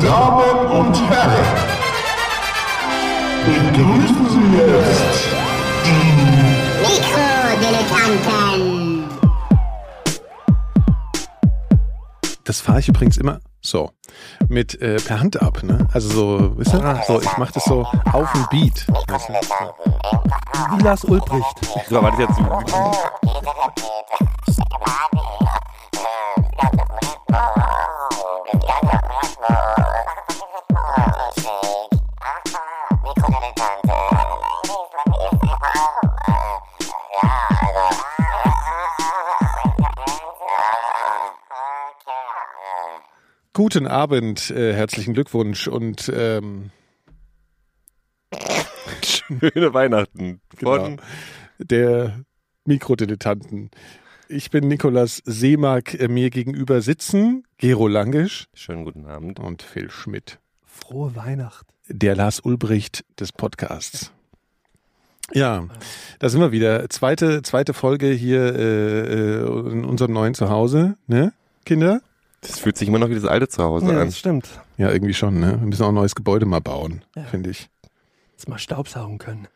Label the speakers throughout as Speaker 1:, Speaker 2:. Speaker 1: Damen und Herren, begrüßen Sie jetzt die
Speaker 2: Mikrodilettanten.
Speaker 3: Das fahre ich übrigens immer so mit äh, per Hand ab, ne? Also so, wisst ihr? So, ich mache das so auf den Beat. Weißt du?
Speaker 4: Wie Lars Ulbricht. So, war das jetzt.
Speaker 3: Guten Abend, äh, herzlichen Glückwunsch und ähm,
Speaker 4: Schöne Weihnachten
Speaker 3: von genau, der Mikrodilettanten. Ich bin Nikolas Seemark, äh, mir gegenüber sitzen Gero Langisch
Speaker 4: Schönen guten Abend.
Speaker 3: und Phil Schmidt,
Speaker 5: Frohe Weihnacht.
Speaker 3: der Lars Ulbricht des Podcasts. Ja, da sind wir wieder. Zweite, zweite Folge hier äh, äh, in unserem neuen Zuhause, ne, Kinder?
Speaker 4: Das fühlt sich immer noch wie das alte Zuhause
Speaker 5: ja,
Speaker 4: an.
Speaker 5: das stimmt.
Speaker 3: Ja, irgendwie schon, ne? Wir müssen auch ein neues Gebäude mal bauen,
Speaker 5: Ja.
Speaker 3: finde ich.
Speaker 5: Jetzt mal Staubsaugen können.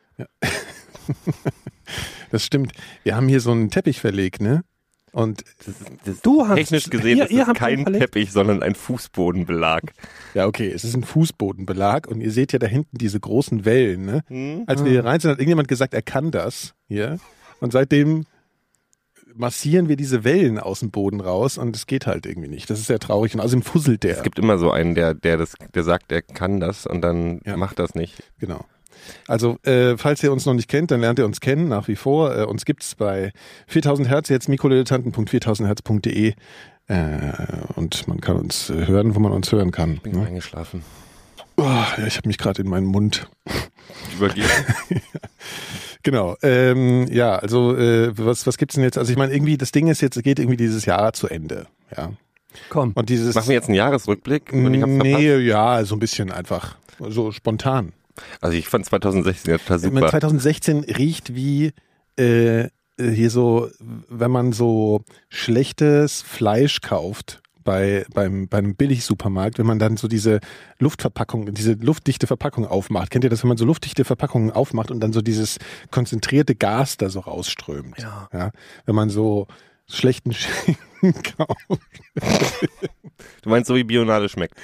Speaker 3: Das stimmt. Wir haben hier so einen Teppichverleg, ne? Und
Speaker 4: Das ist, das
Speaker 5: Du hast-
Speaker 4: technisch gesehen
Speaker 5: ihr-
Speaker 4: ist
Speaker 5: ihr
Speaker 4: das
Speaker 5: habt
Speaker 4: kein
Speaker 5: ihn verlegt?
Speaker 4: Teppich, sondern ein Fußbodenbelag.
Speaker 3: ja, okay, es ist ein Fußbodenbelag und ihr seht ja da hinten diese großen Wellen, ne? Als
Speaker 4: Ah.
Speaker 3: wir hier rein sind, hat irgendjemand gesagt, er kann das hier. Und seitdem massieren wir diese Wellen aus dem Boden raus und es geht halt irgendwie nicht. Das ist sehr traurig und außerdem fusselt der.
Speaker 4: Es gibt immer so einen, der, der, das, der sagt, er kann das und dann
Speaker 3: Ja.
Speaker 4: macht das nicht.
Speaker 3: Genau. Also, äh, falls ihr uns noch nicht kennt, dann lernt ihr uns kennen nach wie vor. Äh, uns gibt's bei 4000 Hertz, jetzt mikrodilettanten.4000hertz.de. Äh, und man kann uns äh, hören, wo man uns hören kann.
Speaker 4: Bin
Speaker 3: Ne?
Speaker 4: eingeschlafen.
Speaker 3: Oh, ja, ich habe mich gerade in meinen Mund.
Speaker 4: Übergeben.
Speaker 3: Genau. Ähm, ja, also äh, was, was gibt's denn jetzt? Also ich meine, irgendwie das Ding ist jetzt, geht irgendwie dieses Jahr zu Ende. Ja.
Speaker 5: Komm.
Speaker 3: Und dieses
Speaker 4: Machen wir jetzt einen Jahresrückblick und ich hab's verpasst.
Speaker 3: Nee, ja, so ein bisschen einfach. So spontan.
Speaker 4: Also ich fand 2016 ja total
Speaker 3: Ich meine,
Speaker 4: super.
Speaker 3: 2016 riecht wie äh, äh, hier so, wenn man so schlechtes Fleisch kauft bei beim beim Billigsupermarkt, wenn man dann so diese Luftverpackung, diese luftdichte Verpackung aufmacht. Kennt ihr das, wenn man so luftdichte Verpackungen aufmacht und dann so dieses konzentrierte Gas da so rausströmt?
Speaker 5: Ja.
Speaker 3: Wenn man so schlechten Schinken kauft.
Speaker 4: Du meinst so wie Bionade schmeckt.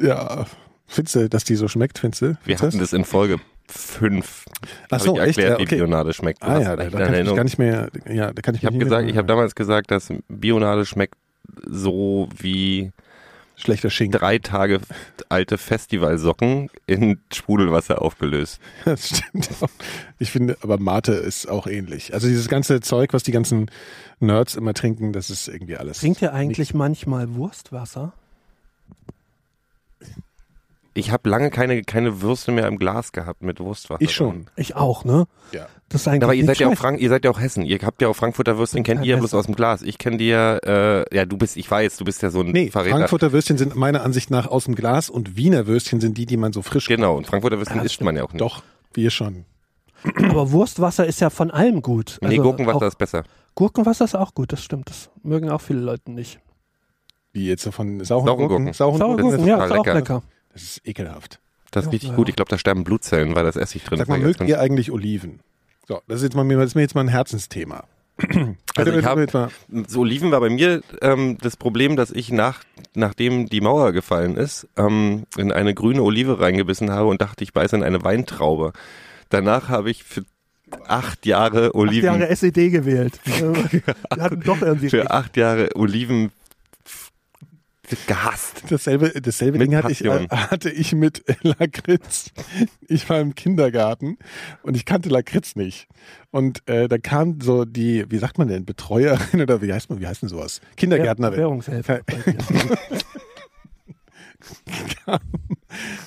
Speaker 3: Ja. Findest du, dass die so schmeckt, findest du?
Speaker 4: Wir
Speaker 3: Findest du
Speaker 4: hatten das in Folge 5.
Speaker 3: Ach so, echt?
Speaker 4: erklärt,
Speaker 3: Ja,
Speaker 4: wie
Speaker 3: okay.
Speaker 4: Bionade schmeckt. Du
Speaker 3: Ah
Speaker 4: hast
Speaker 3: ja, da,
Speaker 4: echt
Speaker 3: da
Speaker 4: eine
Speaker 3: kann ich mich
Speaker 4: Erinnerung.
Speaker 3: gar nicht mehr, ja, da kann ich,
Speaker 4: Ich habe
Speaker 3: mich nicht
Speaker 4: gesagt,
Speaker 3: mehr
Speaker 4: ich habe damals gesagt, dass Bionade schmeckt so wie
Speaker 3: schlechter Schinken.
Speaker 4: drei Tage alte Festivalsocken in Sprudelwasser aufgelöst.
Speaker 3: Das stimmt. auch. Ich finde, aber Mate ist auch ähnlich. Also dieses ganze Zeug, was die ganzen Nerds immer trinken, das ist irgendwie alles.
Speaker 5: Trinkt ihr eigentlich manchmal Wurstwasser?
Speaker 4: Ich habe lange keine, keine Würste mehr im Glas gehabt mit Wurstwasser.
Speaker 3: Ich schon.
Speaker 5: Ich auch, ne?
Speaker 3: Ja.
Speaker 5: Das ist eigentlich
Speaker 4: Aber ihr
Speaker 5: nicht
Speaker 4: seid, ja auch
Speaker 5: schlecht.
Speaker 4: Frank, ihr seid ja auch Hessen. Ihr habt ja auch Frankfurter Würstchen, kennt ihr bloß aus dem Glas. Ich kenne die ja, äh, ja, du bist, ich weiß, du bist ja so ein
Speaker 3: Nee,
Speaker 4: Verräter.
Speaker 3: Frankfurter Würstchen sind meiner Ansicht nach aus dem Glas und Wiener Würstchen sind die, die man so frisch
Speaker 4: Genau, und Frankfurter Würstchen
Speaker 5: Ja,
Speaker 4: isst man ja auch nicht.
Speaker 3: Doch, wir schon.
Speaker 5: Aber Wurstwasser ist ja von allem gut. Also
Speaker 3: Also
Speaker 4: Nee, Gurkenwasser
Speaker 5: auch,
Speaker 4: ist besser.
Speaker 5: Gurkenwasser ist auch gut, das stimmt. Das mögen auch viele Leute nicht.
Speaker 3: Wie jetzt so von sauren
Speaker 4: Sauren
Speaker 3: Gurken.
Speaker 4: Gurken.
Speaker 3: Sauren
Speaker 5: Saure
Speaker 3: Gurken.
Speaker 4: Gurken. ist
Speaker 5: Gurken, ja,
Speaker 4: total
Speaker 5: ist auch lecker.
Speaker 4: lecker.
Speaker 3: Das ist ekelhaft.
Speaker 4: Das ist
Speaker 5: Ja,
Speaker 4: richtig
Speaker 5: ja.
Speaker 4: gut. Ich glaube, da sterben Blutzellen, weil das Essig drin
Speaker 3: Sag mal,
Speaker 4: ist.
Speaker 3: mögt ihr eigentlich Oliven? So, das ist jetzt mal, das ist mir jetzt mal ein Herzensthema.
Speaker 4: Also ich hab-
Speaker 3: Jetzt mal-
Speaker 4: so Oliven war bei mir ähm, das Problem, dass ich nach, nachdem die Mauer gefallen ist, ähm, in eine grüne Olive reingebissen habe und dachte, ich beiße in eine Weintraube. Danach habe ich für acht Jahre
Speaker 5: Acht
Speaker 4: Oliven,
Speaker 5: Jahre SED gewählt. Also, Wir hatten doch irgendwie
Speaker 4: für
Speaker 5: recht.
Speaker 4: acht Jahre Oliven f- gehasst.
Speaker 3: Dasselbe, dasselbe
Speaker 4: Mit
Speaker 3: Ding hatte ich, äh,
Speaker 4: Passion.
Speaker 3: hatte ich mit Lakritz. Ich war im Kindergarten und ich kannte Lakritz nicht. Und äh, da kam so die, wie sagt man denn, Betreuerin oder wie heißt man, wie heißt denn sowas? Kindergärtnerin.
Speaker 5: Währungshelfer.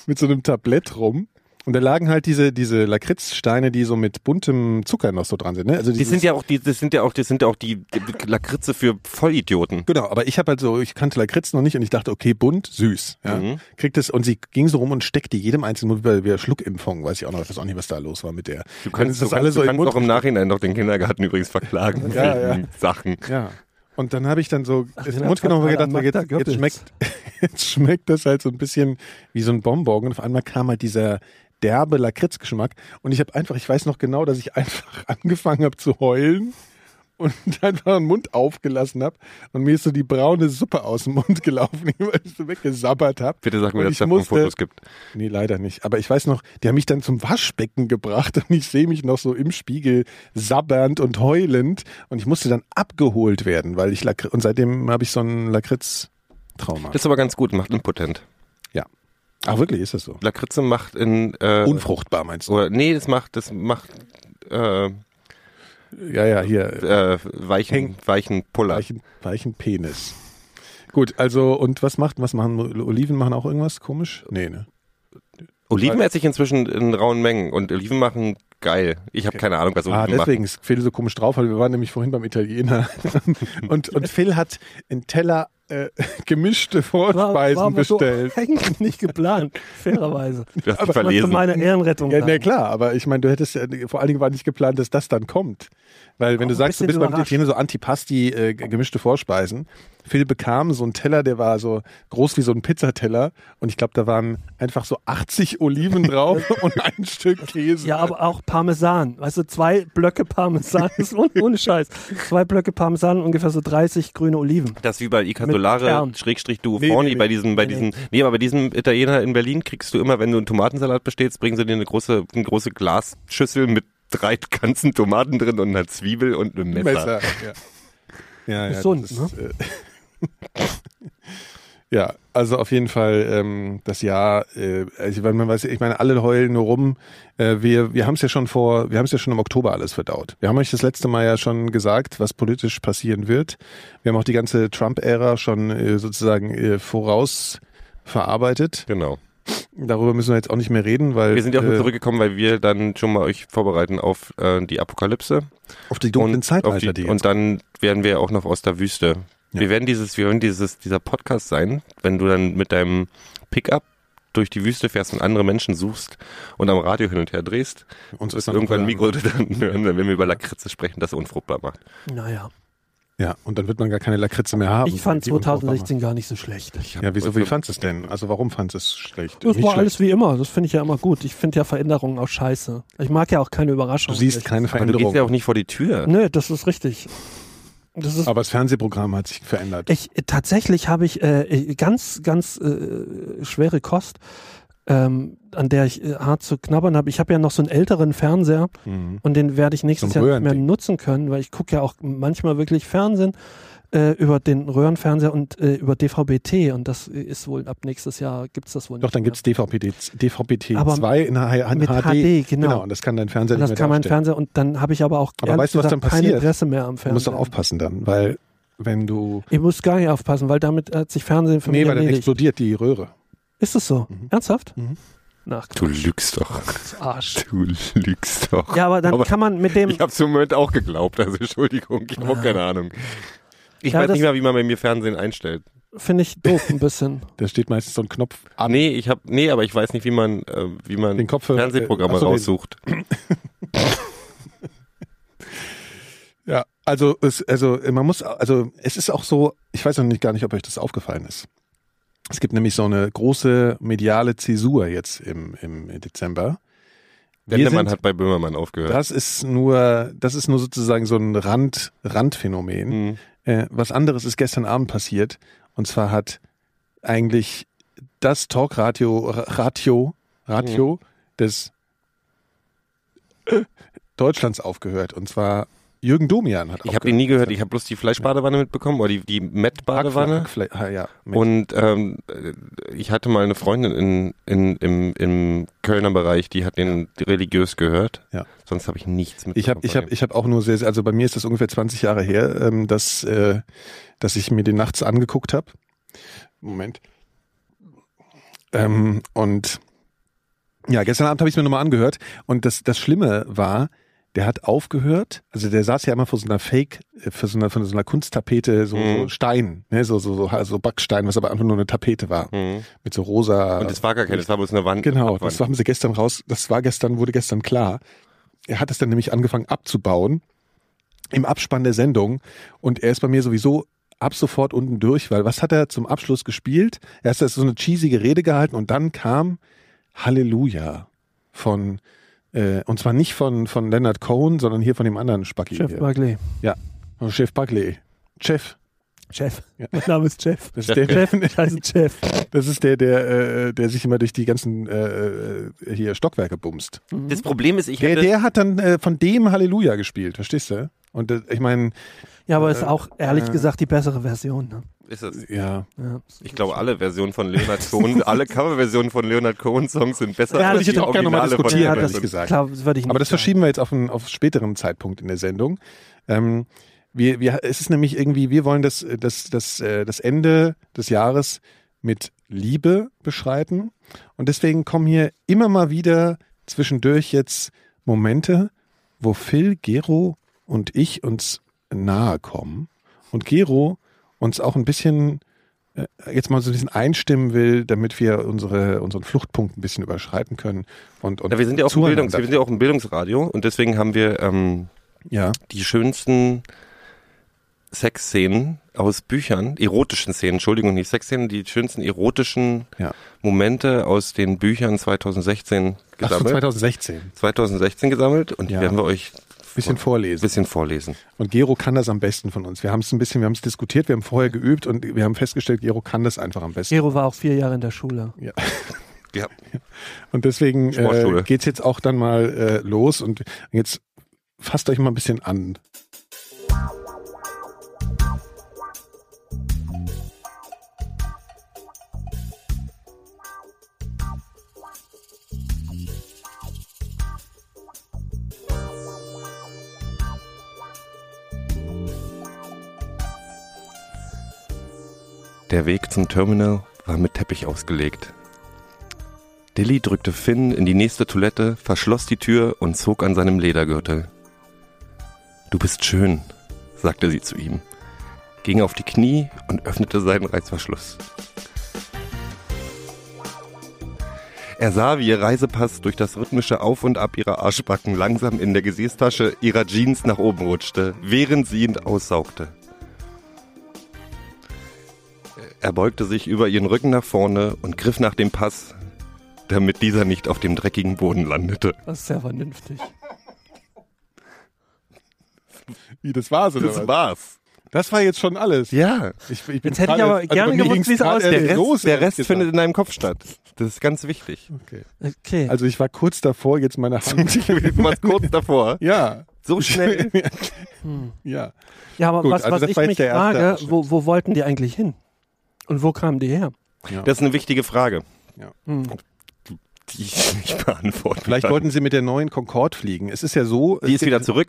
Speaker 3: mit so einem Tablett rum. Und da lagen halt diese, diese Lakritzsteine, die so mit buntem Zucker noch so dran sind. Ne? Also
Speaker 4: Die sind ja auch die, das sind ja auch, das sind ja auch die Lakritze für Vollidioten.
Speaker 3: Genau, aber ich habe halt so, ich kannte Lakritz noch nicht und ich dachte, okay, bunt, süß. Ja.
Speaker 4: Mhm.
Speaker 3: Kriegt es und sie ging so rum und steckte jedem einzelnen Mund wie bei Schluckimpfung, weiß ich auch noch, ich weiß auch nicht, was da los war mit der.
Speaker 4: Du kannst,
Speaker 3: das
Speaker 4: du kannst,
Speaker 3: alle so
Speaker 4: du
Speaker 3: im
Speaker 4: kannst
Speaker 3: Mund-
Speaker 4: auch im Nachhinein noch den Kindergarten übrigens verklagen.
Speaker 3: Ja,
Speaker 4: wegen Sachen.
Speaker 3: Ja. Und dann habe ich dann so
Speaker 5: Ach,
Speaker 3: es in den
Speaker 5: Renat
Speaker 3: Mund
Speaker 5: hat
Speaker 3: genommen und
Speaker 5: gerade
Speaker 3: gedacht, so,
Speaker 5: an Magda
Speaker 3: jetzt, jetzt,
Speaker 5: Goebbels.
Speaker 3: schmeckt, jetzt schmeckt das halt so ein bisschen wie so ein Bonbon. Und auf einmal kam halt dieser derbe Lakritzgeschmack. Und ich habe einfach, ich weiß noch genau, dass ich einfach angefangen habe zu heulen und einfach den Mund aufgelassen habe. Und mir ist so die braune Suppe aus dem Mund gelaufen, weil ich so weggesabbert habe.
Speaker 4: Bitte sag mir,
Speaker 3: Und
Speaker 4: dass
Speaker 3: ich
Speaker 4: es davon
Speaker 3: musste-
Speaker 4: Fotos gibt.
Speaker 3: Nee, leider nicht. Aber ich weiß noch, die haben mich dann zum Waschbecken gebracht und ich sehe mich noch so im Spiegel sabbernd und heulend und ich musste dann abgeholt werden, weil ich Lakritz, und seitdem habe ich so ein Lakritz-Trauma.
Speaker 4: Das ist aber ganz gut, macht impotent.
Speaker 3: Ach wirklich, ist das so?
Speaker 4: Lakritze macht in äh,
Speaker 3: Unfruchtbar meinst du?
Speaker 4: oder nee, das macht das macht äh,
Speaker 3: Ja, ja, hier.
Speaker 4: äh, weichen weichen Puller.
Speaker 3: Weichen, weichen Penis. Gut, also, und was macht, was machen, Oliven machen auch irgendwas komisch? Nee, ne?
Speaker 4: Oliven esse ich inzwischen in rauen Mengen und Oliven machen geil. Ich habe keine Ahnung, was Oliven
Speaker 3: Ah,
Speaker 4: machen.
Speaker 3: deswegen ist Phil so komisch drauf, weil wir waren nämlich vorhin beim Italiener und, und Phil hat einen Teller äh, gemischte Vorspeisen
Speaker 5: aber so
Speaker 3: bestellt.
Speaker 5: eigentlich nicht geplant, fairerweise.
Speaker 4: Du hast dich
Speaker 5: Ich möchte
Speaker 4: verlesen.
Speaker 5: meine Ehrenrettung
Speaker 3: Ja, na
Speaker 5: sagen.
Speaker 3: klar, aber ich meine, du hättest ja, vor allen Dingen war nicht geplant, dass das dann kommt. Weil wenn
Speaker 5: Auch
Speaker 3: du
Speaker 5: ein
Speaker 3: sagst, du
Speaker 5: bisschen
Speaker 3: bist beim
Speaker 5: überrascht.
Speaker 3: Italiener so Antipasti äh, g- gemischte Vorspeisen, Phil bekam so einen Teller, der war so groß wie so ein Pizzateller und ich glaube, da waren einfach so 80 Oliven drauf und ein Stück Käse.
Speaker 5: Ja, aber auch Parmesan. Weißt du, zwei Blöcke Parmesan, das ist un- ohne Scheiß. Zwei Blöcke Parmesan und ungefähr so 30 grüne Oliven.
Speaker 4: Das ist wie bei
Speaker 5: Mit
Speaker 4: Icatolare,
Speaker 5: Kern.
Speaker 4: Schrägstrich du
Speaker 3: Nee, nee,
Speaker 4: Forni,
Speaker 3: nee.
Speaker 4: bei diesem, bei
Speaker 5: Nee,
Speaker 4: diesem, nee, aber bei diesem Italiener in Berlin kriegst du immer, wenn du einen Tomatensalat bestellst, bringen sie dir eine große, eine große Glasschüssel mit drei ganzen Tomaten drin und einer Zwiebel und einem Messer. ne?
Speaker 3: Messer. Ja, ja, ja
Speaker 5: Gesund,
Speaker 3: das ist, äh, Ja, also auf jeden Fall ähm, das Jahr, äh, also wenn man weiß, ich meine, alle heulen nur rum. Äh, wir wir haben es ja schon vor, wir haben es ja schon im Oktober alles verdaut. Wir haben euch das letzte Mal ja schon gesagt, was politisch passieren wird. Wir haben auch die ganze Trump-Ära schon äh, sozusagen äh, voraus verarbeitet.
Speaker 4: Genau.
Speaker 3: Darüber müssen wir jetzt auch nicht mehr reden, weil
Speaker 4: Wir sind ja auch nur
Speaker 3: äh,
Speaker 4: zurückgekommen, weil wir dann schon mal euch vorbereiten auf äh, die Apokalypse.
Speaker 3: auf die dunklen
Speaker 4: und auf
Speaker 3: Zeitalter,
Speaker 4: die,
Speaker 3: die, jetzt
Speaker 4: Und dann werden wir auch noch aus der Wüste.
Speaker 3: Ja.
Speaker 4: Wir werden dieses, wir werden dieses, dieser Podcast sein, wenn du dann mit deinem Pickup durch die Wüste fährst und andere Menschen suchst und am Radio hin und her drehst.
Speaker 3: uns
Speaker 4: Ist
Speaker 3: dann
Speaker 4: irgendwann ein
Speaker 3: oder-
Speaker 4: Mikro dann hören, wenn wir über Lakritze sprechen, das unfruchtbar macht.
Speaker 5: Naja,
Speaker 3: Ja, und dann wird man gar keine Lakritze mehr haben.
Speaker 5: ich fand
Speaker 3: die unbrauchbar machen.
Speaker 5: 2016 gar nicht so schlecht.
Speaker 3: Ja, wieso, wie fandst du es denn? Also warum fandst du es schlecht?
Speaker 5: Das
Speaker 3: Nicht
Speaker 5: war
Speaker 3: schlecht.
Speaker 5: alles wie immer. Das finde ich ja immer gut. Ich finde ja Veränderungen auch scheiße. Ich mag ja auch keine
Speaker 3: Du
Speaker 5: Überraschungen.
Speaker 3: siehst keine
Speaker 4: Aber du gehst
Speaker 3: Veränderung. Ne.
Speaker 4: ja auch nicht vor die Tür.
Speaker 5: Nö, das ist richtig. Das ist
Speaker 3: Aber das Fernsehprogramm hat sich verändert.
Speaker 5: Ich, tatsächlich habe ich äh, ganz, ganz äh, schwere Kost, ähm, an der ich äh, hart zu knabbern habe. Ich habe ja noch so einen älteren Fernseher
Speaker 3: Mhm.
Speaker 5: und den werde ich nächstes
Speaker 3: So ein
Speaker 5: Jahr nicht mehr
Speaker 3: Röhrending.
Speaker 5: nutzen können, weil ich gucke ja auch manchmal wirklich Fernsehen äh, über den Röhrenfernseher und äh, über DVB-T und das ist wohl ab nächstes Jahr gibt's das wohl
Speaker 3: Doch,
Speaker 5: nicht
Speaker 3: dann
Speaker 5: mehr.
Speaker 3: gibt es DVB-T 2
Speaker 5: Aber
Speaker 3: in, H- in
Speaker 5: mit
Speaker 3: HD.
Speaker 5: HD, genau.
Speaker 3: genau. Und das kann dein Fernseher
Speaker 5: Und das
Speaker 3: nicht mehr
Speaker 5: kann mein
Speaker 3: darstellen.
Speaker 5: Fernseher und dann habe ich aber auch
Speaker 3: Aber
Speaker 5: ehrlich
Speaker 3: weißt du, was
Speaker 5: gesagt,
Speaker 3: dann
Speaker 5: kein
Speaker 3: passiert?
Speaker 5: Interesse mehr am
Speaker 3: Du musst
Speaker 5: Fernseher.
Speaker 3: doch aufpassen dann, weil wenn du...
Speaker 5: Ich muss gar nicht aufpassen, weil damit hat sich Fernsehen für
Speaker 3: Nee,
Speaker 5: mich
Speaker 3: weil dann
Speaker 5: erledigt.
Speaker 3: explodiert die Röhre.
Speaker 5: Ist es so? Ernsthaft?
Speaker 3: Mhm.
Speaker 5: Nach
Speaker 4: Du lügst doch.
Speaker 5: Arsch.
Speaker 4: Du lügst doch.
Speaker 5: Ja, aber dann
Speaker 4: Aber
Speaker 5: kann man mit dem.
Speaker 4: Ich hab's im Moment auch geglaubt, also Entschuldigung, ich habe auch keine
Speaker 3: Ah.
Speaker 4: Ahnung. Ich
Speaker 5: Ja,
Speaker 4: weiß
Speaker 5: das-
Speaker 4: nicht mal, wie man bei mir Fernsehen einstellt.
Speaker 5: Finde ich doof ein bisschen.
Speaker 3: Da steht meistens so ein Knopf.
Speaker 4: Ah, nee, ich habe nee, aber ich weiß nicht, wie man äh, wie man
Speaker 3: Den Kopf-
Speaker 4: Fernsehprogramme
Speaker 3: Ach so, den-
Speaker 4: raussucht.
Speaker 3: Ja, also, es, also man muss, also es ist auch so, ich weiß noch nicht gar nicht, ob euch das aufgefallen ist. Es gibt nämlich so eine große mediale Zäsur jetzt im, im Dezember.
Speaker 4: Wendemann
Speaker 3: sind-
Speaker 4: hat bei Böhmermann aufgehört.
Speaker 3: Das ist nur, das ist nur sozusagen so ein Rand, Randphänomen.
Speaker 4: Mhm.
Speaker 3: Äh, was anderes ist gestern Abend passiert. Und zwar hat eigentlich das Talkradio, Ra- Radio, Radio
Speaker 4: Mhm.
Speaker 3: des Deutschlands aufgehört. Und zwar Jürgen Domian hat
Speaker 4: Ich habe ihn nie gehört, ich habe bloß die Fleischbadewanne mitbekommen oder die, die Met-Badewanne.
Speaker 3: Hackfle- Ah, ja, und
Speaker 4: Und ähm, ich hatte mal eine Freundin in, in, im, im Kölner Bereich, die hat den religiös gehört.
Speaker 3: Ja.
Speaker 4: Sonst habe ich nichts mit.
Speaker 3: ich habe ich hab, ich hab auch nur sehr, sehr- also bei mir ist das ungefähr 20 Jahre her, ähm, dass, äh, dass ich mir den nachts angeguckt habe. Moment. Ähm, und ja, gestern Abend habe ich es mir nochmal angehört. Und das, das Schlimme war, der hat aufgehört, also der saß ja immer vor so einer Fake, äh, vor so einer, vor so einer Kunsttapete, so,
Speaker 4: Mhm.
Speaker 3: so Stein, ne, so, so, so, so Backstein, was aber einfach nur eine Tapete war.
Speaker 4: Mhm.
Speaker 3: Mit so rosa.
Speaker 4: Und es war gar keine, es war bloß eine Wand.
Speaker 3: Genau,
Speaker 4: Wand.
Speaker 3: das haben sie gestern raus, das war gestern, wurde gestern klar. Er hat es dann nämlich angefangen abzubauen im Abspann der Sendung und er ist bei mir sowieso ab sofort unten durch, weil was hat er zum Abschluss gespielt? Er hat so eine cheesige Rede gehalten und dann kam Halleluja von, äh, und zwar nicht von, von Leonard Cohen, sondern hier von dem anderen Spacki.
Speaker 5: Jeff
Speaker 3: hier.
Speaker 5: Bagley.
Speaker 3: Von Chef Buckley. Chef.
Speaker 5: Jeff.
Speaker 3: Ja.
Speaker 5: Mein Name ist Jeff.
Speaker 3: Das ist der,
Speaker 5: Jeff, ich heiße Jeff.
Speaker 3: das ist der, der, äh, der sich immer durch die ganzen äh, äh, hier Stockwerke bumst.
Speaker 4: Das Problem ist, ich
Speaker 3: Der,
Speaker 4: hätte,
Speaker 3: der hat dann äh, von dem Halleluja gespielt, verstehst du? Und äh, ich meine,
Speaker 5: Ja, aber ist auch ehrlich
Speaker 3: äh.
Speaker 5: gesagt die bessere Version. Ne?
Speaker 4: ist es.
Speaker 3: ja.
Speaker 5: Ja.
Speaker 4: Ich glaube, alle Versionen von Leonard Cohen, alle Coverversionen von Leonard Cohen Songs sind besser
Speaker 5: Ja,
Speaker 4: als
Speaker 5: das würde ich
Speaker 4: die
Speaker 5: jetzt
Speaker 3: auch gerne mal
Speaker 4: Originale von
Speaker 3: diskutieren,
Speaker 5: ja,
Speaker 4: Leonard
Speaker 3: ehrlich
Speaker 5: das
Speaker 4: Cohen.
Speaker 3: gesagt.
Speaker 5: Klar, das würde ich nicht
Speaker 3: Aber das
Speaker 5: sagen.
Speaker 3: verschieben wir jetzt auf einen auf späteren Zeitpunkt in der Sendung. Ähm, wir, wir, es ist nämlich irgendwie, wir wollen das, das, das, äh, das Ende des Jahres mit Liebe beschreiten. Und deswegen kommen hier immer mal wieder zwischendurch jetzt Momente, wo Phil, Gero und ich uns nahe kommen. Und Gero uns auch ein bisschen äh, jetzt mal so ein bisschen einstimmen will, damit wir unsere, unseren Fluchtpunkt ein bisschen überschreiten können. Und, und
Speaker 4: Ja, wir sind ja auch ein
Speaker 3: zueinander
Speaker 4: Bildungs, wir sind ja auch ein Bildungsradio und deswegen haben wir ähm,
Speaker 3: Ja.
Speaker 4: die schönsten Sexszenen aus Büchern, erotischen Szenen, Entschuldigung, nicht Sexszenen, die schönsten erotischen
Speaker 3: Ja.
Speaker 4: Momente aus den Büchern 2016
Speaker 3: Ach, von
Speaker 4: gesammelt.
Speaker 3: 2016.
Speaker 4: 2016 gesammelt und
Speaker 3: Ja.
Speaker 4: die werden wir euch
Speaker 3: Bisschen
Speaker 4: ein
Speaker 3: vorlesen.
Speaker 4: bisschen vorlesen.
Speaker 3: Und Gero kann das am besten von uns. Wir haben es ein bisschen, wir haben es diskutiert, wir haben vorher geübt und wir haben festgestellt, Gero kann das einfach am besten.
Speaker 5: Gero war auch vier Jahre in der Schule.
Speaker 3: Ja.
Speaker 4: Ja.
Speaker 3: Und deswegen äh,
Speaker 4: Sportschule.
Speaker 3: geht's jetzt auch dann mal äh, los und jetzt fasst euch mal ein bisschen an.
Speaker 4: Der Weg zum Terminal war mit Teppich ausgelegt. Dilly drückte Finn in die nächste Toilette, verschloss die Tür und zog an seinem Ledergürtel. Du bist schön, sagte sie zu ihm, ging auf die Knie und öffnete seinen Reißverschluss. Er sah, wie ihr Reisepass durch das rhythmische Auf und Ab ihrer Arschbacken langsam in der Gesäßtasche ihrer Jeans nach oben rutschte, während sie ihn aussaugte. Er beugte sich über ihren Rücken nach vorne und griff nach dem Pass, damit dieser nicht auf dem dreckigen Boden landete.
Speaker 5: Das ist sehr vernünftig.
Speaker 3: Wie, das war's oder was?
Speaker 4: war's.
Speaker 3: Das war jetzt schon alles.
Speaker 4: Ja.
Speaker 3: Ich, ich bin
Speaker 5: Jetzt hätte ich
Speaker 3: gerade-
Speaker 5: aber
Speaker 3: also
Speaker 5: gerne
Speaker 3: bei mir
Speaker 5: gewusst,
Speaker 3: ging's
Speaker 5: wie es
Speaker 3: gerade
Speaker 5: aussieht.
Speaker 3: erst
Speaker 4: Der Rest,
Speaker 3: los,
Speaker 4: der
Speaker 3: ehrlich
Speaker 4: Rest
Speaker 3: gesagt.
Speaker 4: findet in deinem Kopf statt. Das ist ganz wichtig.
Speaker 3: Okay.
Speaker 5: Okay.
Speaker 3: Also ich war kurz davor, jetzt meine Hand.
Speaker 4: Du warst kurz davor.
Speaker 3: ja,
Speaker 4: So schnell.
Speaker 3: ja.
Speaker 5: ja, aber
Speaker 3: gut,
Speaker 5: was,
Speaker 3: also
Speaker 5: was
Speaker 3: das
Speaker 5: ich
Speaker 3: war jetzt
Speaker 5: mich
Speaker 3: der erste
Speaker 5: frage,
Speaker 3: Abschnitt.
Speaker 5: wo, wo wollten die eigentlich hin? Und wo kamen die her?
Speaker 4: Das ist eine wichtige Frage,
Speaker 5: Hm.
Speaker 4: die ich nicht beantworten
Speaker 3: Vielleicht
Speaker 4: kann.
Speaker 3: wollten sie mit der neuen Concorde fliegen. Es ist ja so.
Speaker 4: Die ist wieder zurück.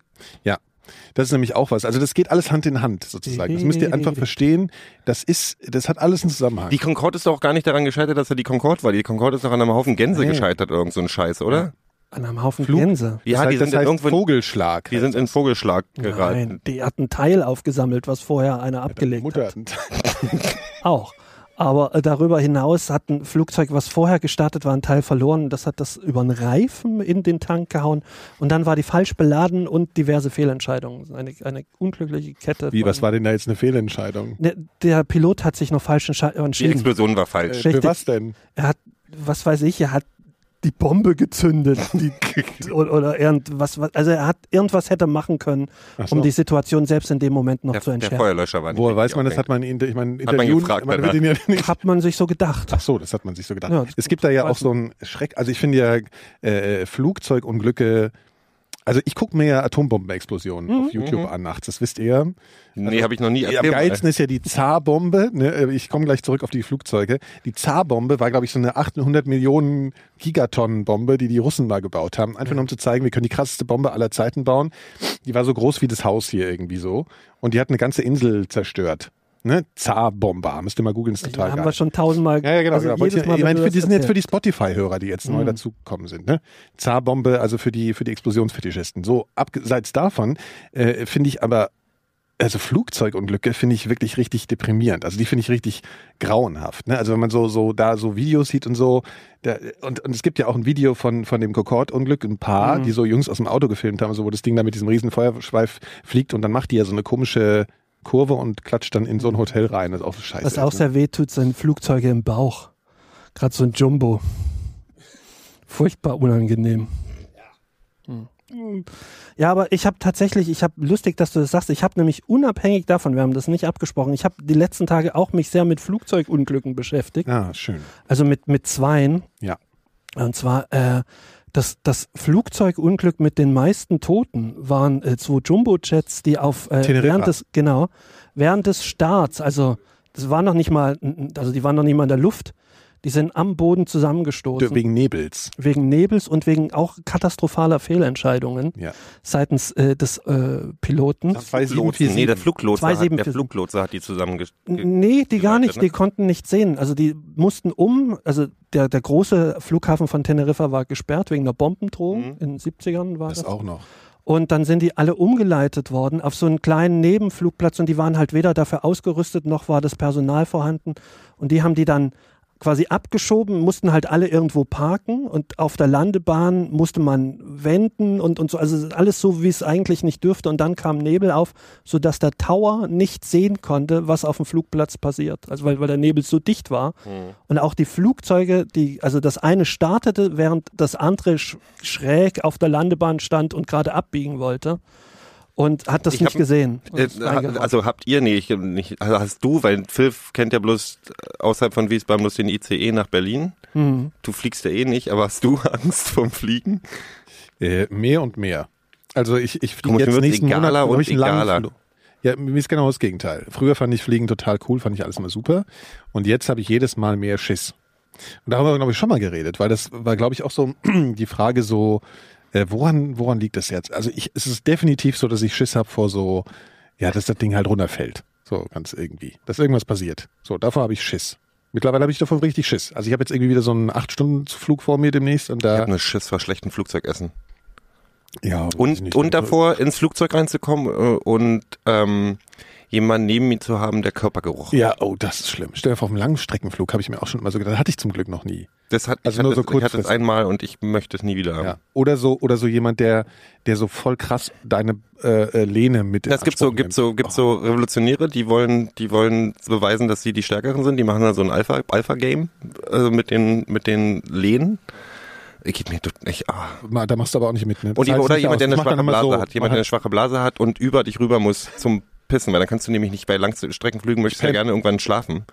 Speaker 3: Das ist nämlich auch was. Also das geht alles Hand in Hand sozusagen. Das müsst ihr einfach verstehen. Das ist, das hat alles einen Zusammenhang.
Speaker 4: Die Concorde ist doch auch gar nicht daran gescheitert, dass er die Concorde war. Die Concorde ist doch an einem Haufen Gänse
Speaker 3: Nee.
Speaker 4: gescheitert oder irgend so ein Scheiß, oder?
Speaker 5: An einem Haufen
Speaker 3: Flug?
Speaker 5: Gänse.
Speaker 3: das
Speaker 4: Ja,
Speaker 3: heißt,
Speaker 4: die sind
Speaker 3: das heißt
Speaker 4: irgendwo in,
Speaker 3: Vogelschlag.
Speaker 4: die sind in Vogelschlag geraten.
Speaker 5: Nein, die hatten Teil aufgesammelt, was vorher einer abgelegt hat.
Speaker 3: Mutter.
Speaker 5: Auch. Aber äh, darüber hinaus hat ein Flugzeug, was vorher gestartet war, einen Teil verloren. Das hat das über einen Reifen in den Tank gehauen. Und dann war die falsch beladen und diverse Fehlentscheidungen. Eine, eine unglückliche Kette.
Speaker 3: Wie,
Speaker 5: von-
Speaker 3: was war denn da jetzt eine Fehlentscheidung?
Speaker 5: Ne, Der Pilot hat sich noch falsch entsche-
Speaker 4: Die
Speaker 5: entschieden.
Speaker 4: Explosion war falsch.
Speaker 3: Äh, für
Speaker 5: Richtig.
Speaker 3: was denn?
Speaker 5: er hat, was weiß ich, er hat die Bombe gezündet die, oder, oder irgendwas, was- also er hat irgendwas hätte machen können,
Speaker 3: Ach so.
Speaker 5: um die Situation selbst in dem Moment noch
Speaker 4: Der,
Speaker 5: zu
Speaker 4: der
Speaker 5: entschärfen.
Speaker 4: Feuerlöscher war nicht
Speaker 3: Woher weiß
Speaker 4: richtig
Speaker 3: man, das hat
Speaker 4: aufgehängt.
Speaker 3: man in, ich meine,
Speaker 4: Hat man
Speaker 3: interviewen,
Speaker 4: gefragt
Speaker 3: man
Speaker 4: danach.
Speaker 3: will den ja nicht.
Speaker 5: Hat man sich so gedacht.
Speaker 3: Ach so, das hat man sich so gedacht.
Speaker 5: Ja, das-
Speaker 3: es gibt da ja
Speaker 5: weiß
Speaker 3: auch so ein Schreck. Also ich finde ja äh, Flugzeugunglücke. Also ich gucke mir ja Atombombenexplosionen auf
Speaker 5: Mhm,
Speaker 3: YouTube an nachts. Das wisst ihr.
Speaker 4: Nee, habe ich noch nie
Speaker 3: Ja, am
Speaker 4: Erzähl mal.
Speaker 3: geilsten ist ja also die Zar-Bombe. Ne? äh, Ich komme gleich zurück auf die Flugzeuge. Die Zar-Bombe war, glaube ich, so eine 800 Millionen Gigatonnen-Bombe, die die Russen mal gebaut haben. Einfach nur um zu zeigen, wir können die krasseste Bombe aller Zeiten bauen. Die war so groß wie das Haus hier irgendwie so. Und die hat eine ganze Insel zerstört. Ne? Zar-Bomber. Müsst ihr mal googeln, ist total
Speaker 5: haben
Speaker 3: geil.
Speaker 5: wir schon tausendmal.
Speaker 3: Ja, ja, genau.
Speaker 5: also
Speaker 3: genau.
Speaker 5: jedes
Speaker 3: Wollte ich-
Speaker 5: Mal,
Speaker 3: ich
Speaker 5: wenn
Speaker 3: meine,
Speaker 5: du
Speaker 3: für,
Speaker 5: das
Speaker 3: die sind jetzt für
Speaker 5: erzählst. Mhm.
Speaker 3: die Spotify-Hörer, die jetzt neu dazugekommen sind. Ne? Zarbombe, also für die, für die Explosionsfetischisten. So, abseits davon äh, finde ich aber, also Flugzeugunglücke finde ich wirklich richtig deprimierend. Also die finde ich richtig grauenhaft. Ne? Also wenn man so, so da so Videos sieht und so, da, und, und es gibt ja auch ein Video von, von dem Concorde-Unglück, ein Paar,
Speaker 5: Mhm.
Speaker 3: die so Jungs aus dem Auto gefilmt haben, so wo das Ding da mit diesem riesen Feuerschweif fliegt und dann macht die ja so eine komische Kurve und klatscht dann in so ein Hotel rein. Das ist auch so scheiße. ne?
Speaker 5: Was auch sehr weh tut, sind Flugzeuge im Bauch. Gerade so ein Jumbo. Furchtbar unangenehm. Hm. Ja, aber ich habe tatsächlich, ich habe lustig, dass du das sagst. Ich habe nämlich unabhängig davon, wir haben das nicht abgesprochen, ich habe die letzten Tage auch mich sehr mit Flugzeugunglücken beschäftigt.
Speaker 3: Ah, schön.
Speaker 5: Also mit, mit zweien.
Speaker 3: Ja.
Speaker 5: Und zwar, äh, das, das Flugzeugunglück mit den meisten Toten waren äh, zwei Jumbo-Jets, die auf äh,
Speaker 3: Teneriffa.
Speaker 5: während des, genau, während des Starts, also das war noch nicht mal, also die waren noch nicht mal in der Luft, die sind am Boden zusammengestoßen.
Speaker 3: Wegen Nebels.
Speaker 5: wegen Nebels und wegen auch katastrophaler Fehlentscheidungen
Speaker 3: Ja.
Speaker 5: seitens äh, des äh, Piloten.
Speaker 3: Das war
Speaker 4: Lotsen. Nee, der Fluglotse hat, der
Speaker 5: 2747.
Speaker 4: Fluglotse hat die zusammenge...
Speaker 5: Nee, die gar
Speaker 4: Leute,
Speaker 5: nicht.
Speaker 4: ne?
Speaker 5: Die konnten nicht sehen. Also die mussten um, also der, der große Flughafen von Teneriffa war gesperrt wegen einer Bombendrohung. In den 70ern war das.
Speaker 3: das auch noch.
Speaker 5: Und dann sind die alle umgeleitet worden auf so einen kleinen Nebenflugplatz und die waren halt weder dafür ausgerüstet, noch war das Personal vorhanden. Und die haben die dann quasi abgeschoben, mussten halt alle irgendwo parken und auf der Landebahn musste man wenden und, und so. Also alles so, wie es eigentlich nicht dürfte. Und dann kam Nebel auf, sodass der Tower nicht sehen konnte, was auf dem Flugplatz passiert. Also weil, weil der Nebel so dicht war.
Speaker 4: Hm.
Speaker 5: Und auch die Flugzeuge, die, also das eine startete, während das andere sch schräg auf der Landebahn stand und gerade abbiegen wollte. Und hat das
Speaker 4: Ich
Speaker 5: nicht
Speaker 4: hab-
Speaker 5: gesehen. Und
Speaker 4: Äh,
Speaker 5: ist
Speaker 4: ha-
Speaker 5: reingehauen.
Speaker 4: also habt ihr nee, ich, nicht, also hast du, weil Phil kennt ja bloß äh, außerhalb von Wiesbaden bloß den ICE nach Berlin.
Speaker 5: Mhm.
Speaker 4: Du fliegst ja eh nicht, aber hast du Angst vom Fliegen?
Speaker 3: Äh, mehr und mehr. Also ich, ich fliege
Speaker 4: Guck mal, mir
Speaker 3: jetzt
Speaker 4: wird's
Speaker 3: nächsten Monat
Speaker 4: egaler
Speaker 3: glaub
Speaker 4: und
Speaker 3: ich, einen langen
Speaker 4: egaler.
Speaker 3: Flug. Ja, mir ist genau das Gegenteil. Früher fand ich Fliegen total cool, fand ich alles immer super. Und jetzt habe ich jedes Mal mehr Schiss. Und da haben wir, glaube ich, schon mal geredet, weil das war, glaube ich, auch so die Frage so, äh, woran, woran liegt das jetzt? Also ich, es ist definitiv so, dass ich Schiss habe vor so, ja, dass das Ding halt runterfällt. So ganz irgendwie. Dass irgendwas passiert. So, davor habe ich Schiss. Mittlerweile habe ich davon richtig Schiss. Also ich habe jetzt irgendwie wieder so einen 8-Stunden-Flug vor mir demnächst und
Speaker 4: Ich
Speaker 3: da.
Speaker 4: hab ne Schiss vor schlechtem Flugzeugessen.
Speaker 3: ja, weiß ich
Speaker 4: Und,
Speaker 3: nicht.
Speaker 4: und davor ins Flugzeug reinzukommen äh, und ähm, jemanden neben mir zu haben, der Körpergeruch.
Speaker 3: Ja, oh, das ist schlimm. Stell dir vor, auf einem Langstreckenflug habe ich mir auch schon immer so gedacht, hatte ich zum Glück noch nie.
Speaker 4: Das hat,
Speaker 3: Also
Speaker 4: ich,
Speaker 3: nur
Speaker 4: hatte,
Speaker 3: so
Speaker 4: ich hatte
Speaker 3: kurzfristig.
Speaker 4: das einmal und ich möchte es nie wieder haben.
Speaker 3: Ja. Oder so, oder so jemand, der, der so voll krass deine äh, äh, Lehne mit. in
Speaker 4: Das gibt so,
Speaker 3: Anspruch Oh.
Speaker 4: gibt so,
Speaker 3: nimmt.
Speaker 4: gibt so Revolutionäre, die wollen, die wollen beweisen, dass sie die Stärkeren sind. Die machen da so ein Alpha, Alpha Game äh, mit den, mit den Lehnen. Ich geht mir tot- ich, ah.
Speaker 3: Oh, ma- da machst du aber auch nicht mit. Ne?
Speaker 4: Und
Speaker 3: Das
Speaker 4: jemand,
Speaker 3: heißt
Speaker 4: oder
Speaker 3: nicht aus.
Speaker 4: jemand, der eine
Speaker 3: Mach dann
Speaker 4: schwache
Speaker 3: immer
Speaker 4: Blase
Speaker 3: so. Mach
Speaker 4: hat, jemand, der eine
Speaker 3: halt-
Speaker 4: schwache Blase hat und über dich rüber muss zum Pissen, weil dann kannst du nämlich nicht bei Langstreckenflügen möchtest du ja
Speaker 3: Pam.
Speaker 4: gerne irgendwann schlafen.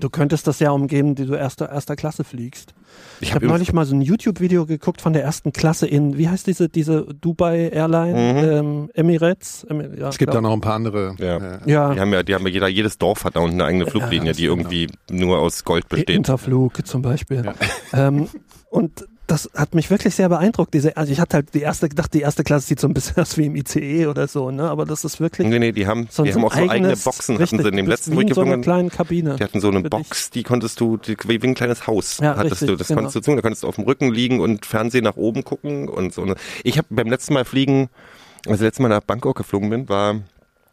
Speaker 5: Du könntest das ja umgeben, die du erster, erster Klasse fliegst. Ich
Speaker 4: hab
Speaker 5: habe neulich mal so ein YouTube-Video geguckt von der ersten Klasse in, wie heißt diese, diese Dubai
Speaker 4: Mhm.
Speaker 5: Airline, ähm, Emirates? Emi- ja,
Speaker 3: es gibt da
Speaker 5: glaub-
Speaker 3: noch ein paar andere.
Speaker 4: Ja.
Speaker 3: äh,
Speaker 5: ja,
Speaker 4: Die haben ja, die haben ja jeder, jedes Dorf hat da unten eine eigene Fluglinie, die irgendwie nur aus Gold besteht.
Speaker 5: Interflug zum Beispiel. Ähm, und das hat mich wirklich sehr beeindruckt. Diese, also ich hatte halt die erste gedacht, die erste Klasse sieht so ein bisschen aus wie im ICE oder so, ne? Aber das ist wirklich.
Speaker 4: Nee, nee, die haben, die haben auch so eigene Boxen, hatten sie in dem letzten, wo
Speaker 5: Wie
Speaker 4: ich
Speaker 5: in so einer
Speaker 4: geflogen bin.
Speaker 5: kleinen Kabine.
Speaker 4: Die hatten so eine
Speaker 5: Für dich.
Speaker 4: Box, die konntest du, die, wie ein kleines Haus
Speaker 5: Ja,
Speaker 4: hattest
Speaker 5: richtig,
Speaker 4: du. Das
Speaker 5: genau.
Speaker 4: konntest du tun, da konntest du auf dem Rücken liegen und Fernsehen nach oben gucken und so. ne. Ich habe beim letzten Mal fliegen, als ich letztes Mal nach Bangkok geflogen bin, war,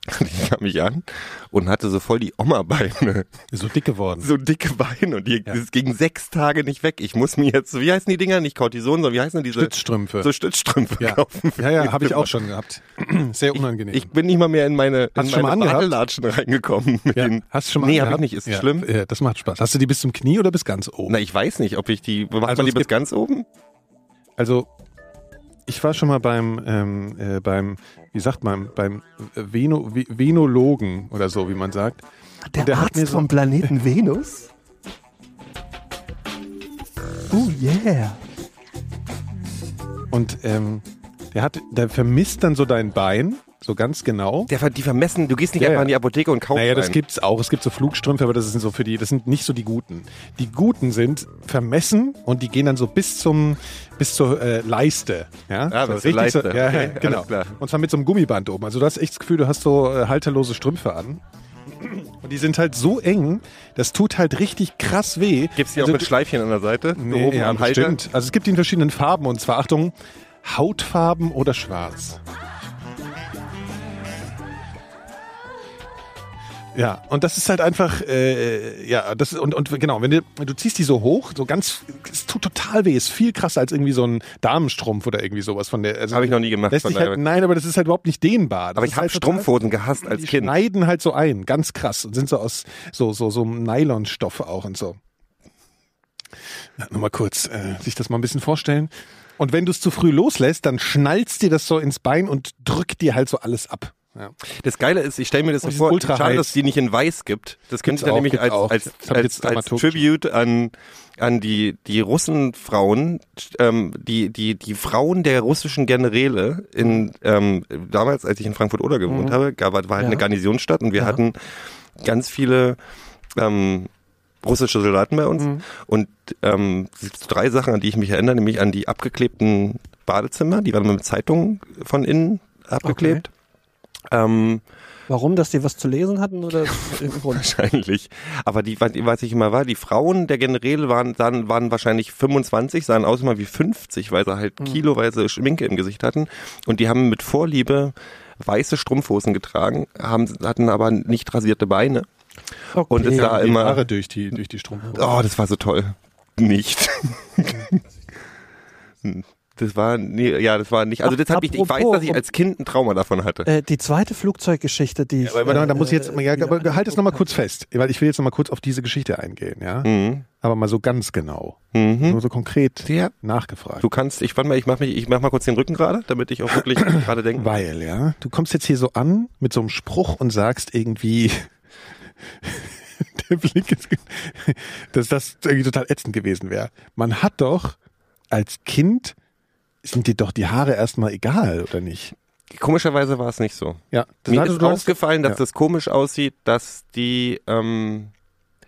Speaker 4: ich kam mich an und hatte so voll die Oma-Beine.
Speaker 3: So dick geworden.
Speaker 4: So dicke Beine und die das ging sechs Tage nicht weg. Ich muss mir jetzt, wie heißen die Dinger? Nicht Cortison, sondern wie heißen diese?
Speaker 3: Stützstrümpfe.
Speaker 4: So Stützstrümpfe
Speaker 3: ja,
Speaker 4: kaufen.
Speaker 3: ja, ja habe ich auch schon gehabt. Sehr unangenehm.
Speaker 4: Ich bin nicht mal mehr in meine, in
Speaker 3: Hast du schon
Speaker 4: meine
Speaker 3: mal angehabt?
Speaker 4: Badelatschen reingekommen. Mit
Speaker 3: ja.
Speaker 4: den,
Speaker 3: Hast du schon mal
Speaker 4: Nee, habe ich
Speaker 3: angehabt?
Speaker 4: nicht. Ist
Speaker 3: ja.
Speaker 4: schlimm.
Speaker 3: Ja, das macht Spaß. Hast du die bis zum Knie oder bis ganz oben?
Speaker 4: Na, ich weiß nicht, ob ich die. Macht
Speaker 3: Also
Speaker 4: man die
Speaker 3: es
Speaker 4: bis
Speaker 3: gibt-
Speaker 4: ganz oben?
Speaker 3: Also, ich war schon mal beim, ähm, äh, beim wie sagt man, beim äh, Veno, Vi- Venologen oder so, wie man sagt.
Speaker 5: Der,
Speaker 3: Und der hat
Speaker 5: Arzt
Speaker 3: mir so-
Speaker 5: vom Planeten Venus? Oh yeah.
Speaker 3: Und ähm, der hat, der vermisst dann so dein Bein, so ganz genau.
Speaker 4: Der, ver- die vermessen, du gehst nicht
Speaker 3: Ja,
Speaker 4: einfach
Speaker 3: ja.
Speaker 4: in die Apotheke und kaufst
Speaker 3: Naja, das
Speaker 4: einen.
Speaker 3: gibt's auch. Es gibt so Flugstrümpfe, aber das sind so für die, das sind nicht so die guten. Die guten sind vermessen und die gehen dann so bis zum, bis zur äh, Leiste. Ja,
Speaker 4: Ah,
Speaker 3: so
Speaker 4: bis zur Leiste.
Speaker 3: So, ja,
Speaker 4: Okay,
Speaker 3: ja, genau.
Speaker 4: alles klar.
Speaker 3: Und zwar mit so einem Gummiband oben. Also du hast echt das Gefühl, du hast so äh, halterlose Strümpfe an. Und die sind halt so eng, das tut halt richtig krass weh.
Speaker 4: Gibt's die
Speaker 3: also,
Speaker 4: auch mit Schleifchen an der Seite?
Speaker 3: Nee,
Speaker 4: oben
Speaker 3: ja,
Speaker 4: am Halter?
Speaker 3: bestimmt. Also es gibt die in verschiedenen Farben und zwar, Achtung, Hautfarben oder schwarz. Ja, und das ist halt einfach, äh, ja, das und, und genau, wenn du, du ziehst die so hoch, so ganz, es tut total weh, ist viel krasser als irgendwie so ein Damenstrumpf oder irgendwie sowas von der. Also
Speaker 4: Habe ich noch nie gemacht.
Speaker 3: lässt
Speaker 4: von
Speaker 3: dich halt,
Speaker 4: daher.
Speaker 3: nein, aber das ist halt überhaupt nicht dehnbar. Das
Speaker 4: aber ich
Speaker 3: ist
Speaker 4: habe
Speaker 3: halt total-
Speaker 4: Strumpfhosen gehasst als
Speaker 3: die
Speaker 4: Kind.
Speaker 3: schneiden halt so ein, ganz krass und sind so aus so so so einem Nylonstoff auch und so. Ja, nur mal kurz, äh, sich das mal ein bisschen vorstellen. Und wenn du es zu früh loslässt, dann schnallst dir das so ins Bein und drückt dir halt so alles ab. Ja.
Speaker 4: Das Geile ist, ich stelle mir das so
Speaker 3: Und
Speaker 4: vor,
Speaker 3: diesen Ultra
Speaker 4: schade,
Speaker 3: High.
Speaker 4: dass es die nicht in weiß gibt. Das könnte
Speaker 3: Gibt's
Speaker 4: ich dann
Speaker 3: auch,
Speaker 4: nämlich
Speaker 3: gibt's
Speaker 4: als,
Speaker 3: auch.
Speaker 4: als,
Speaker 3: Das hab ich
Speaker 4: als,
Speaker 3: jetzt
Speaker 4: als
Speaker 3: dramaturgisch
Speaker 4: Tribute an, an die, die Russenfrauen, ähm, die, die, die Frauen der russischen Generäle in, ähm, damals, als ich in Frankfurt-Oder
Speaker 3: Mhm.
Speaker 4: gewohnt habe, gab, war halt
Speaker 5: Ja.
Speaker 4: eine Garnisonsstadt und wir
Speaker 5: Ja.
Speaker 4: hatten ganz viele, ähm, russische Soldaten bei uns und ähm, es gibt so drei Sachen, an die ich mich erinnere, nämlich an die abgeklebten Badezimmer, die waren immer mit Zeitungen von innen abgeklebt. Ähm,
Speaker 5: Warum, dass die was zu lesen hatten oder im Grund?
Speaker 4: Wahrscheinlich. Aber die, was, was ich immer war, die Frauen der Generäle waren, sahen, waren wahrscheinlich 25, sahen aus immer wie 50, weil sie halt kiloweise Schminke im Gesicht hatten. Und die haben mit Vorliebe weiße Strumpfhosen getragen, haben, hatten aber nicht rasierte Beine.
Speaker 5: Okay.
Speaker 4: Und es sah
Speaker 3: Die
Speaker 4: immer,
Speaker 3: Haare durch die durch die Strumpfhose.
Speaker 4: oh, das war so toll. Nicht. Hm, Das war, nee, ja, das war nicht, also das hab ich, ich weiß,
Speaker 5: Apropos-
Speaker 4: dass ich als Kind ein Trauma davon hatte.
Speaker 5: äh, die zweite Flugzeuggeschichte, die ich.
Speaker 3: Aber, aber da muss ich jetzt,
Speaker 5: äh,
Speaker 3: ja,
Speaker 5: wieder
Speaker 3: aber halt es
Speaker 5: angeguckt
Speaker 3: nochmal kurz fest, weil ich will jetzt nochmal kurz auf diese Geschichte eingehen, ja.
Speaker 4: Mhm.
Speaker 3: Aber mal so ganz genau,
Speaker 4: Mhm.
Speaker 3: nur so konkret
Speaker 4: Ja.
Speaker 3: nachgefragt.
Speaker 4: Du kannst, ich warte mal, ich mach mich, ich mach mal kurz den Rücken gerade, damit ich auch wirklich gerade denke.
Speaker 3: Weil, ja, du kommst jetzt hier so an mit so einem Spruch und sagst irgendwie, der Blick ist, ge- dass das irgendwie total ätzend gewesen wäre. Man hat doch als Kind, sind dir doch die Haare erstmal egal, oder nicht?
Speaker 4: Komischerweise war es nicht so.
Speaker 3: Ja,
Speaker 4: Mir
Speaker 3: hattest
Speaker 4: ist
Speaker 3: du- hast-
Speaker 4: aufgefallen, dass
Speaker 3: ja.
Speaker 4: das komisch aussieht, dass die ähm,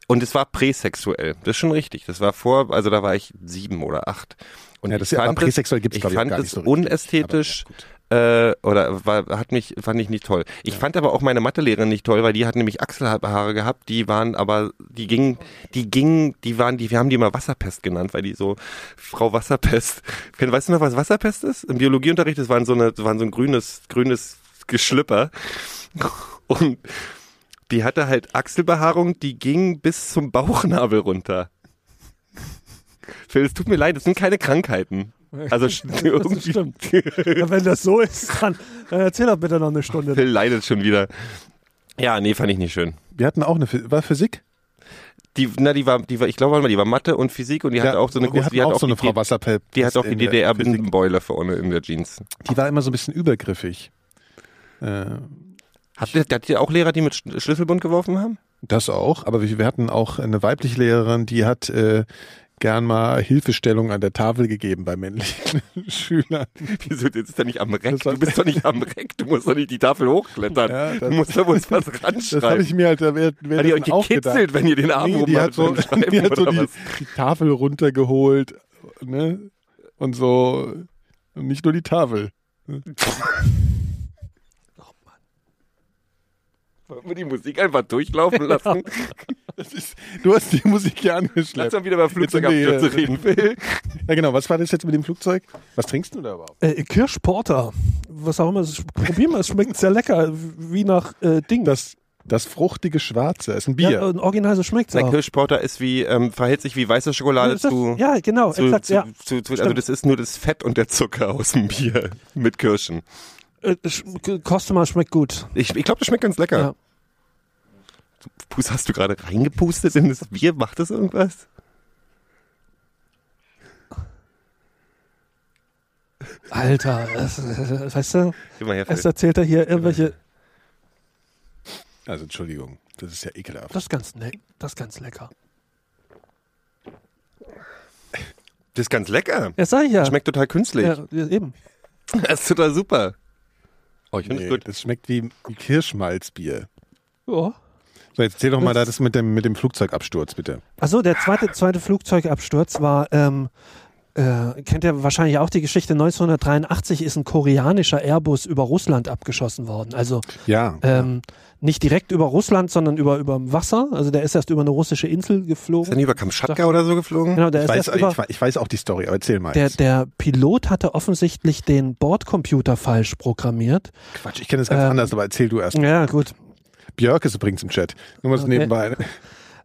Speaker 4: und es war präsexuell. Das ist schon richtig. Das war vor, also da war ich sieben oder acht. Und
Speaker 3: Ja, das ist ja- aber präsexuell gibt's,
Speaker 4: ich
Speaker 3: glaub ich, auch
Speaker 4: fand
Speaker 3: gar
Speaker 4: es
Speaker 3: nicht so richtig.
Speaker 4: unästhetisch äh, oder war, hat mich fand ich nicht toll. Ich fand aber auch meine Mathelehrerin nicht toll, weil die hat nämlich Achselhaare gehabt. Die waren aber die gingen, die gingen, die waren die. Wir haben die immer Wasserpest genannt, weil die so Frau Wasserpest. Ken- Weißt du noch, was Wasserpest ist? Im Biologieunterricht, das waren so eine, das waren so ein grünes, grünes Geschlüpper. Und die hatte halt Achselbehaarung, die ging bis zum Bauchnabel runter. Phil, es tut mir leid, das sind keine Krankheiten. Also sch- irgendwie,
Speaker 5: stimmt. Ja, wenn das so ist, dann, dann erzähl doch bitte noch eine Stunde.
Speaker 4: Phil leidet schon wieder. Ja, nee, fand ich nicht schön.
Speaker 3: Wir hatten auch eine, Phy- war Physik?
Speaker 4: Die, na, die war, die war, ich glaube, warte mal, die war Mathe und Physik und die hatte auch so eine
Speaker 3: wir
Speaker 4: große,
Speaker 3: hatten
Speaker 4: die hat
Speaker 3: auch
Speaker 4: auch
Speaker 3: so eine
Speaker 4: die,
Speaker 3: Frau Wasserpelp.
Speaker 4: die hat auch die
Speaker 3: in der Physik.
Speaker 4: DDR-Beule vorne in der Jeans.
Speaker 3: Die war immer so ein bisschen übergriffig. Äh,
Speaker 4: Habt ihr, habt ihr auch Lehrer, die mit Sch- Schlüsselbund geworfen haben?
Speaker 3: Das auch, aber wir wir hatten auch eine weibliche Lehrerin, die hat äh, gern mal Hilfestellung an der Tafel gegeben bei männlichen Schülern.
Speaker 4: Wieso, jetzt ist er nicht am Reck?
Speaker 3: Das war-
Speaker 4: Du bist doch nicht am Reck, du musst doch nicht die Tafel hochklettern.
Speaker 3: Ja, das-
Speaker 4: du musst doch uns was ranschreiben.
Speaker 3: Das habe ich mir halt, wer, wer
Speaker 4: Hat ihr euch gekitzelt, wenn ihr den Arm
Speaker 3: Nee,
Speaker 4: oben
Speaker 3: die hat
Speaker 4: hattet
Speaker 3: so,
Speaker 4: beim Schreiben
Speaker 3: die, hat so
Speaker 4: oder
Speaker 3: die,
Speaker 4: was?
Speaker 3: die Tafel runtergeholt ne? und so, und nicht nur die Tafel.
Speaker 4: Wollen wir die Musik einfach durchlaufen lassen?
Speaker 3: Das ist, du hast die Musik hier
Speaker 4: Lass
Speaker 3: angeschleppt.
Speaker 4: mal wieder über Flugzeugabstürze
Speaker 3: Jetzt sind
Speaker 4: reden, Phil.
Speaker 3: Ja genau, was war das jetzt mit dem Flugzeug? Was trinkst du da überhaupt?
Speaker 5: Äh, Kirschporter. Was auch immer. es ist- Probier mal, es schmeckt sehr lecker. Wie nach äh, Ding.
Speaker 3: Das, das fruchtige Schwarze, ist ein Bier.
Speaker 5: Ja, und original so schmeckt
Speaker 4: Sein
Speaker 5: auch.
Speaker 4: Kirschporter ist wie, ähm, verhält sich wie weiße Schokolade
Speaker 5: Das ist-
Speaker 4: zu,
Speaker 5: ja, genau.
Speaker 4: zu,
Speaker 5: exakt,
Speaker 4: zu,
Speaker 5: ja.
Speaker 4: zu, zu also
Speaker 5: Stimmt.
Speaker 4: das ist nur das Fett und der Zucker aus dem Bier mit Kirschen.
Speaker 5: Äh, sch- Koste mal, schmeckt gut.
Speaker 4: Ich, ich glaube, das schmeckt ganz lecker.
Speaker 5: Ja.
Speaker 4: Pus, hast du gerade reingepustet in das Bier? Macht das irgendwas?
Speaker 5: Alter, das, das weißt du,
Speaker 4: Geh mal her,
Speaker 5: erst
Speaker 4: Phil.
Speaker 5: erzählt er hier irgendwelche.
Speaker 3: Also Entschuldigung, das ist ja ekelhaft.
Speaker 5: Das ist ganz, ne das ist ganz lecker.
Speaker 4: Das ist ganz lecker.
Speaker 5: Ja, sag ich ja.
Speaker 4: Schmeckt total künstlich.
Speaker 5: ja, ja, eben.
Speaker 4: Das ist total super. Oh, ich finde
Speaker 3: Nee,
Speaker 4: es gut.
Speaker 3: Das schmeckt wie wie Kirschmalzbier.
Speaker 5: Ja.
Speaker 3: So, jetzt erzähl doch mal da
Speaker 5: Das-
Speaker 3: das mit dem, mit dem Flugzeugabsturz, bitte.
Speaker 5: Achso, der zweite, zweite Flugzeugabsturz war, ähm, äh, kennt ihr wahrscheinlich auch die Geschichte, 1983 ist ein koreanischer Airbus über Russland abgeschossen worden. Also
Speaker 3: Ja.
Speaker 5: ähm, nicht direkt über Russland, sondern über, über Wasser. Also der ist erst über eine russische Insel
Speaker 4: Ist er
Speaker 5: geflogen.
Speaker 4: nicht über Kamtschatka oder so geflogen?
Speaker 5: Genau, der
Speaker 3: ich,
Speaker 5: ist
Speaker 3: weiß,
Speaker 5: erst über,
Speaker 3: ich, wei- ich weiß auch die Story, aber erzähl mal.
Speaker 5: der,
Speaker 3: jetzt.
Speaker 5: der Pilot hatte offensichtlich den Bordcomputer falsch programmiert.
Speaker 3: Quatsch, ich kenne das ganz
Speaker 5: ähm,
Speaker 3: anders, aber erzähl du erst.
Speaker 5: Ja, gut.
Speaker 3: Björk ist übrigens im Chat. Nur mal so
Speaker 5: Okay.
Speaker 3: nebenbei.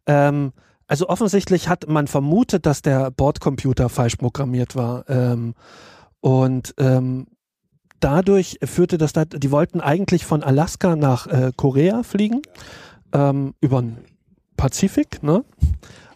Speaker 5: Ähm, also offensichtlich hat man vermutet, dass der Bordcomputer falsch programmiert war. Ähm, und ähm, dadurch führte das, da- die wollten eigentlich von Alaska nach äh, Korea fliegen, ähm, über den Pazifik. Ne?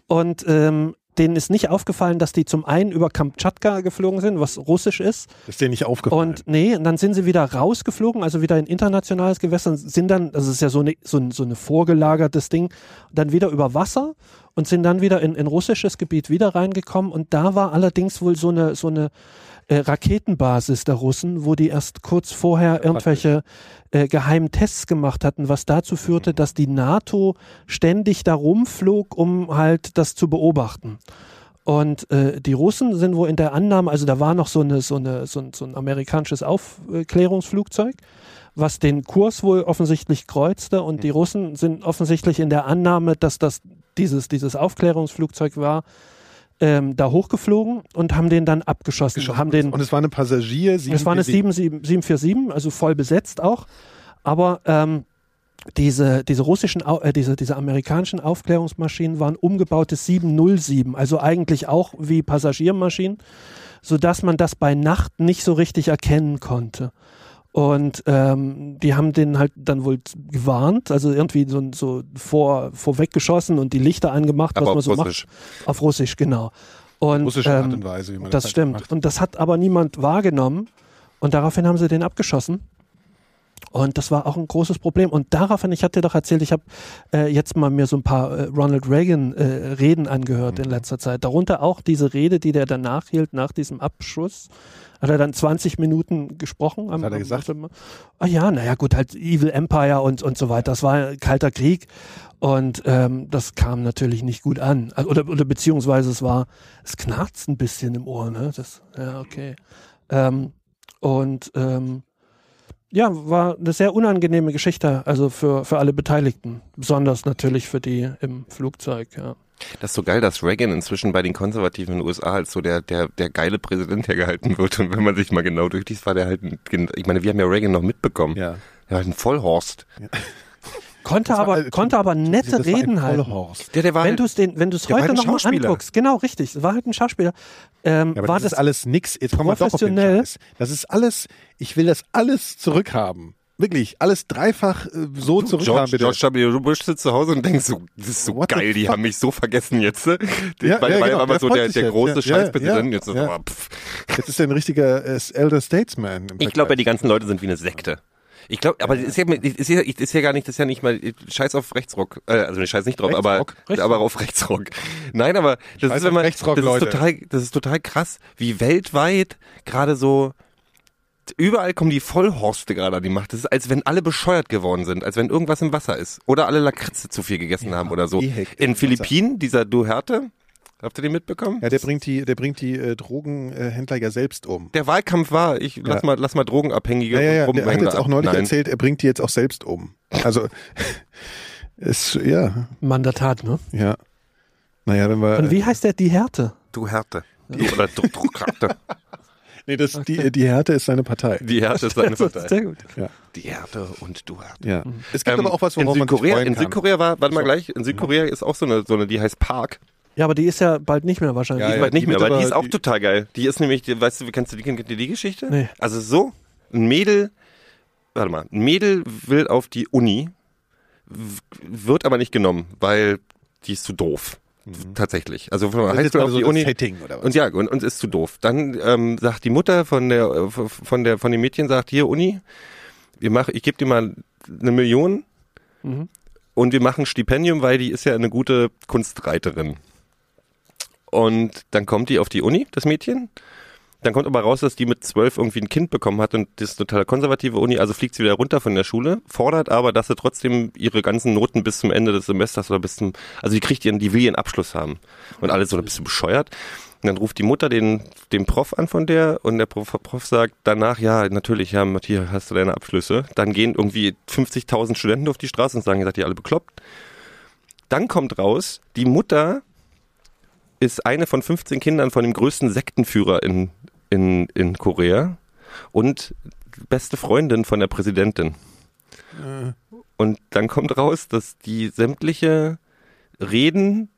Speaker 5: Und ähm, denen ist nicht aufgefallen, dass die zum einen über Kamtschatka geflogen sind, was russisch ist,
Speaker 3: Ist dir nicht aufgefallen?
Speaker 5: und nee, und dann sind sie wieder rausgeflogen, also wieder in internationales Gewässer, und sind dann, das ist ja so eine so, ein- so eine vorgelagertes Ding, dann wieder über Wasser und sind dann wieder in, in russisches Gebiet wieder reingekommen und da war allerdings wohl so eine so eine äh, Raketenbasis der Russen, wo die erst kurz vorher irgendwelche äh, geheimen Tests gemacht hatten, was dazu führte, dass die NATO ständig da rumflog, um halt das zu beobachten. Und äh, die Russen sind wohl in der Annahme, also da war noch so, eine, so, eine, so, ein, so ein amerikanisches Aufklärungsflugzeug, was den Kurs wohl offensichtlich kreuzte. Und die Russen sind offensichtlich in der Annahme, dass das dieses, dieses Aufklärungsflugzeug war, ähm, da hochgeflogen und haben den dann abgeschossen. haben den,
Speaker 3: und es war eine Passagier.
Speaker 5: es war eine
Speaker 3: 747.
Speaker 5: 77- 747, also voll besetzt auch. Aber ähm, diese, diese russischen, Au- äh, diese, diese amerikanischen Aufklärungsmaschinen waren umgebaute 707, also eigentlich auch wie Passagiermaschinen, sodass man das bei Nacht nicht so richtig erkennen konnte. Und ähm, die haben den halt dann wohl gewarnt, also irgendwie so, so vor, vorweggeschossen und die Lichter angemacht,
Speaker 4: Aber
Speaker 5: was man
Speaker 4: auf
Speaker 5: so
Speaker 4: Russisch.
Speaker 5: macht. Auf Russisch, genau. Und,
Speaker 3: Russische Art
Speaker 5: ähm,
Speaker 3: und Weise, wie man das,
Speaker 5: das
Speaker 3: halt
Speaker 5: stimmt.
Speaker 3: macht.
Speaker 5: Und das hat aber niemand wahrgenommen. Und daraufhin haben sie den abgeschossen. Und das war auch ein großes Problem. Und daraufhin, ich hatte dir doch erzählt, ich habe äh, jetzt mal mir so ein paar äh, Ronald Reagan-Reden angehört
Speaker 3: Mhm.
Speaker 5: in letzter Zeit. Darunter auch diese Rede, die der danach hielt, nach diesem Abschuss. Hat er dann 20 Minuten gesprochen. am-
Speaker 3: hat er
Speaker 5: am-
Speaker 3: gesagt?
Speaker 5: Ah ja, naja gut, halt Evil Empire und, und so weiter. Das war Kalter Krieg und ähm, das kam natürlich nicht gut an. Also, Oder, oder beziehungsweise es war, es knarzt ein bisschen im Ohr, ne? Das, ja, okay. Ähm, und ähm, ja, war eine sehr unangenehme Geschichte, also für, für alle Beteiligten. Besonders natürlich für die im Flugzeug, ja.
Speaker 4: Das ist so geil, dass Reagan inzwischen bei den Konservativen in den USA als so der, der, der geile Präsident hergehalten wird. Und wenn man sich mal genau durchliest, war der halt, ein, ich meine, wir haben ja Reagan noch mitbekommen.
Speaker 3: Ja.
Speaker 4: Der war halt ein Vollhorst.
Speaker 5: Konnte
Speaker 3: war-
Speaker 5: aber,
Speaker 4: also
Speaker 3: äh,
Speaker 5: konnte aber nette
Speaker 3: Das war ein
Speaker 5: Reden halten.
Speaker 3: Vollhorst.
Speaker 4: Der, der war
Speaker 5: Wenn du
Speaker 4: halt,
Speaker 5: es den, wenn du es
Speaker 4: Der war
Speaker 5: heute
Speaker 4: halt ein
Speaker 5: nochmal
Speaker 4: Schauspieler.
Speaker 5: anguckst, genau richtig, es war halt ein Schauspieler. Ähm,
Speaker 3: Ja, aber
Speaker 5: war
Speaker 3: das,
Speaker 5: das,
Speaker 3: ist alles nix. Jetzt kommen wir doch auf den
Speaker 5: professionell?
Speaker 3: Scheiß. Das ist alles, ich will das alles zurückhaben. Wirklich, alles dreifach äh, so zurückhaben,
Speaker 4: George,
Speaker 3: bitte.
Speaker 4: George W. Bush sitzt zu Hause und denkt so, das ist so
Speaker 3: What the
Speaker 4: geil, die
Speaker 3: fuck?
Speaker 4: haben mich so vergessen jetzt. ne?
Speaker 3: Ja,
Speaker 4: weil
Speaker 3: ja,
Speaker 4: weil
Speaker 3: genau,
Speaker 4: aber
Speaker 3: der
Speaker 4: so
Speaker 3: freut
Speaker 4: der,
Speaker 3: sich
Speaker 4: der
Speaker 3: jetzt.
Speaker 4: große
Speaker 3: Ja, ja,
Speaker 4: Scheißpräsident
Speaker 3: ja,
Speaker 4: jetzt.
Speaker 3: ja.
Speaker 4: So, ah, pff.
Speaker 3: Jetzt ist er ein richtiger äh, Elder Statesman. im
Speaker 4: Ich glaube,
Speaker 3: Vergleich.
Speaker 4: die ganzen Leute sind wie eine Sekte. Ich glaube, aber das ist ja, ist, ja, ist ja gar nicht, das ist ja nicht mal Scheiß auf Rechtsruck, äh, also nee, Scheiß nicht drauf,
Speaker 3: Rechtsruck?
Speaker 4: aber aber auf Rechtsruck. Nein, aber das
Speaker 3: Scheiß
Speaker 4: ist wenn
Speaker 3: auf
Speaker 4: man, das
Speaker 3: Rechtsruck,
Speaker 4: ist
Speaker 3: Leute.
Speaker 4: total, das ist total krass, wie weltweit gerade so überall kommen die Vollhorste gerade an die Macht. Das ist als wenn alle bescheuert geworden sind, als wenn irgendwas im Wasser ist oder alle Lakritze zu viel gegessen haben oder so.
Speaker 3: eh Hektik im
Speaker 4: In
Speaker 3: Wasser.
Speaker 4: Philippinen dieser Duterte, habt ihr den mitbekommen?
Speaker 3: Ja, der bringt die, der bringt die äh, Drogenhändler ja selbst um.
Speaker 4: Der Wahlkampf war, ich lass mal lass mal Drogenabhängige
Speaker 3: Ja, ja, ja. Der
Speaker 4: rumhängen
Speaker 3: hat jetzt
Speaker 4: da
Speaker 3: auch
Speaker 4: ab.
Speaker 3: neulich
Speaker 4: Nein.
Speaker 3: erzählt, er bringt die jetzt auch selbst um. Also, ist, ja,
Speaker 5: Mann der Tat, ne?
Speaker 3: ja. Naja, wenn wir.
Speaker 5: Und wie heißt der die Härte?
Speaker 4: Du Härte. Du,
Speaker 3: äh,
Speaker 4: oder du Druckhärte.
Speaker 3: nee, das, die, die Härte ist seine Partei.
Speaker 4: Die Härte ist eine Partei.
Speaker 5: Sehr gut.
Speaker 4: Die Härte und du Härte.
Speaker 3: Ja.
Speaker 5: Mhm.
Speaker 3: Es gibt
Speaker 4: Ähm,
Speaker 3: aber auch was,
Speaker 4: in
Speaker 3: worauf man sich
Speaker 4: Südkorea,
Speaker 3: freuen
Speaker 4: in
Speaker 3: kann.
Speaker 4: Südkorea war, warte mal gleich, in Südkorea ist auch so eine, so eine, die heißt Park.
Speaker 5: Ja, aber die ist ja bald nicht mehr wahrscheinlich.
Speaker 3: Ja,
Speaker 4: die ist bald nicht
Speaker 3: die
Speaker 4: mehr,
Speaker 3: wird
Speaker 4: aber die
Speaker 3: aber-
Speaker 4: ist auch
Speaker 3: die-
Speaker 4: total geil. Die ist nämlich, die, weißt du, kennst du die, kennt ihr die Geschichte?
Speaker 5: Nee.
Speaker 4: Also so, ein Mädel, warte mal, ein Mädel will auf die Uni, w- wird aber nicht genommen, weil die ist zu doof. Tatsächlich. Also von der
Speaker 3: Mhm. Das ist jetzt
Speaker 4: Highschool
Speaker 3: mal
Speaker 4: auf
Speaker 3: so
Speaker 4: die
Speaker 3: das
Speaker 4: Uni.
Speaker 3: Setting oder was?
Speaker 4: Und ja, und uns ist zu doof. Dann ähm, sagt die Mutter von der äh, von der von dem Mädchen sagt hier Uni, wir mach, ich gebe dir mal eine Million
Speaker 3: Mhm.
Speaker 4: und wir machen Stipendium, weil die ist ja eine gute Kunstreiterin. Und dann kommt die auf die Uni, das Mädchen. Dann kommt aber raus, dass die mit zwölf irgendwie ein Kind bekommen hat und das ist total konservative Uni, also fliegt sie wieder runter von der Schule, fordert aber, dass sie trotzdem ihre ganzen Noten bis zum Ende des Semesters oder bis zum, also die kriegt ihren, die will ihren Abschluss haben. Und alle so ein bisschen bescheuert. Und dann ruft die Mutter den, den Prof an von der und der Prof, Prof sagt danach, ja, natürlich, ja, Matthias, hast du deine Abschlüsse. Dann gehen irgendwie 50.000 Studenten auf die Straße und sagen, ihr seid ihr alle bekloppt. Dann kommt raus, die Mutter ist eine von 15 Kindern von dem größten Sektenführer in, in, in Korea und beste Freundin von der Präsidentin. Und dann kommt raus, dass die sämtliche Reden,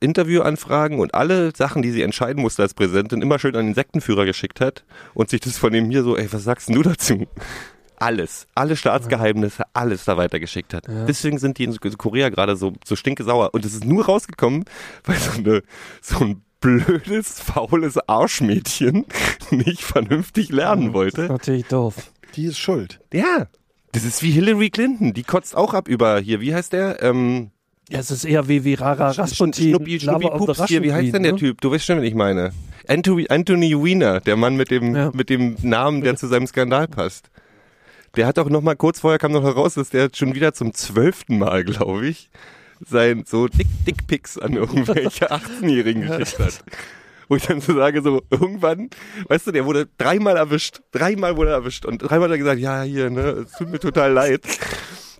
Speaker 4: Interviewanfragen und alle Sachen, die sie entscheiden musste als Präsidentin, immer schön an den Sektenführer geschickt hat und sich das von dem hier so, ey, was sagst denn du dazu? Alles, alle Staatsgeheimnisse, alles da weitergeschickt hat. Deswegen sind die in Korea gerade so, so stinkesauer. Und es ist nur rausgekommen, weil so, eine, so ein blödes, faules Arschmädchen nicht vernünftig lernen
Speaker 5: Das ist
Speaker 4: wollte.
Speaker 5: natürlich doof.
Speaker 3: Die ist schuld.
Speaker 4: Ja, das ist wie Hillary Clinton. Die kotzt auch ab über hier, wie heißt der? Ähm,
Speaker 5: Ja, es ist eher wie, wie Rara Rasputin. ne?
Speaker 4: Schnuppi, Schnuppi
Speaker 5: Lover of the
Speaker 4: Pups hier, wie heißt denn der
Speaker 5: Russian
Speaker 4: Typ? Du weißt schon, wen ich meine. Anthony, Anthony Weiner, der Mann mit dem,
Speaker 5: Ja.
Speaker 4: mit dem Namen, der zu seinem Skandal passt. Der hat auch noch mal kurz vorher kam noch heraus, dass der schon wieder zum zwölften Mal, glaube ich, sein so Dick Dickpics an irgendwelche 18-Jährigen geschickt hat. Wo ich dann so sage, so irgendwann, weißt du, der wurde dreimal erwischt, dreimal wurde er erwischt und dreimal hat er gesagt, ja, hier, ne, es tut mir total leid.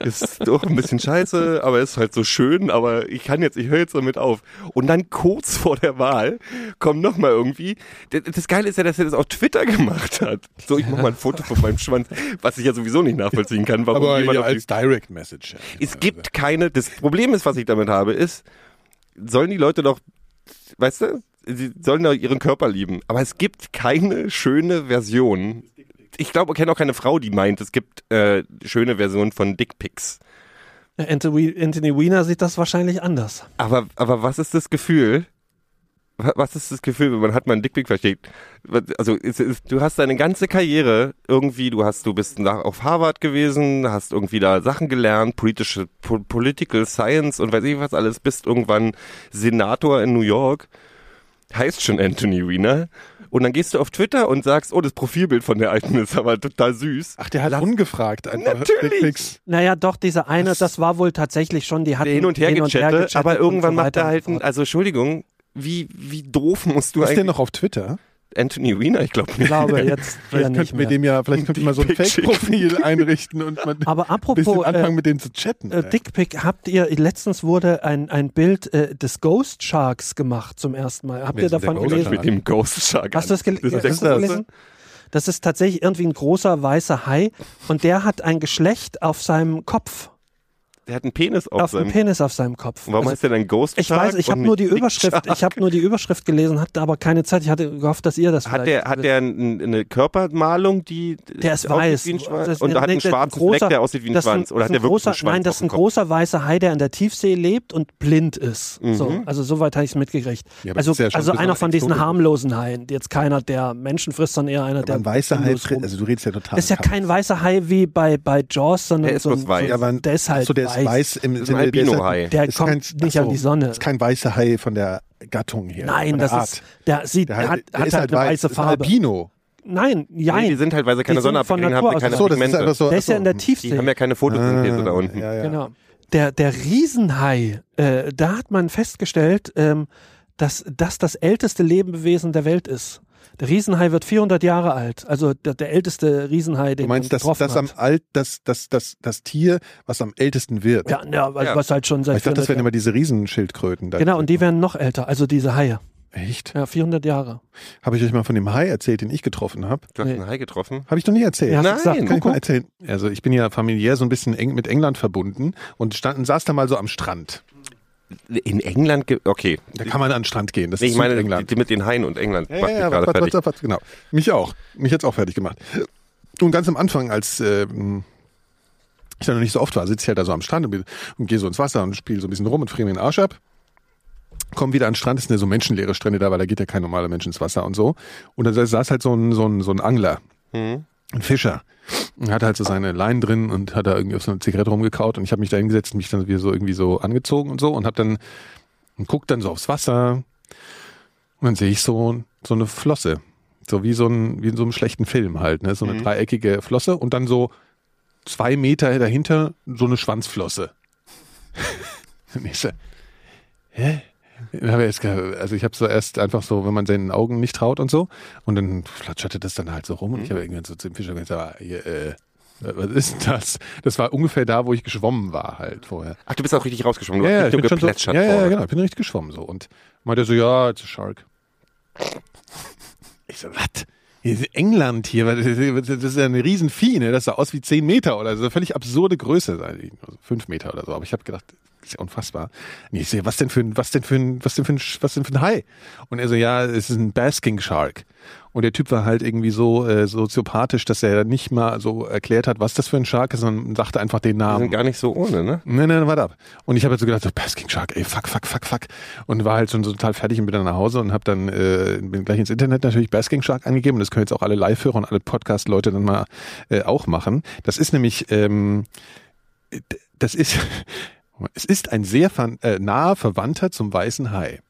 Speaker 4: Ist doch ein bisschen scheiße, aber ist halt so schön, aber ich kann jetzt, ich höre jetzt damit auf. Und dann kurz vor der Wahl kommt nochmal irgendwie, das, das Geile ist ja, dass er das auf Twitter gemacht hat. So, ich mache mal ein Foto von meinem Schwanz, was ich ja sowieso nicht nachvollziehen kann, warum
Speaker 3: Aber
Speaker 4: jemand
Speaker 3: ja,
Speaker 4: auf die
Speaker 3: als Direct Message.
Speaker 4: es gibt keine, das Problem ist, was ich damit habe, ist, sollen die Leute doch, weißt du, sie sollen doch ihren Körper lieben, aber es gibt keine schöne Version. Ich glaube, ich kenne auch keine Frau, die meint, es gibt äh, schöne Versionen von Dickpics.
Speaker 5: Queen, ne? Anthony, Anthony Weiner sieht das wahrscheinlich anders.
Speaker 4: Aber, aber was ist das Gefühl? Wa- Was ist das Gefühl, wenn man hat mal einen Dickpick versteht? Was- Also es ist, du hast deine ganze Karriere irgendwie, du hast, du bist nach, auf Harvard gewesen, hast irgendwie da Sachen gelernt, politische, po, Political Science und weiß ich was alles, bist irgendwann Senator in New York, heißt schon Anthony Weiner. Und dann gehst du auf Twitter und sagst, oh, das Profilbild von der Alten ist aber total süß.
Speaker 3: Ach, der hat ungefragt einfach
Speaker 4: Natürlich.
Speaker 3: Dickpics.
Speaker 5: Naja, doch, diese eine, das war wohl tatsächlich schon, die hatten
Speaker 4: Hin und her gechattet,
Speaker 5: gechattet
Speaker 4: aber
Speaker 5: und
Speaker 4: irgendwann
Speaker 5: so
Speaker 4: macht
Speaker 5: weiter
Speaker 4: er
Speaker 5: und
Speaker 4: halt,
Speaker 5: so
Speaker 4: ein,
Speaker 5: fort.
Speaker 4: also Entschuldigung, wie, wie doof musst du
Speaker 3: Ist
Speaker 4: eigentlich
Speaker 3: der noch auf Twitter?
Speaker 4: Anthony Weiner, ich glaube
Speaker 5: Ich
Speaker 4: nicht.
Speaker 5: glaube, jetzt
Speaker 3: Vielleicht
Speaker 5: eher nicht
Speaker 3: könnten wir
Speaker 5: mehr.
Speaker 3: dem ja, vielleicht könnten wir mal so ein
Speaker 4: Dickpic schicken.
Speaker 3: Fake-Profil einrichten und man
Speaker 5: Aber
Speaker 3: ein bisschen
Speaker 5: apropos
Speaker 3: anfangen,
Speaker 5: äh,
Speaker 3: mit denen zu chatten.
Speaker 5: äh,
Speaker 3: ey.
Speaker 5: Dickpick, habt ihr, letztens wurde ein, ein Bild äh, des Ghost Sharks gemacht zum ersten Mal. Habt
Speaker 3: Wer
Speaker 5: ihr
Speaker 3: ist denn der
Speaker 5: davon
Speaker 3: Ghost
Speaker 5: gelesen?
Speaker 3: Shark?
Speaker 4: mit dem Ghost Shark.
Speaker 5: Hast du das, gel
Speaker 4: Das ist
Speaker 5: hast du
Speaker 4: der
Speaker 5: das gelesen? Das ist tatsächlich irgendwie ein großer weißer Hai und der hat ein Geschlecht auf seinem Kopf,
Speaker 4: Der hat einen Penis auf,
Speaker 5: auf dem
Speaker 4: seinem.
Speaker 5: Penis auf seinem Kopf.
Speaker 4: Warum
Speaker 5: Also,
Speaker 4: heißt der dann Ghost
Speaker 5: ich
Speaker 4: Shark?
Speaker 5: weiß, ich
Speaker 4: und
Speaker 5: habe nur die
Speaker 4: nicht Dick
Speaker 5: Überschrift,
Speaker 4: Shark?
Speaker 5: ich habe nur die Überschrift gelesen, hatte aber keine Zeit. Ich hatte gehofft, dass ihr das
Speaker 4: Hat der,
Speaker 5: vielleicht
Speaker 4: hat der ein- eine Körpermalung, die.
Speaker 5: Der ist
Speaker 4: aussieht
Speaker 5: weiß.
Speaker 4: Wie ein Schwanz?
Speaker 5: Das-
Speaker 4: und hat
Speaker 5: nee,
Speaker 4: einen
Speaker 5: das ist ein
Speaker 4: schwarzen
Speaker 5: großer-
Speaker 4: Fleck, der aussieht wie ein
Speaker 5: das ist
Speaker 4: Schwanz. Oder hat
Speaker 5: ein
Speaker 4: der wirklich
Speaker 5: großer,
Speaker 4: einen Schwanz?
Speaker 5: Nein, das
Speaker 4: auf
Speaker 5: ist
Speaker 4: dem
Speaker 5: ein
Speaker 4: Kopf?
Speaker 5: großer weißer Hai, der in der Tiefsee lebt und blind ist. So, also soweit habe ich es mitgekriegt.
Speaker 3: Mhm. Ja, aber
Speaker 5: also
Speaker 3: das ist ja schon
Speaker 5: also
Speaker 3: ein bisschen
Speaker 5: einer von diesen
Speaker 3: exotisch.
Speaker 5: harmlosen Haien. Jetzt keiner, der Menschen frisst, sondern eher einer,
Speaker 3: aber
Speaker 5: der.
Speaker 3: ein weißer Hai,
Speaker 5: sinnlos
Speaker 3: tritt-
Speaker 5: rum-
Speaker 3: also du redest ja total.
Speaker 5: Das ist ja kein weißer Hai wie bei, bei Jaws, sondern
Speaker 4: Der ist
Speaker 5: so ein,
Speaker 4: bloß weiß.
Speaker 5: So,
Speaker 4: Ja,
Speaker 3: aber ein-
Speaker 5: der ist halt
Speaker 3: Achso, der
Speaker 5: weiß.
Speaker 3: ist weiß im
Speaker 4: ist
Speaker 3: Sinne, der
Speaker 4: ein
Speaker 3: ist halt-
Speaker 4: Albino-Hai.
Speaker 5: Der
Speaker 3: ist
Speaker 5: kommt
Speaker 3: kein-
Speaker 5: nicht an
Speaker 3: achso,
Speaker 5: die Sonne.
Speaker 3: Ist kein weißer Hai von der Gattung her.
Speaker 5: Nein,
Speaker 3: von der
Speaker 5: das
Speaker 3: Art.
Speaker 5: ist der sieht
Speaker 3: Der,
Speaker 5: der
Speaker 3: Hai-
Speaker 5: hat,
Speaker 3: der
Speaker 5: hat
Speaker 3: ist
Speaker 5: halt
Speaker 3: halt
Speaker 5: eine
Speaker 3: weiß,
Speaker 5: weiße
Speaker 3: ist ein
Speaker 5: Farbe.
Speaker 3: Albino.
Speaker 5: Nein, nein.
Speaker 4: Nee, die sind halt, weil sie keine
Speaker 5: Die sind
Speaker 4: Sonne
Speaker 5: von
Speaker 4: abkriegen, haben
Speaker 5: Natur
Speaker 4: sie keine
Speaker 5: aus-
Speaker 3: Achso, das ist einfach
Speaker 4: Pigmente.
Speaker 3: so.
Speaker 5: der ist ja in der
Speaker 3: achso.
Speaker 5: Tiefsee.
Speaker 4: Die haben ja keine Photosynthese da unten.
Speaker 3: Ja, ja.
Speaker 5: Genau. Der, der Riesenhai, äh, da hat man festgestellt, ähm, dass das das älteste Lebewesen der Welt ist. Der Riesenhai wird 400 Jahre alt, also der, der älteste Riesenhai, den
Speaker 3: Du meinst,
Speaker 5: man
Speaker 3: dass
Speaker 5: getroffen
Speaker 3: das am
Speaker 5: hat.
Speaker 3: alt, das, das, das, das Tier, was am ältesten wird.
Speaker 5: Ja, ja, also
Speaker 4: Ja.
Speaker 5: was halt schon
Speaker 3: Weil
Speaker 5: seit
Speaker 3: ich dachte, das
Speaker 5: 400
Speaker 3: wären immer diese Riesenschildkröten. Da
Speaker 5: Jahren. Genau, und die werden noch älter, also diese Haie.
Speaker 3: Echt?
Speaker 5: Ja, 400 Jahre.
Speaker 3: Habe ich euch mal von dem Hai erzählt, den ich getroffen habe?
Speaker 4: Du hast
Speaker 5: Nee.
Speaker 4: einen Hai getroffen.
Speaker 3: Habe ich noch nie erzählt.
Speaker 5: Ja, hast du
Speaker 4: Nein.
Speaker 5: gesagt,
Speaker 3: Kann ich mal
Speaker 5: Kuckuck?
Speaker 3: erzählen. Also ich bin ja familiär so ein bisschen eng mit England verbunden und standen, saß da mal so am Strand.
Speaker 4: In England. ge- Okay.
Speaker 3: Da kann man an den Strand gehen. Das
Speaker 4: Nee,
Speaker 3: ist
Speaker 4: ich meine, die,
Speaker 3: England.
Speaker 4: die mit den Haien und England. macht mich gerade
Speaker 3: was- was-
Speaker 4: fertig.
Speaker 3: was- was- genau. Mich auch. Mich jetzt auch fertig gemacht. Und ganz am Anfang, als ähm, ich da noch nicht so oft war, sitze ich halt da so am Strand und, bin- und gehe so ins Wasser und spiele so ein bisschen rum und friere mir den Arsch ab. Komm wieder an den Strand, es sind ja so menschenleere Strände da, weil da geht ja kein normaler Mensch ins Wasser und so. Und da saß halt so ein, so ein, so ein Angler,
Speaker 4: Mhm.
Speaker 3: ein Fischer. Und hatte halt so seine Leinen drin und hat da irgendwie auf so eine Zigarette rumgekaut und ich habe mich da hingesetzt und mich dann wieder so irgendwie so angezogen und so und habe dann und guck dann so aufs Wasser und dann sehe ich so, so eine Flosse. So wie so ein, wie in so einem schlechten Film halt, ne? So eine dreieckige Flosse und dann so zwei Meter dahinter so eine Schwanzflosse. und ich so, hä? Dann hab ich jetzt ge- Also ich habe so erst einfach so, wenn man seinen Augen nicht traut und so, und dann flatscherte das dann halt so rum und ich habe irgendwann so zu dem Fischer gesagt, "Ah, hier, äh, was ist denn das? Das war ungefähr da, wo ich geschwommen war halt vorher.
Speaker 4: Ach, du bist auch richtig rausgeschwommen. Du
Speaker 3: Ja, ja,
Speaker 4: hast
Speaker 3: ich bin
Speaker 4: nicht nur
Speaker 3: schon so,
Speaker 4: geplätschert.
Speaker 3: ja, ja,
Speaker 4: vorher.
Speaker 3: genau, ich bin richtig geschwommen so. Und meinte so, ja, it's a shark. Ich so, was? England hier, weil das das ist ja eine Riesenvieh, ne? das sah aus wie 10 Meter oder so, eine völlig absurde Größe, also 5 Meter oder so, aber ich habe gedacht, das ist ja unfassbar. Und ich sehe, was denn für ein, was denn für ein, was denn für ein, Sch- was denn für ein Hai? Und er so, ja, es ist ein Basking Shark. Und der Typ war halt irgendwie so äh, soziopathisch, dass er nicht mal so erklärt hat, was das für ein Shark ist, sondern sagte einfach den
Speaker 4: Die
Speaker 3: Namen.
Speaker 4: sind gar nicht so ohne, ne?
Speaker 3: Nee, nee, warte ab. Und ich habe halt so gedacht, so, Basking Shark, ey, fuck, fuck, fuck, fuck. Und war halt schon so total fertig und bin dann nach Hause und habe dann, äh, bin gleich ins Internet natürlich Basking Shark angegeben. Und das können jetzt auch alle Live-Hörer und alle Podcast-Leute dann mal äh, auch machen. Das ist nämlich, ähm, d- das ist, es ist ein sehr ver äh, naher Verwandter zum weißen Hai.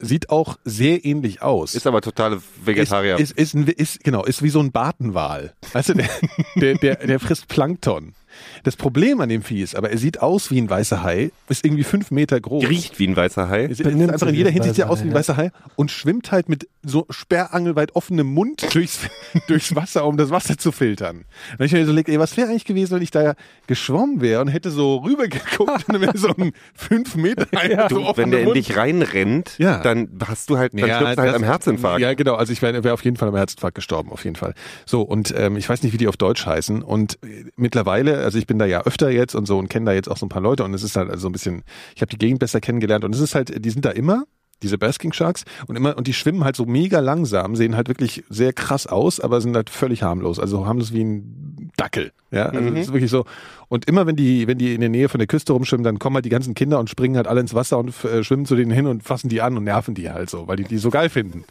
Speaker 3: Sieht auch sehr ähnlich aus.
Speaker 4: Ist aber totale Vegetarier.
Speaker 3: Ist, ist, ist, ein, ist, genau, ist wie so ein Bartenwal. Weißt du, der, der, der, der frisst Plankton. Das Problem an dem Vieh ist, aber er sieht aus wie ein weißer Hai, ist irgendwie fünf Meter groß.
Speaker 4: Riecht wie ein weißer Hai.
Speaker 3: Es ist
Speaker 5: Benimmt
Speaker 3: einfach
Speaker 5: sich
Speaker 3: in
Speaker 5: wie
Speaker 3: jeder
Speaker 5: ein
Speaker 3: Hinsicht sieht er
Speaker 5: weißer
Speaker 3: aus wie ein
Speaker 5: Hai, ja.
Speaker 3: weißer Hai und schwimmt halt mit so sperrangelweit offenem Mund durchs, durchs Wasser, um das Wasser zu filtern. Und ich habe mir so überlegt, ey, was wäre eigentlich gewesen, wenn ich da geschwommen wäre und hätte so rübergeguckt und dann wäre so ein fünf Meter Hai mit so
Speaker 4: Du, wenn
Speaker 3: offenem
Speaker 4: der in
Speaker 3: Mund.
Speaker 4: dich reinrennt,
Speaker 3: Ja.
Speaker 4: dann hast du halt, dann stirbst du halt
Speaker 3: das-
Speaker 4: am Herzinfarkt.
Speaker 3: Ja, genau. Also ich wäre wär auf jeden Fall am Herzinfarkt gestorben, auf jeden Fall. So, und ähm, ich weiß nicht, wie die auf Deutsch heißen. Und äh, mittlerweile, also ich bin da ja öfter jetzt und so und kenne da jetzt auch so ein paar Leute und es ist halt also so ein bisschen, ich habe die Gegend besser kennengelernt und es ist halt, die sind da immer. Diese Basking Sharks und immer, und die schwimmen halt so mega langsam, sehen halt wirklich sehr krass aus, aber sind halt völlig harmlos. Also harmlos wie ein Dackel. Ja, also das ist wirklich so. Und immer wenn die, wenn die in der Nähe von der Küste rumschwimmen, dann kommen halt die ganzen Kinder und springen halt alle ins Wasser und äh, schwimmen zu denen hin und fassen die an und nerven die halt so, weil die die so geil finden.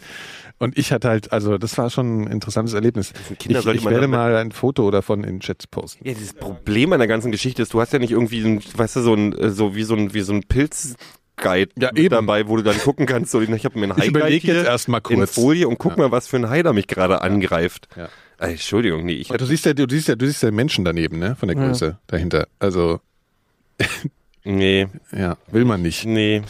Speaker 3: Und ich hatte halt, also das war schon ein interessantes Erlebnis.
Speaker 4: Kinder
Speaker 3: ich
Speaker 4: sollte
Speaker 3: ich
Speaker 4: man
Speaker 3: werde
Speaker 4: doch mit-
Speaker 3: mal ein Foto davon in Chats posten.
Speaker 4: Ja, das Problem an der ganzen Geschichte ist, du hast ja nicht irgendwie, so ein, weißt du, so ein, äh, so wie so ein, wie so ein Pilzguide
Speaker 3: Ja,
Speaker 4: mit
Speaker 3: eben.
Speaker 4: dabei, wo du dann gucken kannst, so, ich habe mir einen Hai
Speaker 3: überleg jetzt erst mal
Speaker 4: in
Speaker 3: kurz.
Speaker 4: Folie und guck mal, was für ein Hai da mich gerade angreift.
Speaker 3: Ja.
Speaker 4: Ey, Entschuldigung, nee, ich
Speaker 3: Ja, du siehst ja, du siehst ja, du siehst ja Menschen daneben, ne? Von der
Speaker 5: Ja.
Speaker 3: Größe dahinter. Also,
Speaker 4: nee,
Speaker 3: ja, will man nicht.
Speaker 4: nee.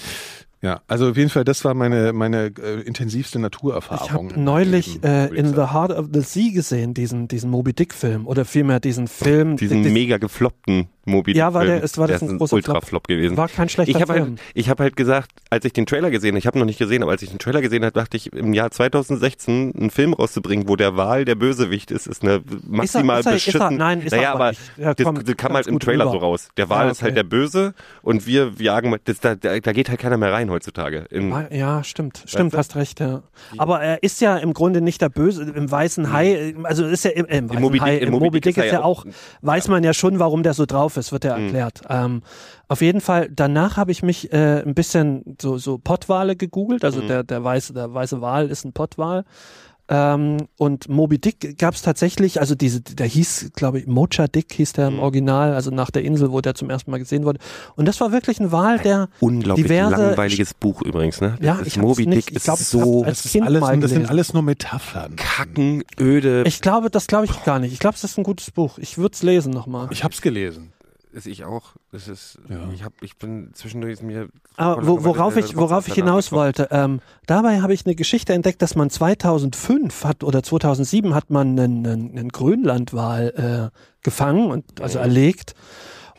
Speaker 3: Ja, also auf jeden Fall, das war meine, meine äh, intensivste
Speaker 5: Ich habe
Speaker 3: Naturerfahrung.
Speaker 5: neulich äh,
Speaker 3: würde ich
Speaker 5: in
Speaker 3: sagen.
Speaker 5: The Heart of the Sea gesehen, diesen, diesen Moby Dick-Film. Oder vielmehr diesen Film.
Speaker 4: Diesen
Speaker 5: die- die-
Speaker 4: mega gefloppten Mobi.
Speaker 5: Ja, war der- es war das ein großer
Speaker 4: Ultra-Flop gewesen.
Speaker 5: war kein schlechter
Speaker 4: ich hab
Speaker 5: Film.
Speaker 4: Halt, ich habe halt gesagt, als ich den Trailer gesehen habe, ich habe noch nicht gesehen, aber als ich den Trailer gesehen habe, dachte ich, im Jahr 2016 einen Film rauszubringen, wo der Wahl der Bösewicht ist, ist eine maximal
Speaker 5: Ist er- ist er- ist er-
Speaker 4: beschissen.
Speaker 5: nein, ist er
Speaker 4: naja,
Speaker 5: aber
Speaker 4: aber
Speaker 5: nicht. Ja,
Speaker 4: das,
Speaker 5: komm,
Speaker 4: das kam
Speaker 5: ganz
Speaker 4: halt im
Speaker 5: gut
Speaker 4: Trailer
Speaker 5: rüber.
Speaker 4: so raus. Der Wahl
Speaker 5: Ah,
Speaker 4: ist halt
Speaker 5: okay.
Speaker 4: der Böse und wir jagen, mal- das, da, da, da geht halt keiner mehr rein heutzutage. In,
Speaker 5: Ah, Ja, stimmt. Stimmt, hast recht, ja. Aber er ist ja im Grunde nicht der Böse, im weißen Hai, äh, also ist ja im, äh, im weißen
Speaker 4: Moby Dick-
Speaker 5: Hai,
Speaker 4: im
Speaker 5: im Moby Dick ist ja auch, weiß man ja schon, warum der so drauf ist, wird ja erklärt. Ähm, auf jeden Fall, danach habe ich mich äh, ein bisschen so, so Pottwale gegoogelt, also der, der weiße, der weiße Wal ist ein Pottwal. Ähm, und Moby Dick gab es tatsächlich, also diese, der hieß, glaube ich, Mocha Dick hieß der im Original, also nach der Insel, wo der zum ersten Mal gesehen wurde. Und das war wirklich ein Wal, der
Speaker 4: unglaublich
Speaker 5: diverse
Speaker 4: langweiliges Buch übrigens, ne?
Speaker 5: Ja,
Speaker 4: das
Speaker 5: ich hab's
Speaker 4: Moby
Speaker 5: nicht-
Speaker 4: Dick
Speaker 5: ich
Speaker 4: ist
Speaker 5: glaub, ich
Speaker 4: so
Speaker 5: hab's als-
Speaker 3: Das, ist
Speaker 5: Kind
Speaker 3: alles,
Speaker 5: mal
Speaker 3: das sind
Speaker 5: gelesen.
Speaker 3: alles nur Metaphern.
Speaker 4: kackenöde.
Speaker 5: Ich glaube, das glaube ich gar nicht. Ich glaube, es ist ein gutes Buch. Ich würde es lesen nochmal.
Speaker 3: Ich hab's gelesen.
Speaker 4: Ist ich auch. Das ist,
Speaker 3: Ja.
Speaker 4: ich, hab, ich bin zwischendurch ist mir.
Speaker 5: Aber wo, worauf ich, worauf
Speaker 4: halt
Speaker 5: ich hinaus wollte, ähm, dabei habe ich eine Geschichte entdeckt, dass man 2005 hat oder 2007 hat man einen, einen, einen Grönlandwal äh, gefangen und also erlegt.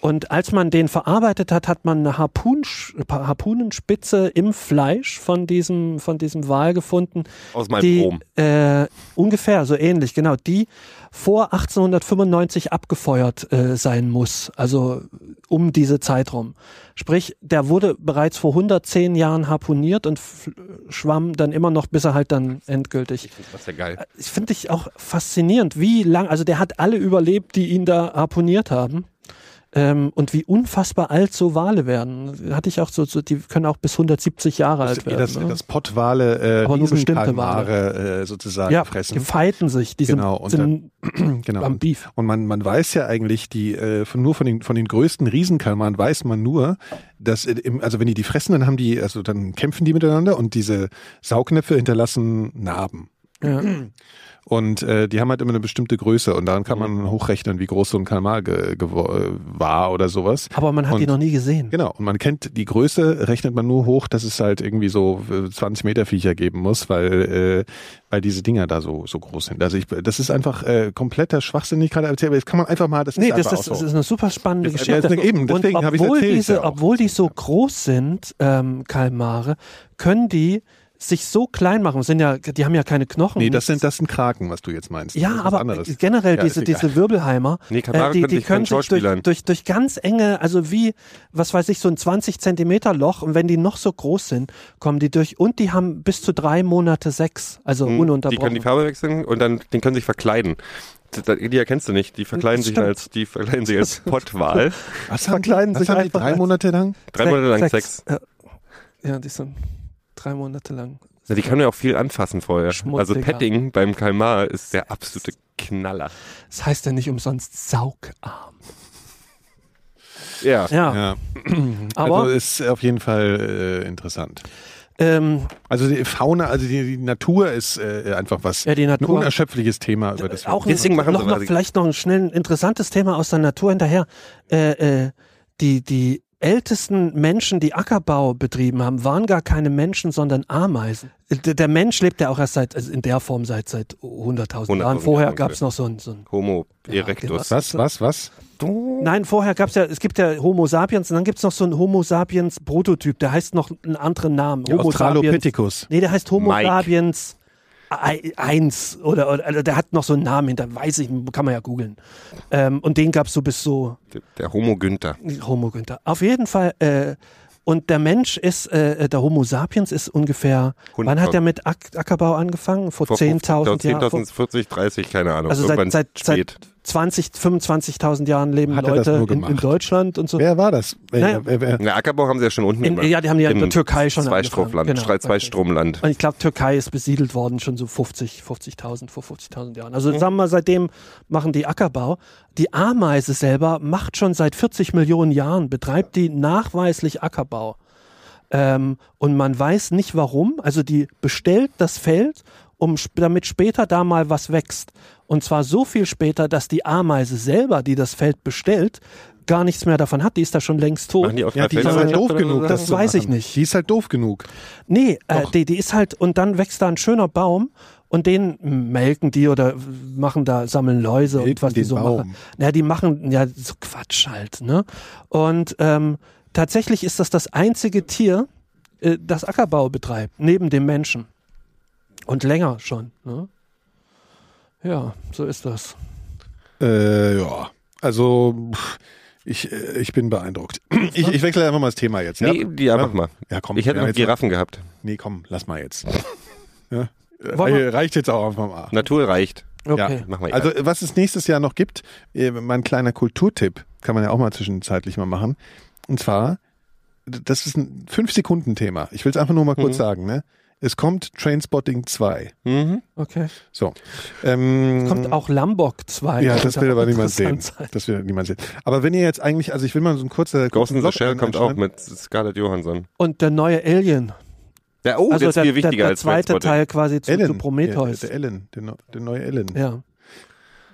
Speaker 5: Und als man den verarbeitet hat, hat man eine Harpunsch, äh, Harpunenspitze im Fleisch von diesem, von diesem Wal gefunden,
Speaker 4: Aus meinem
Speaker 5: die
Speaker 4: Brom.
Speaker 5: äh, ungefähr so ähnlich, genau, die vor 1895 abgefeuert äh, sein muss, also um diese Zeit rum. Sprich, der wurde bereits vor 110 Jahren harpuniert und f- schwamm dann immer noch, bis er halt dann endgültig.
Speaker 4: Das ist ja geil.
Speaker 5: Ich finde ich auch faszinierend, wie lang, also der hat alle überlebt, die ihn da harpuniert haben. Ähm, und wie unfassbar alt so Wale werden. Hatte ich auch so, so die können auch bis 170 Jahre alt
Speaker 3: Das, eh
Speaker 5: werden.
Speaker 3: das,
Speaker 5: ne?
Speaker 3: das Pottwale, äh,
Speaker 5: Aber nur bestimmte
Speaker 3: Riesenkalmare, äh, sozusagen
Speaker 5: ja, die
Speaker 3: fressen.
Speaker 5: feiten sich, die sind,
Speaker 3: Genau, und
Speaker 5: sind
Speaker 3: Genau.
Speaker 5: am
Speaker 3: Und,
Speaker 5: Beef.
Speaker 3: und man, man weiß ja eigentlich, die äh, von, nur von den, von den größten Riesenkalmaren weiß man nur, dass äh, im, also wenn die die fressen, dann haben die, also dann kämpfen die miteinander und diese Saugnäpfe hinterlassen Narben.
Speaker 5: Ja.
Speaker 3: Und äh, die haben halt immer eine bestimmte Größe und daran kann man hochrechnen, wie groß so ein Kalmar ge, gewo- äh, war oder sowas.
Speaker 5: Aber man hat die
Speaker 3: Und-
Speaker 5: noch nie gesehen.
Speaker 3: Genau, und man kennt die Größe, rechnet man nur hoch, dass es halt irgendwie so äh, 20 Meter Viecher geben muss, weil, äh, weil diese Dinger da so, so groß sind. Also ich, das ist einfach äh, kompletter Schwachsinn, den ich gerade erzähle, aber das kann man einfach mal, das
Speaker 5: Nee,
Speaker 3: ist
Speaker 5: das,
Speaker 3: einfach
Speaker 5: das,
Speaker 3: auch
Speaker 5: das
Speaker 3: so.
Speaker 5: ist eine super spannende
Speaker 3: Das-
Speaker 5: Geschichte.
Speaker 3: ja, eben, deswegen
Speaker 5: und
Speaker 3: hab ich's
Speaker 5: obwohl,
Speaker 3: erzählt
Speaker 5: diese,
Speaker 3: ja auch.
Speaker 5: obwohl die so groß sind, ähm, Kalmare, können die sich so klein machen, sind ja, die haben ja keine Knochen.
Speaker 3: Nee, das sind, das sind Kraken, was du jetzt meinst.
Speaker 5: ja,
Speaker 3: Das ist was
Speaker 5: aber äh,
Speaker 3: anderes.
Speaker 5: generell
Speaker 3: Ja,
Speaker 5: diese,
Speaker 3: ist egal.
Speaker 5: diese Wirbelheimer, äh,
Speaker 4: Nee, Kabare
Speaker 5: die,
Speaker 4: können
Speaker 5: die
Speaker 4: sich keinen
Speaker 5: können sich durch,
Speaker 4: Schauspielern.
Speaker 5: durch, durch ganz enge, also wie, was weiß ich, so ein 20 Zentimeter Loch und wenn die noch so groß sind, kommen die durch und die haben bis zu drei Monate Sex,
Speaker 3: Hm,
Speaker 5: also
Speaker 4: Die können
Speaker 5: ununterbrochen.
Speaker 4: die Farbe wechseln und dann den können sich verkleiden. Das- das- Die erkennst du nicht. Die verkleiden
Speaker 5: Das
Speaker 4: sich
Speaker 5: stimmt.
Speaker 4: als, die verkleiden sich als Pottwal.
Speaker 3: was haben
Speaker 5: verkleiden
Speaker 3: die,
Speaker 5: sich
Speaker 3: was haben die
Speaker 5: einfach
Speaker 3: drei
Speaker 5: als-
Speaker 3: Monate lang?
Speaker 4: Drei Monate lang Sex.
Speaker 5: Ja, ja, die sind drei Monate lang.
Speaker 4: Na, die können ja auch viel anfassen vorher.
Speaker 5: Schmutziger.
Speaker 4: Also Petting beim Kalmar ist der absolute Knaller.
Speaker 5: Das heißt ja nicht umsonst saugarm.
Speaker 4: Ja.
Speaker 5: Ja,
Speaker 3: Ja.
Speaker 5: aber
Speaker 3: also ist auf jeden Fall äh, interessant.
Speaker 5: ähm,
Speaker 3: Also die Fauna, also die, die Natur ist äh, einfach was
Speaker 5: Ja, die Natur.
Speaker 3: ein unerschöpfliches Thema über das wir-
Speaker 5: auch
Speaker 4: Deswegen
Speaker 5: noch,
Speaker 4: machen
Speaker 5: noch,
Speaker 4: sie
Speaker 5: noch
Speaker 4: was.
Speaker 5: vielleicht noch ein schnell ein interessantes Thema aus der Natur hinterher. Äh, äh, die, die ältesten Menschen, die Ackerbau betrieben haben, waren gar keine Menschen, sondern Ameisen. D der Mensch lebt ja auch erst seit, also in der Form seit, seit 100.000
Speaker 4: 100.000
Speaker 5: Jahren. Vorher
Speaker 4: Jahren,
Speaker 5: gab es noch so ein, so ein
Speaker 4: Homo
Speaker 5: genau.
Speaker 4: erectus.
Speaker 3: was, was, was?
Speaker 5: Nein, vorher gab es ja, es gibt ja Homo sapiens und dann gibt es noch so einen Homo sapiens Prototyp, der heißt noch einen anderen Namen. Homo sapiens.
Speaker 3: Australopithecus.
Speaker 5: Nee, der heißt Homo
Speaker 4: Mike.
Speaker 5: sapiens 1 oder, oder also der hat noch so einen Namen hinter, weiß ich, kann man ja googeln. Ähm, und den gab's so bis so
Speaker 4: Der- Der Homo Günther.
Speaker 5: Homo Günther. Auf jeden Fall, äh, und der Mensch ist, äh, der Homo sapiens ist ungefähr, wann hat er mit Ack Ackerbau angefangen? Vor, 10.000 Jahren.
Speaker 4: 10.000, 40, 30, keine Ahnung.
Speaker 5: also
Speaker 4: Irgendwann
Speaker 5: seit, seit,
Speaker 4: spät.
Speaker 5: seit 20, 25.000 Jahren leben
Speaker 3: Hat er das
Speaker 5: Leute
Speaker 3: nur
Speaker 5: in, in
Speaker 3: gemacht?
Speaker 5: Deutschland und so.
Speaker 3: Wer war das? Wer-
Speaker 5: Naja.
Speaker 3: wer- wer-
Speaker 4: Na, Ackerbau haben sie ja schon unten
Speaker 5: In, ja, die haben ja in der Türkei schon
Speaker 4: Zweistromland.
Speaker 5: angefangen. Genau.
Speaker 4: Zweistromland.
Speaker 5: Und ich glaube, Türkei ist besiedelt worden schon so 50, 50.000, vor 50.000 Jahren. Also sagen wir mal, seitdem machen die Ackerbau. Die Ameise selber macht schon seit 40 Millionen Jahren, betreibt die nachweislich Ackerbau. Ähm, und man weiß nicht warum. Also die bestellt das Feld, um sp damit später da mal was wächst. Und zwar so viel später, dass die Ameise selber, die das Feld bestellt, gar nichts mehr davon hat. Die ist da schon längst tot.
Speaker 4: Machen die auch
Speaker 3: Ja, die ist halt
Speaker 4: Fellwirtschaft
Speaker 3: doof
Speaker 4: oder so
Speaker 3: genug.
Speaker 4: Sachen?
Speaker 5: Das
Speaker 3: zu
Speaker 5: weiß ich
Speaker 3: machen.
Speaker 5: nicht.
Speaker 3: Die ist halt doof genug.
Speaker 5: Nee, äh, die, die ist halt, und dann wächst da ein schöner Baum und den melken die oder machen da, sammeln Läuse und
Speaker 3: Melken
Speaker 5: was die
Speaker 3: den
Speaker 5: so
Speaker 3: Baum.
Speaker 5: machen. Na, die machen ja so Quatsch halt, ne? Und ähm, tatsächlich ist das das einzige Tier, äh, das Ackerbau betreibt, neben dem Menschen. Und länger schon, ne? Ja, so ist das.
Speaker 3: Äh, ja. Also pff, ich, äh, ich bin beeindruckt. Ich, ich wechsle einfach mal das Thema jetzt.
Speaker 4: Nee, die einfach mal.
Speaker 3: Ja, komm.
Speaker 4: Ich hätte
Speaker 3: ja,
Speaker 4: noch
Speaker 3: jetzt-
Speaker 4: Giraffen gehabt.
Speaker 3: Nee, komm, lass mal jetzt. ja.
Speaker 5: Wollen wir-
Speaker 3: Äh, Reicht jetzt auch einfach mal.
Speaker 4: Natur reicht.
Speaker 5: Okay.
Speaker 4: Mach mal.
Speaker 3: Also was es nächstes Jahr noch gibt, äh, mein kleiner Kulturtipp, kann man ja auch mal zwischenzeitlich mal machen. Und zwar, d- das ist ein 5-Sekunden-Thema. Ich will es einfach nur mal kurz sagen. Ne? Es kommt Trainspotting 2.
Speaker 4: mhm.
Speaker 5: Okay.
Speaker 3: So. Ähm,
Speaker 5: Kommt auch Lambok 2.
Speaker 3: ja, das will aber niemand sehen.
Speaker 5: Interessant sein.
Speaker 3: Das will niemand sehen. Aber wenn ihr jetzt eigentlich, also ich will mal so ein kurzer
Speaker 4: Ghost in the
Speaker 3: kurzen
Speaker 4: Shell
Speaker 3: Blog
Speaker 4: kommt auch
Speaker 3: einschneiden.
Speaker 4: mit Scarlett Johansson.
Speaker 5: Und der neue Alien.
Speaker 4: Der, oh,
Speaker 5: also
Speaker 4: das ist
Speaker 5: der,
Speaker 4: viel wichtiger
Speaker 5: der, der
Speaker 4: als
Speaker 5: zweite
Speaker 4: Transporter.
Speaker 5: Teil quasi zu, zu
Speaker 3: Ellen,
Speaker 5: Prometheus.
Speaker 3: Der, der Ellen, der, neu- der neue Ellen.
Speaker 5: ja.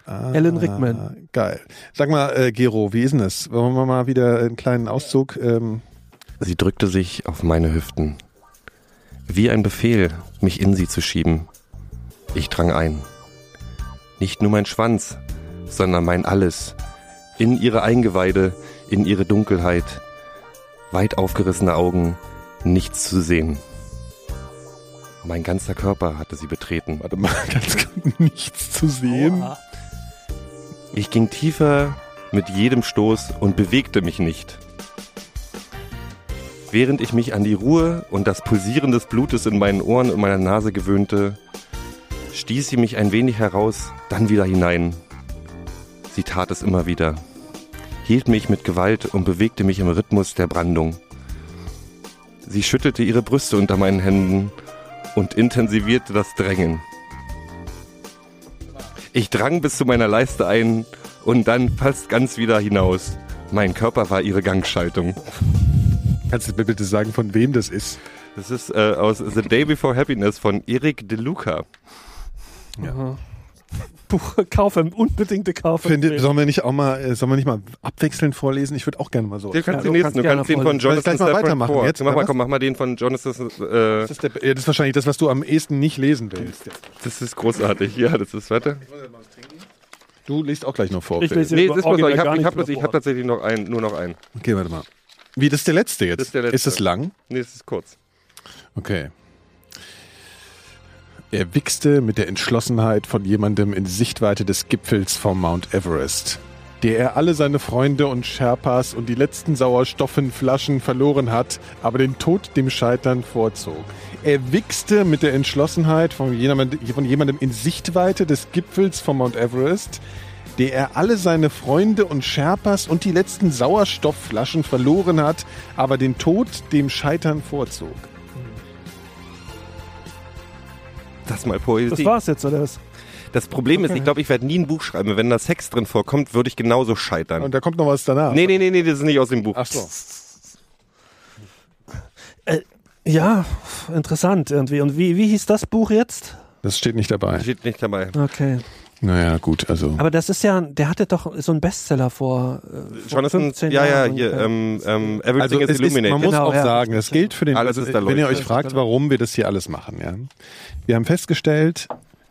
Speaker 3: Ah,
Speaker 5: Alan Rickman.
Speaker 3: Geil. Sag mal, äh, Gero, wie ist denn das? Wollen wir mal wieder einen kleinen Auszug? Ähm,
Speaker 4: Sie drückte sich auf meine Hüften. Wie ein Befehl, mich in sie zu schieben. Ich drang ein. Nicht nur mein Schwanz, sondern mein Alles. In ihre Eingeweide, in ihre Dunkelheit. Weit aufgerissene Augen, nichts zu sehen. Mein ganzer Körper hatte sie betreten.
Speaker 3: warte mal, ganz gut, nichts zu sehen.
Speaker 5: Oha.
Speaker 4: Ich ging tiefer mit jedem Stoß und bewegte mich nicht. Während ich mich an die Ruhe und das Pulsieren des Blutes in meinen Ohren und meiner Nase gewöhnte, stieß sie mich ein wenig heraus, dann wieder hinein. Sie tat es immer wieder, hielt mich mit Gewalt und bewegte mich im Rhythmus der Brandung. Sie schüttelte ihre Brüste unter meinen Händen und intensivierte das Drängen. Ich drang bis zu meiner Leiste ein und dann fast ganz wieder hinaus. Mein Körper war ihre Gangschaltung.
Speaker 3: Kannst du mir bitte sagen, von wem das ist?
Speaker 4: Das ist äh, aus The Day Before Happiness von Eric De Luca.
Speaker 5: Buch, Kaufe, unbedingte Kaufe.
Speaker 3: Finde, sollen wir nicht auch mal, äh, sollen wir nicht mal abwechselnd vorlesen? Ich würde auch gerne mal so.
Speaker 4: Du kannst
Speaker 5: du
Speaker 4: den nächsten,
Speaker 5: kannst
Speaker 4: du
Speaker 5: gerne
Speaker 4: kannst den von
Speaker 5: vorlesen.
Speaker 4: Jonathan
Speaker 3: Soll ich gleich mal
Speaker 4: Safran
Speaker 3: weitermachen
Speaker 4: Foer.
Speaker 3: jetzt,
Speaker 4: Mach
Speaker 3: oder
Speaker 4: mal,
Speaker 3: was?
Speaker 4: komm, mach mal den von Jonathan. Äh,
Speaker 3: Das ist, der, ja, das ist wahrscheinlich das, was du am ehesten nicht lesen willst.
Speaker 4: das ist großartig. Ja, das ist, warte.
Speaker 3: Du liest auch gleich noch vor.
Speaker 5: Ich
Speaker 3: Phil.
Speaker 5: lese-
Speaker 4: Nee, das ist
Speaker 5: original
Speaker 4: mal so. Ich
Speaker 5: gar
Speaker 4: habe
Speaker 5: nicht
Speaker 4: ich hab, das- ich
Speaker 5: davor.
Speaker 4: hab tatsächlich noch einen, nur noch einen.
Speaker 3: Okay, warte mal. Wie, das ist der letzte jetzt?
Speaker 4: Das ist der letzte.
Speaker 3: Ist das lang?
Speaker 4: Nee, das ist kurz.
Speaker 3: Okay. Er wichste mit der Entschlossenheit von jemandem in Sichtweite des Gipfels vom Mount Everest, der er alle seine Freunde und Sherpas und die letzten sauerstoffen Flaschen verloren hat, aber den Tod dem Scheitern vorzog. Er wichste mit der Entschlossenheit von jemandem, von jemandem in Sichtweite des Gipfels vom Mount Everest, der er alle seine Freunde und Sherpas und die letzten Sauerstoffflaschen verloren hat, aber den Tod dem Scheitern vorzog.
Speaker 4: Das ist mal
Speaker 5: Das
Speaker 4: Poesie.
Speaker 5: war's jetzt, oder was?
Speaker 4: Das Problem ist, ich glaube, ich werde nie ein Buch schreiben. weil Wenn da Sex drin vorkommt, würde ich genauso scheitern.
Speaker 3: Und da kommt noch was danach.
Speaker 4: Nee, nee, nee, nee, das ist nicht aus dem Buch.
Speaker 3: Ach so.
Speaker 5: Ja, interessant irgendwie. Und wie, wie hieß das Buch jetzt?
Speaker 3: Das steht nicht dabei.
Speaker 4: Steht nicht dabei.
Speaker 5: Okay.
Speaker 3: Naja, gut, also.
Speaker 5: Aber das ist ja, der hatte doch so einen Bestseller vor, äh, vor
Speaker 4: Jonathan,
Speaker 5: 15
Speaker 4: ja, ja,
Speaker 5: Jahren.
Speaker 4: hier,
Speaker 5: ungefähr.
Speaker 4: ähm, ähm, Everything
Speaker 3: Also
Speaker 4: is
Speaker 3: es ist,
Speaker 4: Illuminated.
Speaker 3: man muss
Speaker 5: Genau,
Speaker 3: auch
Speaker 5: ja.
Speaker 3: sagen, das gilt für den,
Speaker 4: Alles
Speaker 3: also,
Speaker 4: ist da
Speaker 3: wenn ihr
Speaker 4: leuchtet.
Speaker 3: euch fragt, warum wir das hier alles machen. Ja? Wir haben festgestellt,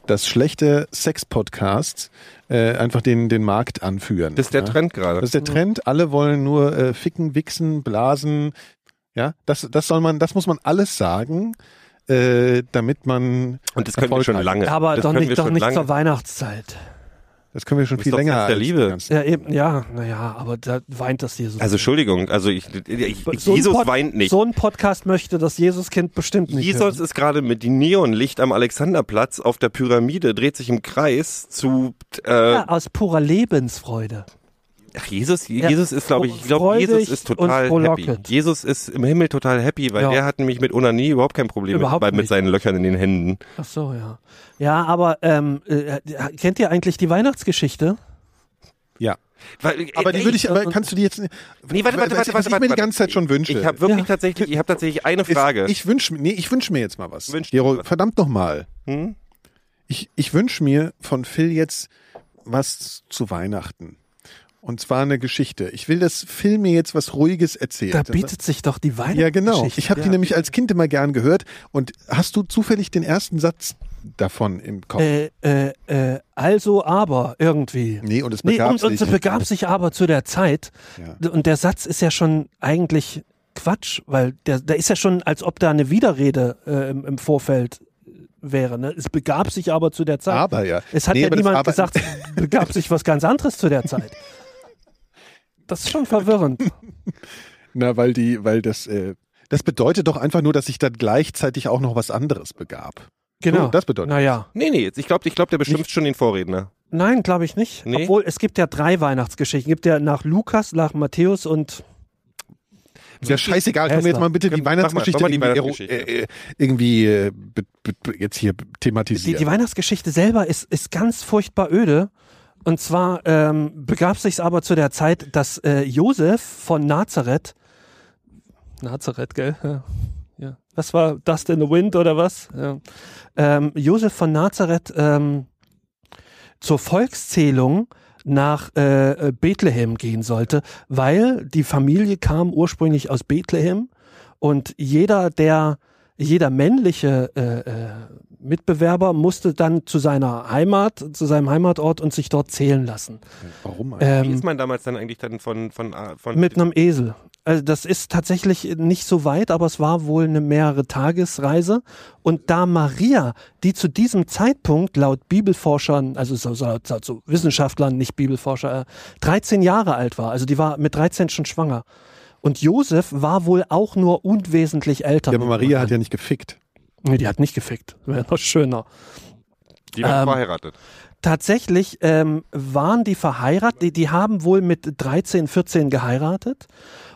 Speaker 3: dass schlechte Sex-Podcasts äh, einfach den, den Markt anführen.
Speaker 4: das ist der
Speaker 3: ja?
Speaker 4: Trend gerade.
Speaker 3: Das ist der Trend. Alle wollen nur äh, ficken, wichsen, blasen. Ja, das, das soll man, das muss man alles sagen, äh, damit man.
Speaker 4: Und das können wir schon
Speaker 3: erfolgreich-
Speaker 4: lange.
Speaker 5: Aber
Speaker 4: das
Speaker 5: doch
Speaker 4: können
Speaker 5: nicht,
Speaker 4: wir
Speaker 5: doch
Speaker 4: schon
Speaker 5: nicht
Speaker 4: lange.
Speaker 5: zur Weihnachtszeit.
Speaker 3: Das können wir schon
Speaker 4: Ist
Speaker 3: viel
Speaker 4: doch
Speaker 3: länger.
Speaker 4: Fest der
Speaker 3: als
Speaker 4: Liebe.
Speaker 3: die ganzen-
Speaker 5: Ja, eben, ja, naja, aber da weint das Jesus.
Speaker 4: Also Entschuldigung, also ich, ich, ich,
Speaker 5: ein
Speaker 4: Jesus
Speaker 5: Pod-
Speaker 4: weint nicht.
Speaker 5: So ein Podcast möchte das Jesuskind bestimmt nicht.
Speaker 4: Jesus ist gerade mit dem Neonlicht am Alexanderplatz auf der Pyramide, dreht sich im Kreis zu. Äh,
Speaker 5: hören. Ja, Ah, aus purer Lebensfreude.
Speaker 4: Ach, Jesus,
Speaker 5: Ja.
Speaker 4: Jesus ist, glaube ich, ich glaube,
Speaker 5: Freudig
Speaker 4: Jesus ist total
Speaker 5: und
Speaker 4: happy.
Speaker 5: frohlockend.
Speaker 4: Jesus ist im Himmel total happy, weil
Speaker 5: Ja.
Speaker 4: der hat nämlich mit Onanie überhaupt kein Problem
Speaker 5: Überhaupt
Speaker 4: mit, bei- mit
Speaker 5: nicht.
Speaker 4: seinen Löchern in den Händen.
Speaker 5: Ach so, ja. Ja, aber ähm, äh, kennt ihr eigentlich die Weihnachtsgeschichte?
Speaker 3: Ja.
Speaker 4: Weil-
Speaker 3: Aber die
Speaker 4: ey,
Speaker 3: würde ich, aber
Speaker 5: und-
Speaker 3: kannst du die jetzt. Nee,
Speaker 4: Nee, warte, warte, warte,
Speaker 3: was
Speaker 4: warte,
Speaker 3: ich
Speaker 4: warte,
Speaker 3: mir die
Speaker 4: warte.
Speaker 3: ganze Zeit schon wünsche.
Speaker 4: Ich habe wirklich
Speaker 5: Ja.
Speaker 4: tatsächlich, ich habe tatsächlich eine Frage.
Speaker 3: Ist, ich wünsche nee, ich wünsch mir jetzt mal was.
Speaker 4: Wünsch dir
Speaker 3: Gero,
Speaker 4: was.
Speaker 3: verdammt nochmal.
Speaker 4: Hm?
Speaker 3: Ich, ich wünsche mir von Phil jetzt was zu Weihnachten. Und zwar eine Geschichte. Ich will, dass Phil mir jetzt was Ruhiges erzählt.
Speaker 5: Da
Speaker 3: Das-
Speaker 5: bietet sich doch die Weihnachtsgeschichte.
Speaker 3: ja, genau. Ich habe die
Speaker 5: ja.
Speaker 3: nämlich als Kind immer gern gehört. Und hast du zufällig den ersten Satz davon im Kopf?
Speaker 5: Äh, äh, äh, also aber irgendwie.
Speaker 3: nee, und es
Speaker 5: Nee,
Speaker 3: begab
Speaker 5: und, und
Speaker 3: sich.
Speaker 5: so begab sich aber zu der Zeit.
Speaker 3: Ja.
Speaker 5: Und der Satz ist ja schon eigentlich Quatsch, weil der, der ist ja schon, als ob da eine Widerrede äh, im, im Vorfeld wäre. Ne? Es begab sich aber zu der Zeit.
Speaker 3: aber ja.
Speaker 5: Es hat
Speaker 3: Nee,
Speaker 5: ja
Speaker 3: aber das
Speaker 5: niemand
Speaker 3: aber-
Speaker 5: gesagt, es begab sich was ganz anderes zu der Zeit. Das ist schon verwirrend.
Speaker 3: Na, weil die, weil das, äh, das bedeutet doch einfach nur, dass sich dann gleichzeitig auch noch was anderes begab.
Speaker 5: Genau.
Speaker 3: So, das bedeutet-
Speaker 5: Naja.
Speaker 4: Nee, nee, jetzt- ich glaube, ich glaub, der beschimpft schon den Vorredner.
Speaker 5: Nein, glaube ich nicht.
Speaker 4: Nee.
Speaker 5: Obwohl, es gibt ja drei Weihnachtsgeschichten. Es gibt ja nach Lukas, nach Matthäus und
Speaker 3: Ist ja scheißegal, können wir jetzt mal bitte die
Speaker 4: Komm, mach mal,
Speaker 3: Weihnachtsgeschichte,
Speaker 4: mach mal die
Speaker 3: irgendwie,
Speaker 4: Weihnachtsgeschichte.
Speaker 3: äh, äh, irgendwie äh, be- be- be- jetzt hier
Speaker 5: die,
Speaker 3: thematisieren.
Speaker 5: die Weihnachtsgeschichte selber ist, ist ganz furchtbar öde. Und zwar ähm, begab sich's aber zu der Zeit, dass äh, Josef von Nazareth, Nazareth, gell? Ja. ja. Was war Dust in the Wind oder was? Ja. Ähm, Josef von Nazareth ähm, zur Volkszählung nach äh, äh, Bethlehem gehen sollte, weil die Familie kam ursprünglich aus Bethlehem und jeder der jeder männliche äh, äh, Mitbewerber musste dann zu seiner Heimat, zu seinem Heimatort und sich dort zählen lassen.
Speaker 3: Warum eigentlich?
Speaker 4: Wie
Speaker 5: Ähm,
Speaker 4: ist man damals dann eigentlich dann von. von, äh, von
Speaker 5: mit einem Esel. Also das ist tatsächlich nicht so weit, aber es war wohl eine mehrere Tagesreise. Und da Maria, die zu diesem Zeitpunkt laut Bibelforschern, also so, so, so, so Wissenschaftlern, nicht Bibelforscher, äh, 13 Jahre alt war, also die war mit 13 schon schwanger. Und Josef war wohl auch nur unwesentlich älter.
Speaker 3: ja, aber Maria hat ja nicht gefickt.
Speaker 5: Nee, die hat nicht gefickt. Wäre noch schöner.
Speaker 4: die waren
Speaker 5: ähm,
Speaker 4: verheiratet.
Speaker 5: Tatsächlich ähm, waren die verheiratet, die, die haben wohl mit 13, 14 geheiratet.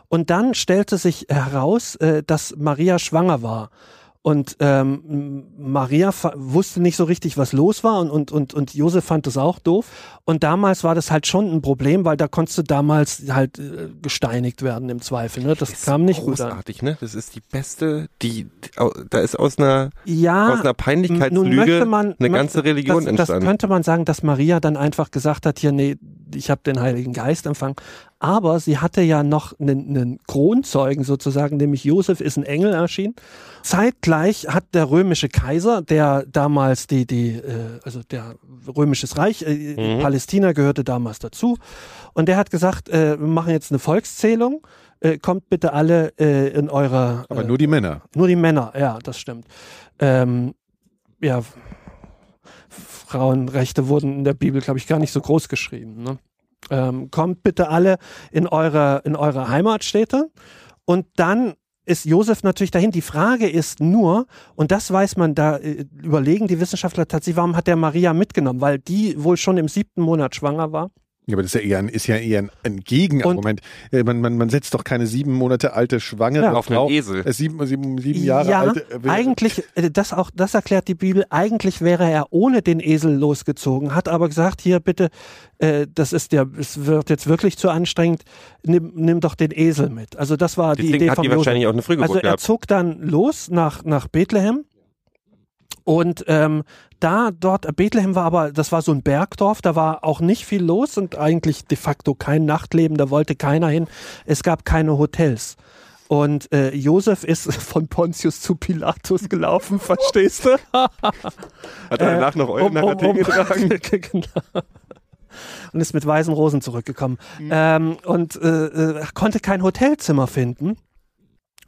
Speaker 5: Und dann stellte sich heraus, äh, dass Maria schwanger war. Und ähm, Maria fa- wusste nicht so richtig, was los war und, und, und, und Josef fand das auch doof. Und damals war das halt schon ein Problem, weil da konntest du damals halt äh, gesteinigt werden im Zweifel. Ne? Das kam nicht gut an.
Speaker 4: Großartig, ne? Das ist die beste, die, die au- da ist aus einer
Speaker 5: Ja,
Speaker 4: aus einer
Speaker 5: nun
Speaker 4: Peinlichkeitslüge
Speaker 5: möchte man,
Speaker 4: eine
Speaker 5: möchte-
Speaker 4: ganze Religion
Speaker 5: das, das
Speaker 4: entstanden.
Speaker 5: könnte man sagen, dass Maria dann einfach gesagt hat, hier, nee, ich habe den Heiligen Geist empfangen. Aber sie hatte ja noch einen, einen Kronzeugen sozusagen, nämlich Josef ist ein Engel erschienen. Zeitgleich hat der römische Kaiser, der damals die, die, äh, also der römisches Reich, äh,
Speaker 4: Mhm.
Speaker 5: Palästina gehörte damals dazu, und der hat gesagt, äh, wir machen jetzt eine Volkszählung, äh, kommt bitte alle äh, in eure
Speaker 3: Aber
Speaker 5: äh,
Speaker 3: nur die Männer.
Speaker 5: nur die Männer, ja, das stimmt. Ähm, ja, Frauenrechte wurden in der Bibel, glaube ich, gar nicht so groß geschrieben. Ne? Ähm, kommt bitte alle in eure, in eure Heimatstädte. Und dann ist Josef natürlich dahin. Die Frage ist nur, und das weiß man, da äh, überlegen die Wissenschaftler tatsächlich, warum hat der Maria mitgenommen? Weil die wohl schon im siebten Monat schwanger war.
Speaker 3: Ja, aber das ist ja eher ein, ist ja eher ein, ein Gegenargument. Äh, Man, man, man setzt doch keine sieben Monate alte Schwangere
Speaker 5: Ja.
Speaker 4: Auf einen
Speaker 3: Frau-
Speaker 4: Esel.
Speaker 3: Äh, sieben, sieben, sieben Jahre
Speaker 5: ja,
Speaker 3: alte. äh,
Speaker 5: eigentlich, äh, das auch, das erklärt die Bibel. Eigentlich wäre er ohne den Esel losgezogen, hat aber gesagt, hier bitte, äh, das ist der, es wird jetzt wirklich zu anstrengend, nimm, nimm doch den Esel mit. Also das war die
Speaker 4: Deswegen
Speaker 5: Idee
Speaker 4: hat
Speaker 5: von
Speaker 4: die
Speaker 5: Josef.
Speaker 4: wahrscheinlich auch eine Frühgeburt
Speaker 5: Also er
Speaker 4: gehabt.
Speaker 5: zog dann los nach, nach Bethlehem. Und ähm, da dort, Bethlehem war aber, das war so ein Bergdorf, da war auch nicht viel los und eigentlich de facto kein Nachtleben, da wollte keiner hin. Es gab keine Hotels. Und äh, Josef ist von Pontius zu Pilatus gelaufen, verstehst du? äh,
Speaker 4: Hat er danach
Speaker 5: um,
Speaker 4: noch Eulen nach Athen getragen?
Speaker 5: genau. Und ist mit weißen Rosen zurückgekommen.
Speaker 4: Mhm.
Speaker 5: Ähm, und äh, äh, konnte kein Hotelzimmer finden.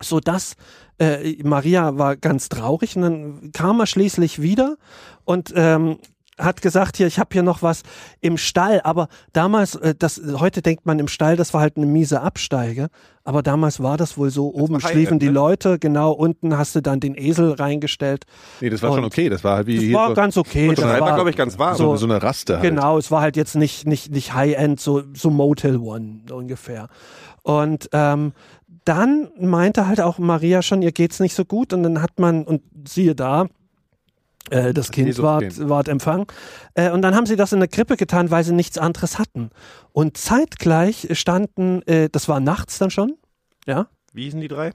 Speaker 5: Sodass äh, Maria war ganz traurig und dann kam er schließlich wieder und ähm, hat gesagt, hier, ich habe hier noch was im Stall, aber damals, äh, das, heute denkt man im Stall, das war halt eine miese Absteige, aber damals war das wohl so, oben
Speaker 4: war High-End,
Speaker 5: schliefen die
Speaker 4: ne?
Speaker 5: Leute, genau, unten hast du dann den Esel reingestellt.
Speaker 3: Nee, das war schon
Speaker 5: Und-
Speaker 3: okay. Das war halt wie
Speaker 5: Das
Speaker 3: hier
Speaker 5: war
Speaker 3: so,
Speaker 5: ganz okay.
Speaker 4: Und das
Speaker 5: das
Speaker 4: war, glaube ich, ganz warm.
Speaker 3: so, so eine Raste halt.
Speaker 5: Genau, es war halt jetzt nicht, nicht, nicht High-End, so, so Motel One ungefähr. Und ähm, dann meinte halt auch Maria schon, ihr geht's nicht so gut. Und dann hat man, und siehe da, äh, das Kind
Speaker 3: Jesus
Speaker 5: ward,
Speaker 3: stehen.
Speaker 5: ward empfangen. Äh, und dann haben sie das in der Krippe getan, weil sie nichts anderes hatten. Und zeitgleich standen, äh, das war nachts dann schon, ja,
Speaker 4: Wie hießen die drei?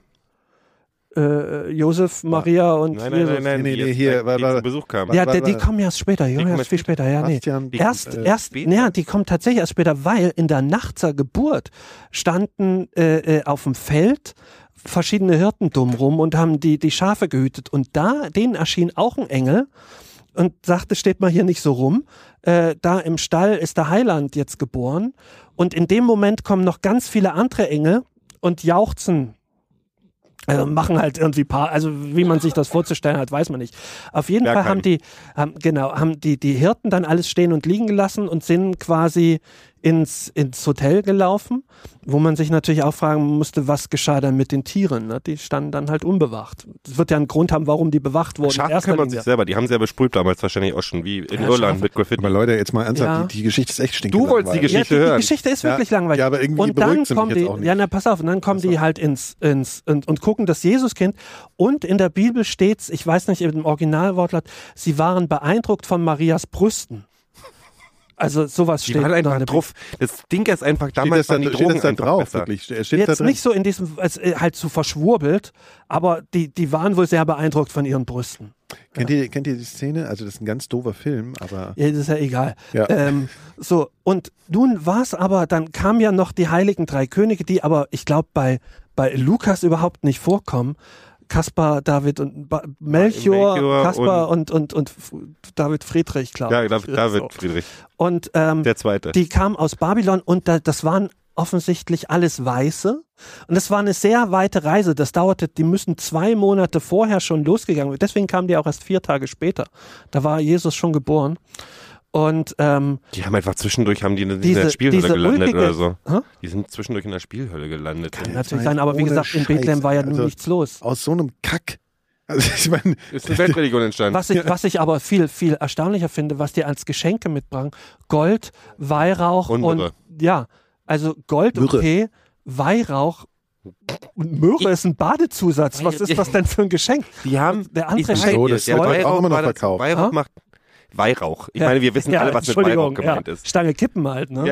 Speaker 5: äh, Josef, Maria und
Speaker 4: Ah. Nein, nein,
Speaker 5: Jesus.
Speaker 4: nein, nein.
Speaker 3: Nee, nee,
Speaker 4: die-
Speaker 3: hier,
Speaker 4: die
Speaker 3: war- war-
Speaker 4: zu Besuch kamen.
Speaker 5: Ja,
Speaker 3: Warte,
Speaker 5: der, die
Speaker 3: warte.
Speaker 5: kommen erst später, ja,
Speaker 4: kommen
Speaker 5: erst
Speaker 4: erst
Speaker 5: viel später, ja, nee.
Speaker 3: Bastian, die-
Speaker 5: Erst,
Speaker 3: äh,
Speaker 5: erst,
Speaker 4: später.
Speaker 5: ja, die kommen tatsächlich erst später, weil in der Nacht zur Geburt standen äh, äh, auf dem Feld verschiedene Hirten dumm rum und haben die, die Schafe gehütet. Und da, denen erschien auch ein Engel und sagte, steht mal hier nicht so rum. Äh, da im Stall ist der Heiland jetzt geboren. Und in dem Moment kommen noch ganz viele andere Engel und jauchzen also machen halt irgendwie paar, also wie man sich das vorzustellen hat, weiß man nicht. Auf jeden
Speaker 4: Bergheim.
Speaker 5: Fall haben die, haben, genau, haben die, die Hirten dann alles stehen und liegen gelassen und sind quasi ins, ins Hotel gelaufen, wo man sich natürlich auch fragen musste, was geschah dann mit den Tieren? Ne? Die standen dann halt unbewacht. Es wird ja einen Grund haben, warum die bewacht wurden.
Speaker 4: Schafe
Speaker 5: Erster
Speaker 4: kümmern sich
Speaker 5: Linie.
Speaker 4: selber. Die haben sie ja besprüht damals wahrscheinlich auch schon, wie in
Speaker 5: Ja,
Speaker 4: Irland
Speaker 5: Schafe.
Speaker 4: mit Griffith.
Speaker 3: Aber Leute, jetzt mal ernsthaft,
Speaker 5: Ja.
Speaker 3: die, die Geschichte ist echt stinkend.
Speaker 4: Du wolltest die
Speaker 3: langweilig.
Speaker 4: Geschichte
Speaker 5: ja, die,
Speaker 4: hören.
Speaker 5: Die Geschichte ist
Speaker 3: Ja.
Speaker 5: wirklich langweilig.
Speaker 3: Ja, aber irgendwie
Speaker 5: und
Speaker 3: beruhigt
Speaker 5: dann
Speaker 3: sie mich
Speaker 5: kommen
Speaker 3: jetzt
Speaker 5: die,
Speaker 3: auch nicht.
Speaker 5: ja, na, pass auf, und dann kommen die halt ins, ins und, und gucken das Jesuskind und in der Bibel steht's, ich weiß nicht im Originalwortlaut, sie waren beeindruckt von Marias Brüsten. Also sowas
Speaker 4: Die
Speaker 5: steht
Speaker 4: waren
Speaker 5: noch in
Speaker 4: einfach
Speaker 5: der
Speaker 4: drauf. Das Ding ist einfach,
Speaker 3: Steht das
Speaker 4: damals
Speaker 3: da,
Speaker 4: waren die
Speaker 3: steht
Speaker 4: Drogen
Speaker 3: das da
Speaker 4: einfach
Speaker 3: drauf,
Speaker 4: besser.
Speaker 3: wirklich? Steht da
Speaker 5: Jetzt
Speaker 3: drin?
Speaker 5: nicht so in diesem, als, äh, halt so verschwurbelt, aber die, die waren wohl sehr beeindruckt von ihren Brüsten.
Speaker 3: Kennt, ihr, kennt ihr die Szene? Also, das ist ein ganz doofer Film, aber.
Speaker 5: Ja, das ist ja egal.
Speaker 3: Ja.
Speaker 5: Ähm, so, und nun war es aber, dann kamen ja noch die Heiligen Drei Könige, die aber, ich glaube, bei, bei Lukas überhaupt nicht vorkommen. Kaspar, David und ba Melchior,
Speaker 4: Melchior
Speaker 5: Kaspar und, und, und, F- David Friedrich, glaube
Speaker 4: Ja,
Speaker 5: ich.
Speaker 4: da- David
Speaker 5: So.
Speaker 4: Friedrich,
Speaker 5: Und ähm,
Speaker 4: der Zweite.
Speaker 5: die kamen aus Babylon und da, das waren offensichtlich alles Weiße. Und das war eine sehr weite Reise. Das dauerte, die müssen zwei Monate vorher schon losgegangen. sein. Deswegen kamen die auch erst vier Tage später. Da war Jesus schon geboren. Und ähm,
Speaker 4: Die haben einfach zwischendurch haben die in der
Speaker 5: Diese-
Speaker 4: Spielhölle
Speaker 5: diese
Speaker 4: gelandet
Speaker 5: ulkige-
Speaker 4: oder so.
Speaker 5: Hä?
Speaker 4: Die sind zwischendurch in der Spielhölle gelandet.
Speaker 5: natürlich
Speaker 3: meine,
Speaker 5: sein, aber wie
Speaker 3: ohne
Speaker 5: gesagt, in
Speaker 3: Scheiß,
Speaker 5: Bethlehem war ja nun
Speaker 3: also-
Speaker 5: nichts los.
Speaker 3: Aus so einem Kack. Also, ich meine.
Speaker 4: Ist eine Weltreligion entstanden.
Speaker 5: Was ich, was ich aber viel, viel erstaunlicher finde, was die als Geschenke mitbringen: Gold, Weihrauch
Speaker 4: Und
Speaker 5: und,
Speaker 4: Myrrhe.
Speaker 5: ja, also Gold
Speaker 3: Myrrhe.
Speaker 5: okay, Weihrauch und Möhre ist ein Badezusatz. Was ist das denn für ein Geschenk?
Speaker 4: Die haben
Speaker 5: Der andere
Speaker 4: Ich-
Speaker 5: Schenk
Speaker 3: So, das
Speaker 4: der
Speaker 3: wird
Speaker 4: Weihrauch
Speaker 3: auch immer noch
Speaker 4: war das-
Speaker 3: verkauft.
Speaker 4: Weihrauch
Speaker 5: Hä?
Speaker 4: macht Weihrauch. Ich meine, wir wissen alle, was mit
Speaker 5: Entschuldigung,
Speaker 4: Weihrauch gemeint
Speaker 5: ja.
Speaker 4: ist.
Speaker 5: Stange kippen halt, ne?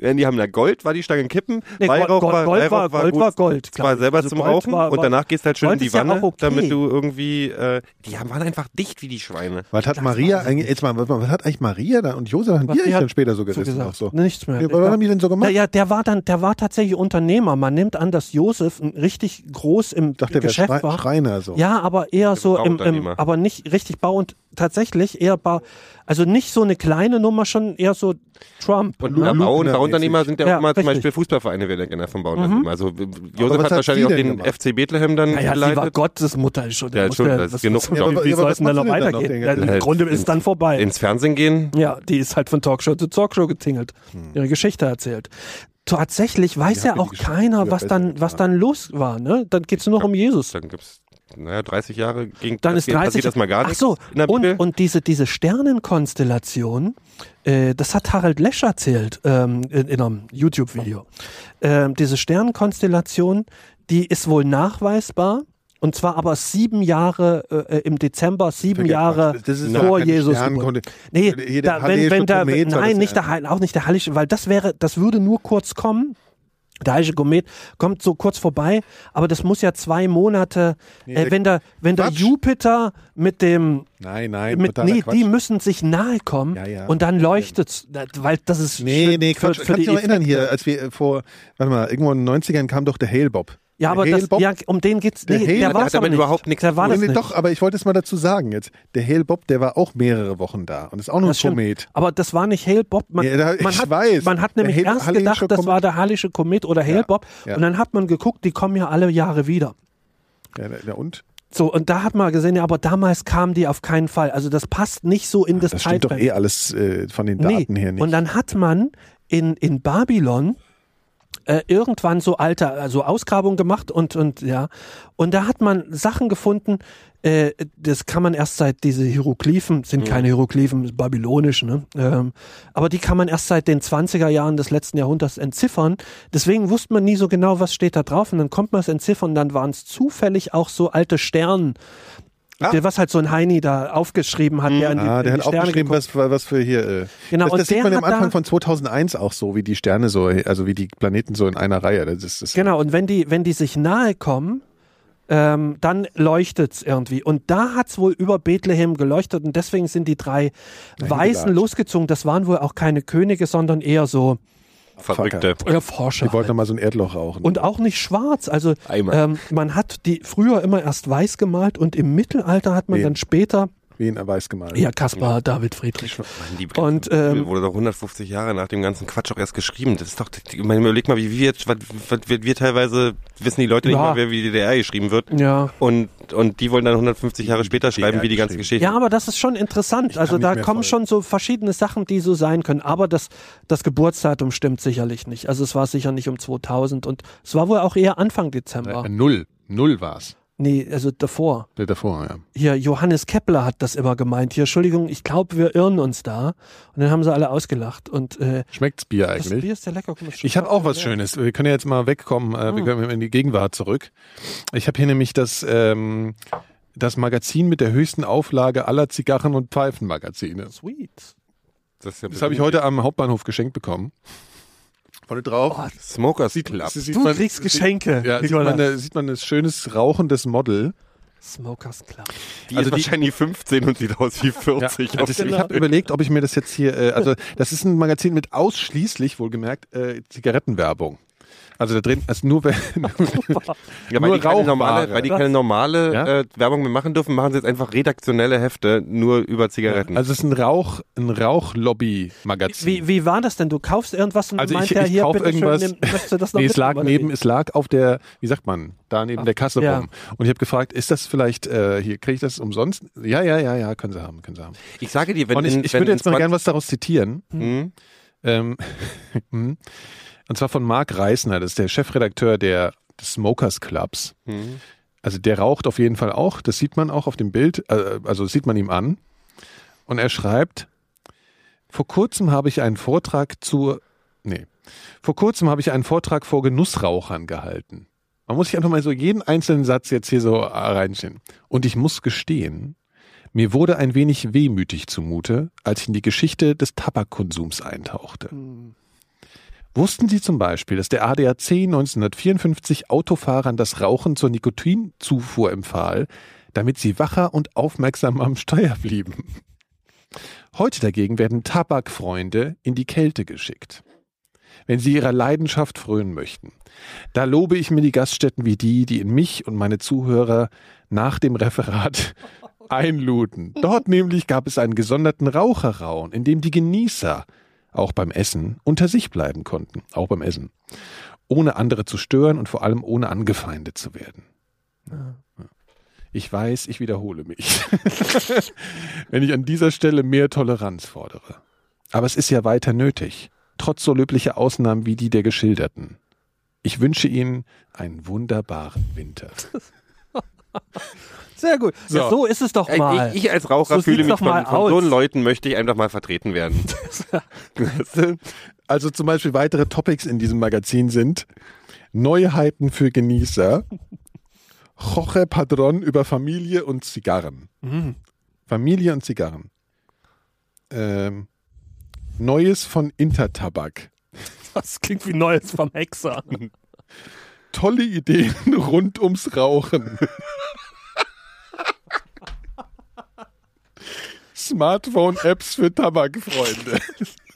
Speaker 4: Ja, die haben da Gold, war die Stange kippen.
Speaker 5: Nee, Gold-
Speaker 4: Weihrauch
Speaker 5: Gold-
Speaker 4: war,
Speaker 5: Gold
Speaker 4: Weihrauch
Speaker 5: war- Gold
Speaker 4: gut.
Speaker 5: war Gold,
Speaker 4: Es war
Speaker 5: klar.
Speaker 4: selber
Speaker 5: Also
Speaker 4: zum
Speaker 5: Gold
Speaker 4: Rauchen
Speaker 5: war-
Speaker 4: und danach gehst du halt schön
Speaker 5: Gold
Speaker 4: in die
Speaker 5: ist ja
Speaker 4: Wanne,
Speaker 5: auch okay.
Speaker 4: damit du irgendwie. Äh, die haben- waren einfach dicht wie die Schweine.
Speaker 3: Was hat Maria eigentlich, jetzt mal, was, was hat eigentlich Maria da und Josef haben
Speaker 5: Was
Speaker 3: die eigentlich
Speaker 5: hat
Speaker 3: dann später so
Speaker 5: So
Speaker 3: gerissen?
Speaker 5: gesagt,
Speaker 3: auch so.
Speaker 5: Nichts mehr.
Speaker 3: Ja, was haben die denn so gemacht?
Speaker 5: Naja, der war dann, der war tatsächlich Unternehmer. Man nimmt an, dass Josef ein richtig groß im
Speaker 3: Ich dachte, der wäre
Speaker 5: Geschäft
Speaker 3: Schrei
Speaker 5: war.
Speaker 3: Schreiner so.
Speaker 5: Ja, aber eher so im, im
Speaker 4: Bauunternehmer.
Speaker 5: aber nicht richtig Bau und tatsächlich eher, ba- also nicht so eine kleine Nummer, schon eher so Trump.
Speaker 4: Und
Speaker 5: ne?
Speaker 4: ja, Bau- und Bauunternehmer sind ja,
Speaker 5: Ja,
Speaker 4: auch immer zum
Speaker 5: richtig. Mhm.
Speaker 4: Beispiel Fußballvereine, werden ja gerne von Bauunternehmer. Also
Speaker 3: was
Speaker 4: Josef hat
Speaker 3: hat
Speaker 4: wahrscheinlich
Speaker 3: sie
Speaker 4: auch
Speaker 3: denn
Speaker 4: den
Speaker 3: gemacht?
Speaker 4: FC Bethlehem dann
Speaker 5: Naja, sie war
Speaker 4: geleitet.
Speaker 5: Gottesmutter schon. da
Speaker 4: Ja,
Speaker 5: muss
Speaker 4: schon,
Speaker 5: man-
Speaker 4: das ist
Speaker 5: was-
Speaker 4: genug.
Speaker 5: was-
Speaker 4: Aber-
Speaker 5: Wie
Speaker 3: aber
Speaker 5: soll
Speaker 3: was
Speaker 5: es denn da noch
Speaker 3: machst du denn da noch
Speaker 5: weitergehen?
Speaker 3: den
Speaker 5: Ja,
Speaker 3: ganzen
Speaker 5: Im
Speaker 4: Tag?
Speaker 5: Grunde ist dann vorbei.
Speaker 4: Halt. Ins Fernsehen gehen.
Speaker 5: Ja, die ist halt von Talkshow zu Talkshow getingelt, ihre Geschichte erzählt. Tatsächlich weiß ja,
Speaker 3: hat mir die
Speaker 5: auch
Speaker 3: Geschichte
Speaker 5: keiner,
Speaker 3: früher
Speaker 5: was
Speaker 3: besser
Speaker 5: dann, was dann los war. Ne? Dann geht's nur noch um Jesus.
Speaker 4: Dann gibt's, naja, 30 Jahre gegen
Speaker 5: Dann ist 30.
Speaker 4: passiert erstmal gar
Speaker 5: Ach
Speaker 4: nichts
Speaker 5: so,
Speaker 4: in der
Speaker 5: und,
Speaker 4: Bibel.
Speaker 5: und diese, diese Sternenkonstellation, äh, das hat Harald Lesch erzählt ähm, in, in einem YouTube-Video. Ähm, diese Sternenkonstellation, die ist wohl nachweisbar. Und zwar aber sieben Jahre äh, im Dezember, sieben
Speaker 3: Vergessen
Speaker 5: Jahre
Speaker 3: wir. Das ist
Speaker 5: vor
Speaker 3: keine
Speaker 5: Jesus.
Speaker 3: Sternenkonde-
Speaker 5: Geburt. Nee,
Speaker 3: Jeder
Speaker 5: da, wenn,
Speaker 3: Hallesche
Speaker 5: wenn da,
Speaker 3: Komet soll
Speaker 5: nein,
Speaker 3: das
Speaker 5: nicht
Speaker 3: sein.
Speaker 5: der, Heil- auch nicht der Hallische, weil das wäre, das würde nur kurz kommen. Der Heilige Komet kommt so kurz vorbei, aber das muss ja zwei Monate, äh,
Speaker 3: der-
Speaker 5: wenn der, wenn der
Speaker 3: Quatsch.
Speaker 5: Jupiter mit dem,
Speaker 3: Nein, nein,
Speaker 5: mit,
Speaker 3: totaler
Speaker 5: nee,
Speaker 3: Quatsch.
Speaker 5: die müssen sich nahe kommen
Speaker 3: Ja, ja.
Speaker 5: und dann leuchtet's, Na, weil das ist
Speaker 3: Nee,
Speaker 5: schön
Speaker 3: nee, Quatsch.
Speaker 5: Für,
Speaker 3: Ich
Speaker 5: für
Speaker 3: kann mich
Speaker 5: die
Speaker 3: noch erinnern hier, als wir äh, vor, warte mal, irgendwo in den 90ern kam doch der Hail Bob.
Speaker 5: ja, aber
Speaker 3: der
Speaker 5: das,
Speaker 3: Bob,
Speaker 5: ja, um den geht's.
Speaker 3: Der
Speaker 5: Nee,
Speaker 3: Hale-
Speaker 5: der,
Speaker 3: der
Speaker 5: war's
Speaker 4: hat damit
Speaker 5: aber nicht.
Speaker 4: überhaupt nichts
Speaker 5: Der
Speaker 4: zu
Speaker 5: war
Speaker 3: nee,
Speaker 5: das
Speaker 3: nee,
Speaker 5: nicht.
Speaker 3: doch, aber ich wollte es mal dazu sagen jetzt. Der Hail Bob, der war auch mehrere Wochen da und ist auch nur ein
Speaker 5: Das stimmt.
Speaker 3: Komet.
Speaker 5: Aber das war nicht Hale Bob. Man,
Speaker 3: Ja, da-
Speaker 5: man
Speaker 3: ich
Speaker 5: hat,
Speaker 3: weiß.
Speaker 5: Man hat
Speaker 3: Der
Speaker 5: nämlich
Speaker 3: Hale-
Speaker 5: erst
Speaker 3: Hallische
Speaker 5: gedacht, das
Speaker 3: Komet.
Speaker 5: war der Hallische Komet oder Hale
Speaker 3: Ja,
Speaker 5: Bob.
Speaker 3: ja.
Speaker 5: Und dann hat man geguckt, die kommen ja alle Jahre wieder.
Speaker 3: Ja, da- ja, und?
Speaker 5: So, und da hat man gesehen, ja, aber damals kamen die auf keinen Fall. Also das passt nicht so in das,
Speaker 3: Das stimmt doch
Speaker 5: Zeitfenster.
Speaker 3: eh alles äh, von den Daten her nicht.
Speaker 5: Und dann hat man in, in Babylon äh, irgendwann so alter, also Ausgrabungen gemacht und, und ja. Und da hat man Sachen gefunden, äh, das kann man erst seit diese Hieroglyphen, sind keine Hieroglyphen, ist babylonisch, ne? Ähm, aber die kann man erst seit den 20er Jahren des letzten Jahrhunderts entziffern. Deswegen wusste man nie so genau, was steht da drauf. Und dann kommt man es entziffern, dann waren es zufällig auch so alte Sternen. Der, was halt so ein Heini da aufgeschrieben hat, der in die,
Speaker 3: ah, der
Speaker 5: in
Speaker 3: hat
Speaker 5: die
Speaker 3: auch
Speaker 5: Sterne
Speaker 3: geschrieben,
Speaker 5: geguckt
Speaker 3: was, was für hier. Äh,
Speaker 5: Genau,
Speaker 3: das
Speaker 5: und
Speaker 3: das sieht
Speaker 5: der
Speaker 3: man am
Speaker 5: hat da-
Speaker 3: Anfang von 2001 auch so, wie die Sterne so, also wie die Planeten so in einer Reihe. Das ist, das
Speaker 5: Genau, und wenn die, wenn die sich nahe kommen, ähm, dann leuchtet's irgendwie. Und da hat's wohl über Bethlehem geleuchtet und deswegen sind die drei Weißen
Speaker 3: gelatscht.
Speaker 5: losgezogen. Das waren wohl auch keine Könige, sondern eher so
Speaker 4: Verrückte.
Speaker 5: äh, Forscher.
Speaker 3: Die wollten nochmal so ein Erdloch rauchen.
Speaker 5: Und auch nicht schwarz. Also
Speaker 4: Eimer.
Speaker 5: ähm, man hat die früher immer erst weiß gemalt und im Mittelalter hat man
Speaker 3: Wen?
Speaker 5: dann später,
Speaker 3: wie in weiß gemalt.
Speaker 5: ja, Kaspar David Friedrich.
Speaker 4: Die
Speaker 5: Und,
Speaker 4: die Bibel
Speaker 5: ähm,
Speaker 4: wurde doch 150 Jahre nach dem ganzen Quatsch auch erst geschrieben. Das ist doch, man überlegt mal, wie wir, was, was, wir, wir teilweise wissen die Leute nicht
Speaker 5: Ja.
Speaker 4: mal, wer wie die DDR geschrieben wird.
Speaker 5: Ja.
Speaker 4: Und, und die wollen dann 150 Jahre später schreiben, wie die ganze Geschichte.
Speaker 5: Ja, aber das ist schon interessant. Also
Speaker 3: nicht
Speaker 5: da
Speaker 3: mehr
Speaker 5: kommen
Speaker 3: folgen.
Speaker 5: schon so verschiedene Sachen, die so sein können. Aber das, das Geburtsdatum stimmt sicherlich nicht. Also es war sicher nicht um 2000 und es war wohl auch eher Anfang Dezember.
Speaker 3: Äh, null. Null war's.
Speaker 5: Nee, also davor.
Speaker 3: Der Davor, ja.
Speaker 5: Hier, Johannes Kepler hat das immer gemeint. Hier, Entschuldigung, ich glaube, wir irren uns da. Und dann haben sie alle ausgelacht. Und äh,
Speaker 3: Schmeckt's Bier
Speaker 5: das
Speaker 3: eigentlich?
Speaker 5: Bier ist ja lecker. Guck mal, schon
Speaker 3: Ich habe auch was
Speaker 5: leer.
Speaker 3: Schönes. Wir können ja jetzt mal wegkommen. Äh, Wir können in die Gegenwart zurück. Ich habe hier nämlich das, ähm, das Magazin mit der höchsten Auflage aller Zigarren- und Pfeifenmagazine.
Speaker 5: Sweet.
Speaker 4: das, ist ja
Speaker 3: Das habe ich heute am Hauptbahnhof geschenkt bekommen. Vorne drauf.
Speaker 4: Smokers
Speaker 3: sieht,
Speaker 4: Club.
Speaker 3: sieht
Speaker 5: Du
Speaker 3: man-
Speaker 5: kriegst
Speaker 3: sieht-
Speaker 5: Geschenke.
Speaker 3: Ja, sieht man, äh,
Speaker 5: Nicola.
Speaker 3: eine, sieht man ein schönes rauchendes Model.
Speaker 5: Smokers Club.
Speaker 4: Die
Speaker 3: also
Speaker 4: ist
Speaker 3: die-
Speaker 4: wahrscheinlich 15 und sieht aus wie 40.
Speaker 3: Ja, das, ich habe überlegt, ob ich mir das jetzt hier, äh, also das ist ein Magazin mit ausschließlich, wohlgemerkt, äh, Zigarettenwerbung. Also da drin, also nur wenn,
Speaker 4: Ja, weil,
Speaker 3: Nur
Speaker 4: die keine normale,
Speaker 3: Rauchware.
Speaker 4: weil die keine normale
Speaker 3: Ja?
Speaker 4: äh, Werbung mehr machen dürfen, machen sie jetzt einfach redaktionelle Hefte nur über Zigaretten.
Speaker 3: also es ist ein Rauch, ein Rauchlobby-Magazin.
Speaker 5: Wie, wie war das denn? Du kaufst irgendwas und
Speaker 3: Also
Speaker 5: meint
Speaker 3: ich,
Speaker 5: der
Speaker 3: ich
Speaker 5: hier,
Speaker 3: kaufe
Speaker 5: bitteschön,
Speaker 3: irgendwas.
Speaker 5: nimm- möchtest du das noch
Speaker 3: nee, es lag
Speaker 5: mitnehmen, oder wie?
Speaker 3: neben, es lag auf der, wie sagt man, da neben der Kasse
Speaker 5: ja.
Speaker 3: rum. Und ich habe gefragt, ist das vielleicht, äh, hier kriege ich das umsonst? Ja, ja, ja, ja, können Sie haben, können Sie haben.
Speaker 4: ich sage dir, wenn
Speaker 3: und ich,
Speaker 4: in-
Speaker 3: ich
Speaker 4: wenn
Speaker 3: würde
Speaker 4: in
Speaker 3: jetzt mal
Speaker 4: 20
Speaker 3: gern was daraus zitieren.
Speaker 4: Hm?
Speaker 3: Ähm, hm. und zwar von Marc Reisner, das ist der Chefredakteur der, des Smokers Clubs.
Speaker 4: Hm.
Speaker 3: Also der raucht auf jeden Fall auch, das sieht man auch auf dem Bild, äh, also sieht man ihm an. Und er schreibt, vor kurzem habe ich einen Vortrag zu, nee, vor kurzem habe ich einen Vortrag vor Genussrauchern gehalten. Man muss sich einfach mal so jeden einzelnen Satz jetzt hier so äh, reinschieben. Und ich muss gestehen, mir wurde ein wenig wehmütig zumute, als ich in die Geschichte des Tabakkonsums eintauchte. Wussten Sie zum Beispiel, dass der ADAC 1954 Autofahrern das Rauchen zur Nikotinzufuhr empfahl, damit sie wacher und aufmerksamer am Steuer blieben? Heute dagegen werden Tabakfreunde in die Kälte geschickt, wenn sie ihrer Leidenschaft frönen möchten. Da lobe ich mir die Gaststätten wie die, die in mich und meine Zuhörer nach dem Referat einluden. Dort nämlich gab es einen gesonderten Raucherraum, in dem die Genießer auch beim Essen unter sich bleiben konnten, auch beim Essen, ohne andere zu stören und vor allem ohne angefeindet zu werden. Ich weiß, ich wiederhole mich, wenn ich an dieser Stelle mehr Toleranz fordere. Aber es ist ja weiter nötig, trotz so löblicher Ausnahmen wie die der geschilderten. Ich wünsche Ihnen einen wunderbaren Winter.
Speaker 5: Sehr gut. So, ja,
Speaker 4: So.
Speaker 5: so ist es doch mal.
Speaker 4: Ich, ich als Raucher
Speaker 5: So
Speaker 4: fühle
Speaker 5: sieht's
Speaker 4: mich
Speaker 5: doch mal
Speaker 4: von, von so
Speaker 5: aus.
Speaker 4: Leuten möchte ich einfach mal vertreten werden. Weißt du?
Speaker 3: Also zum Beispiel weitere Topics in diesem Magazin sind Neuheiten für Genießer, Jorge Padron über Familie und Zigarren. Familie und Zigarren. Ähm, Neues von Intertabak.
Speaker 5: das klingt wie Neues vom Hexer.
Speaker 3: Tolle Ideen rund ums Rauchen. Smartphone-Apps für Tabakfreunde.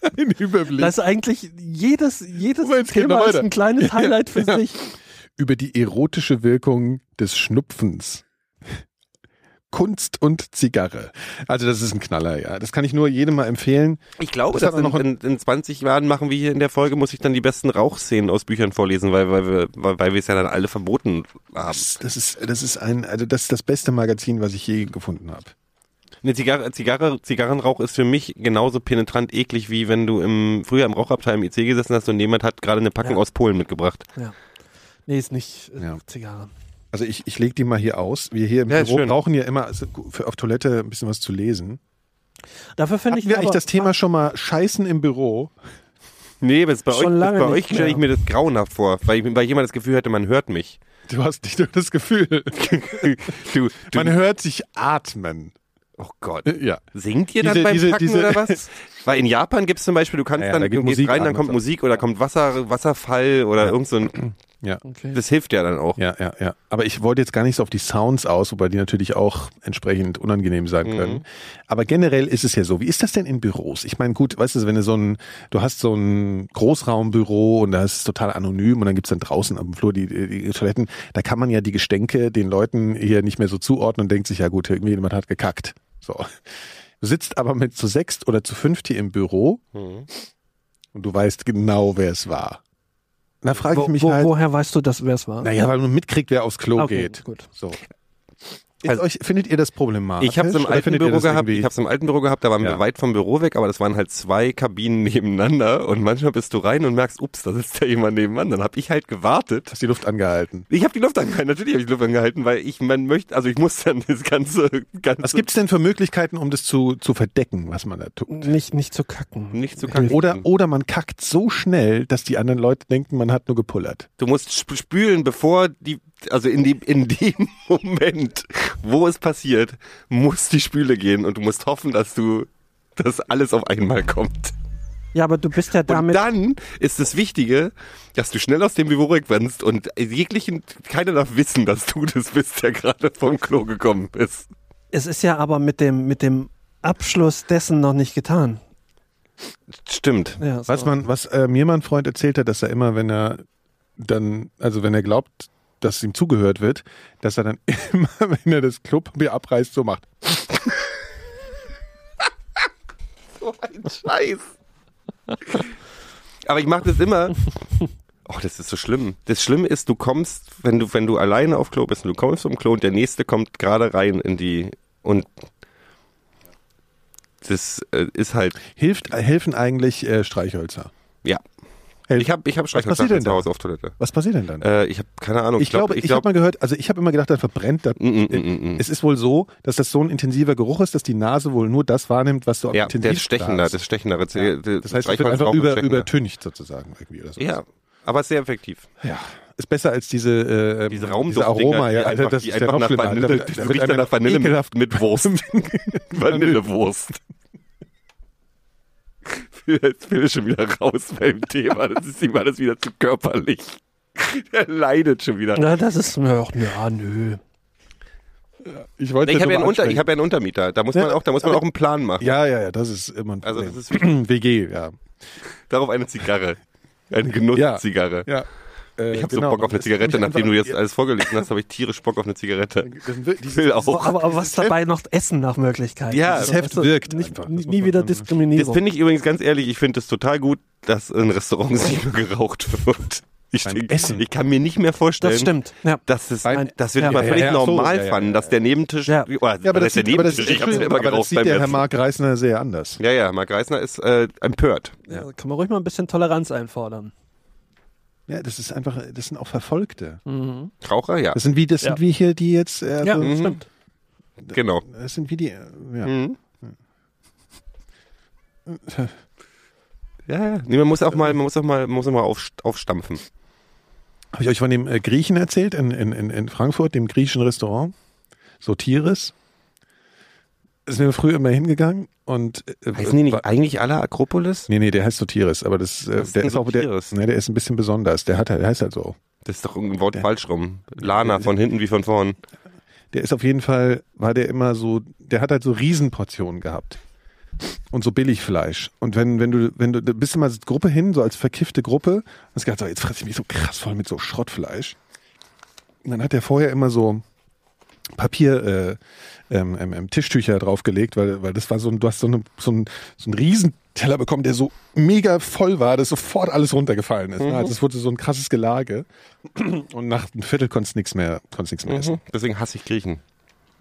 Speaker 3: Ein Überblick.
Speaker 5: Das ist eigentlich jedes, jedes
Speaker 3: Moment, es geht
Speaker 5: Thema
Speaker 3: noch
Speaker 5: ist
Speaker 3: weiter.
Speaker 5: ein kleines Highlight für sich.
Speaker 3: über die erotische Wirkung des Schnupfens. Kunst und Zigarre. Also das ist ein Knaller, ja. Das kann ich nur jedem mal empfehlen.
Speaker 4: Ich glaube,
Speaker 3: Das hat
Speaker 4: dass
Speaker 3: man
Speaker 4: in,
Speaker 3: noch
Speaker 4: in, in 20 Jahren machen wir hier in der Folge, muss ich dann die besten Rauchszenen aus Büchern vorlesen, weil, weil wir weil, weil wir es ja dann alle verboten haben.
Speaker 3: Das, das ist, das ist ein, also das ist das beste Magazin, was ich je gefunden habe.
Speaker 4: Eine Zigarre, Zigarre, Zigarrenrauch ist für mich genauso penetrant eklig, wie wenn du im, früher im Rauchabteil im IC gesessen hast und jemand hat gerade eine Packung
Speaker 5: Ja.
Speaker 4: aus Polen mitgebracht.
Speaker 5: Ja. Nee, ist nicht äh,
Speaker 3: Ja.
Speaker 5: Zigarre.
Speaker 3: Also ich, ich lege die mal hier aus. Wir hier im
Speaker 4: Ja, ist
Speaker 3: Büro
Speaker 4: schön.
Speaker 3: brauchen ja immer also für, auf Toilette ein bisschen was zu lesen.
Speaker 5: Dafür
Speaker 3: Hatten
Speaker 5: finde ich
Speaker 3: wir eigentlich
Speaker 5: aber-
Speaker 3: das Thema schon mal Scheißen im Büro?
Speaker 4: Nee, aber es ist bei
Speaker 5: Schon
Speaker 4: euch,
Speaker 5: lange
Speaker 4: das bei
Speaker 5: nicht
Speaker 4: euch stelle ich
Speaker 5: mehr.
Speaker 4: mir das grauenhaft vor, weil, ich- weil jemand das Gefühl hatte, man hört mich.
Speaker 3: Du hast nicht nur das Gefühl.
Speaker 4: Du, du,
Speaker 3: Man hört sich atmen.
Speaker 4: oh Gott.
Speaker 3: Ja.
Speaker 4: Singt ihr dann
Speaker 3: Diese-
Speaker 4: beim
Speaker 3: diese-
Speaker 4: Packen
Speaker 3: diese-
Speaker 4: oder was? Weil in Japan gibt es zum Beispiel, du kannst
Speaker 3: Ja, ja,
Speaker 4: dann,
Speaker 3: da geht
Speaker 4: du gehst
Speaker 3: Musik
Speaker 4: rein,
Speaker 3: an
Speaker 4: dann kommt
Speaker 3: und so.
Speaker 4: Musik oder kommt Wasser, Wasserfall oder irgend so ein,
Speaker 3: Ja.
Speaker 5: Okay.
Speaker 4: das hilft ja dann auch.
Speaker 3: Ja, ja, ja. Aber ich wollte jetzt gar nicht so auf die Sounds aus, wobei die natürlich auch entsprechend unangenehm sein
Speaker 5: Mhm.
Speaker 3: können. Aber generell ist es ja so. Wie ist das denn in Büros? Ich meine, gut, weißt du, wenn du so ein, du hast so ein Großraumbüro und da ist es total anonym und dann gibt's dann draußen am Flur die, die, die Toiletten, da kann man ja die Gestänke den Leuten hier nicht mehr so zuordnen und denkt sich, ja gut, irgendwie jemand hat gekackt. So. Du sitzt aber mit zu sechst oder zu fünft hier im Büro
Speaker 5: Mhm.
Speaker 3: und du weißt genau, wer es war. Da frage ich
Speaker 5: wo,
Speaker 3: mich
Speaker 5: wo,
Speaker 3: halt.
Speaker 5: Woher weißt du, dass wer es war?
Speaker 3: Naja, weil man mitkriegt, wer aufs Klo
Speaker 5: Okay,
Speaker 3: geht.
Speaker 5: gut.
Speaker 3: So.
Speaker 4: Also-
Speaker 3: euch, findet ihr das problematisch?
Speaker 4: Ich habe es im
Speaker 3: Oder
Speaker 4: alten
Speaker 3: findet ihr
Speaker 4: Büro
Speaker 3: das
Speaker 4: gehabt.
Speaker 3: irgendwie-
Speaker 4: Ich habe im alten Büro gehabt. Da waren
Speaker 3: Ja.
Speaker 4: wir weit vom Büro weg, aber das waren halt zwei Kabinen nebeneinander. Und manchmal bist du rein und merkst, ups, da sitzt ja jemand nebenan. Dann habe ich halt gewartet.
Speaker 3: Hast die Luft angehalten.
Speaker 4: Ich habe die Luft angehalten. Natürlich habe ich die Luft angehalten, weil ich man möchte, also ich muss dann das ganze, ganze
Speaker 3: Was gibt's denn für Möglichkeiten, um das zu, zu verdecken, was man da tut?
Speaker 5: Nicht, nicht zu kacken.
Speaker 4: nicht zu kacken.
Speaker 3: Äh, Oder, oder man kackt so schnell, dass die anderen Leute denken, man hat nur gepullert.
Speaker 4: du musst sp- spülen, bevor die, also in dem in dem Moment, wo es passiert, muss die Spüle gehen und du musst hoffen, dass du, dass alles auf einmal kommt.
Speaker 5: Ja, aber du bist ja
Speaker 4: Und
Speaker 5: damit.
Speaker 4: dann ist das Wichtige, dass du schnell aus dem Büro wegrennst und jeglichen, keiner darf wissen, dass du das bist, der gerade vom Klo gekommen ist.
Speaker 5: es ist ja aber mit dem, mit dem Abschluss dessen noch nicht getan.
Speaker 4: Stimmt.
Speaker 5: Ja, so.
Speaker 3: Was man, was äh, mir mal ein Freund erzählt hat, dass er immer, wenn er dann, also wenn er glaubt, dass ihm zugehört wird, dass er dann immer, wenn er das Klopapier abreißt, so macht.
Speaker 4: So ein Scheiß. Aber ich mache das immer. Oh, das ist so schlimm. Das Schlimme ist, du kommst, wenn du, wenn du alleine auf Klo bist und du kommst vom Klo und der nächste kommt gerade rein in die und das äh, ist halt,
Speaker 3: Hilft, helfen eigentlich äh, Streichhölzer?
Speaker 4: ja.
Speaker 3: Helfen.
Speaker 4: Ich habe ich hab
Speaker 3: passiert denn
Speaker 4: Streichhölzer zu
Speaker 3: da?
Speaker 4: Hause auf Toilette.
Speaker 3: was passiert denn dann?
Speaker 4: Äh, ich habe keine Ahnung.
Speaker 3: Ich glaube, ich, habe mal gehört, also ich habe immer gedacht, dann verbrennt das. Äh,
Speaker 4: Mm, mm, mm, mm.
Speaker 3: Es ist wohl so, dass das so ein intensiver Geruch ist, dass die Nase wohl nur das wahrnimmt, was du am
Speaker 4: ja, der ist
Speaker 3: intensivsten
Speaker 4: stechender,
Speaker 3: hast.
Speaker 4: das stechender. Das,
Speaker 3: das heißt, es wird einfach über, übertüncht sozusagen irgendwie oder so.
Speaker 4: Ja, aber sehr effektiv.
Speaker 3: Ja. Ist besser als diese, äh,
Speaker 4: Diese
Speaker 3: diese
Speaker 4: Raumduftdinger,
Speaker 3: Aroma, ja,
Speaker 4: die
Speaker 3: Alter,
Speaker 4: einfach,
Speaker 3: das
Speaker 4: die
Speaker 3: ist der
Speaker 4: einfach nach
Speaker 3: Hauptschlimme, Alter,
Speaker 4: Vanille,
Speaker 3: da-
Speaker 4: das
Speaker 3: da
Speaker 4: riecht
Speaker 3: wird
Speaker 4: dann nach
Speaker 3: einem
Speaker 4: Vanille mit,
Speaker 3: ekelhaft.
Speaker 4: mit Wurst. Vanillewurst. Jetzt bin ich schon wieder raus beim Thema. Das ist ihm alles wieder zu körperlich. Er leidet schon wieder.
Speaker 5: Na, das ist mir auch, ja, nö.
Speaker 3: Ich wollte
Speaker 4: Ich habe ja,
Speaker 3: nur
Speaker 4: einen
Speaker 3: mal
Speaker 4: Unter- ich
Speaker 3: ansprechen.
Speaker 4: hab ja einen Untermieter. Da muss
Speaker 3: Ja,
Speaker 4: man auch, da muss man
Speaker 3: aber-
Speaker 4: auch einen Plan machen.
Speaker 3: ja, ja, ja, das ist immer ein
Speaker 4: Also
Speaker 3: Problem.
Speaker 4: das ist
Speaker 3: WG, ja.
Speaker 4: Darauf eine Zigarre. Eine Genusszigarre.
Speaker 3: Ja. Äh,
Speaker 4: Ich habe
Speaker 3: genau.
Speaker 4: so Bock auf eine
Speaker 3: Das
Speaker 4: Zigarette,
Speaker 3: mich
Speaker 4: nachdem du
Speaker 3: einfach-
Speaker 4: jetzt alles vorgelesen hast, habe ich tierisch Bock auf eine Zigarette.
Speaker 3: Das will-
Speaker 4: Ich will
Speaker 3: Oh,
Speaker 5: So,
Speaker 4: auch.
Speaker 5: aber, aber was dabei noch essen nach Möglichkeit.
Speaker 4: Ja,
Speaker 5: Also,
Speaker 3: das Heft
Speaker 5: weißt du,
Speaker 3: wirkt
Speaker 5: Nicht,
Speaker 3: einfach.
Speaker 5: nie-
Speaker 3: Das muss
Speaker 5: nie
Speaker 3: man
Speaker 5: wieder
Speaker 3: sagen.
Speaker 4: Das
Speaker 5: Diskriminierung.
Speaker 4: finde ich übrigens ganz ehrlich, ich finde es total gut, dass in Restaurants nicht mehr geraucht wird. Ich,
Speaker 3: Beim
Speaker 4: denk,
Speaker 3: Essen.
Speaker 4: ich kann mir nicht mehr vorstellen,
Speaker 5: Das stimmt. Ja.
Speaker 4: dass es,
Speaker 3: Beim-
Speaker 4: dass wir das
Speaker 5: Ja,
Speaker 4: mal
Speaker 3: ja,
Speaker 4: völlig
Speaker 3: ja, so,
Speaker 4: normal
Speaker 3: ja, ja,
Speaker 4: fanden,
Speaker 3: ja,
Speaker 4: dass der Nebentisch,
Speaker 5: Ja.
Speaker 4: oder,
Speaker 3: Ja, aber das,
Speaker 4: der
Speaker 3: sieht, aber das,
Speaker 4: Nebentisch, ich hab's
Speaker 3: Entschuldigung,
Speaker 4: immer
Speaker 3: aber das
Speaker 4: geraucht
Speaker 3: sieht
Speaker 4: beim
Speaker 3: der Herr
Speaker 4: Essen.
Speaker 3: Mark Reisner sehr anders.
Speaker 4: Ja, ja, Mark Reisner ist äh, empört.
Speaker 5: Ja, kann man ruhig mal ein bisschen Toleranz einfordern.
Speaker 3: Ja, das ist einfach, das sind auch Verfolgte.
Speaker 4: Raucher, ja,
Speaker 3: Das sind wie, das
Speaker 5: Ja.
Speaker 3: sind wie hier, die jetzt, äh,
Speaker 5: Ja,
Speaker 4: Mhm.
Speaker 3: so-
Speaker 5: stimmt.
Speaker 4: genau.
Speaker 3: das sind wie die, äh, ja.
Speaker 4: Mhm. Ja, ja. Nee, man muss auch mal, man muss auch mal, man muss auch mal auf, aufstampfen.
Speaker 3: Habe ich euch von dem äh, Griechen erzählt in, in, in, in Frankfurt, dem griechischen Restaurant? Sotiris. Sind wir früher immer hingegangen und. Äh,
Speaker 4: Heißen die
Speaker 3: war-
Speaker 4: nicht eigentlich alle Akropolis?
Speaker 3: Nee, nee, der heißt Sotiris, aber das, äh,
Speaker 4: Was ist
Speaker 3: der
Speaker 4: denn
Speaker 3: ist auch der,
Speaker 4: Sotiris?
Speaker 3: ne, der ist ein bisschen besonders. Der hat halt, der heißt halt so.
Speaker 4: Das ist doch irgendein Wort falsch rum. Lana von hinten wie von vorn.
Speaker 3: Der ist auf jeden Fall, war der immer so, der hat halt so Riesenportionen gehabt. Und so Billigfleisch. Und wenn, wenn du, wenn du, da bist du mal als Gruppe hin, so als verkiffte Gruppe, und hast gedacht, so, jetzt fresse ich mich so krass voll mit so Schrottfleisch. Und dann hat der vorher immer so Papier, äh, ähm, ähm, ähm, Tischtücher draufgelegt, weil, weil das war so ein, du hast so, eine, so, ein, so einen Riesenteller bekommen, der so mega voll war, dass sofort alles runtergefallen ist. Ne? Also es wurde so ein krasses Gelage. Und nach einem Viertel konntest du nichts mehr, konntest nichts mehr
Speaker 4: Mhm.
Speaker 3: essen.
Speaker 4: Deswegen hasse ich Griechen.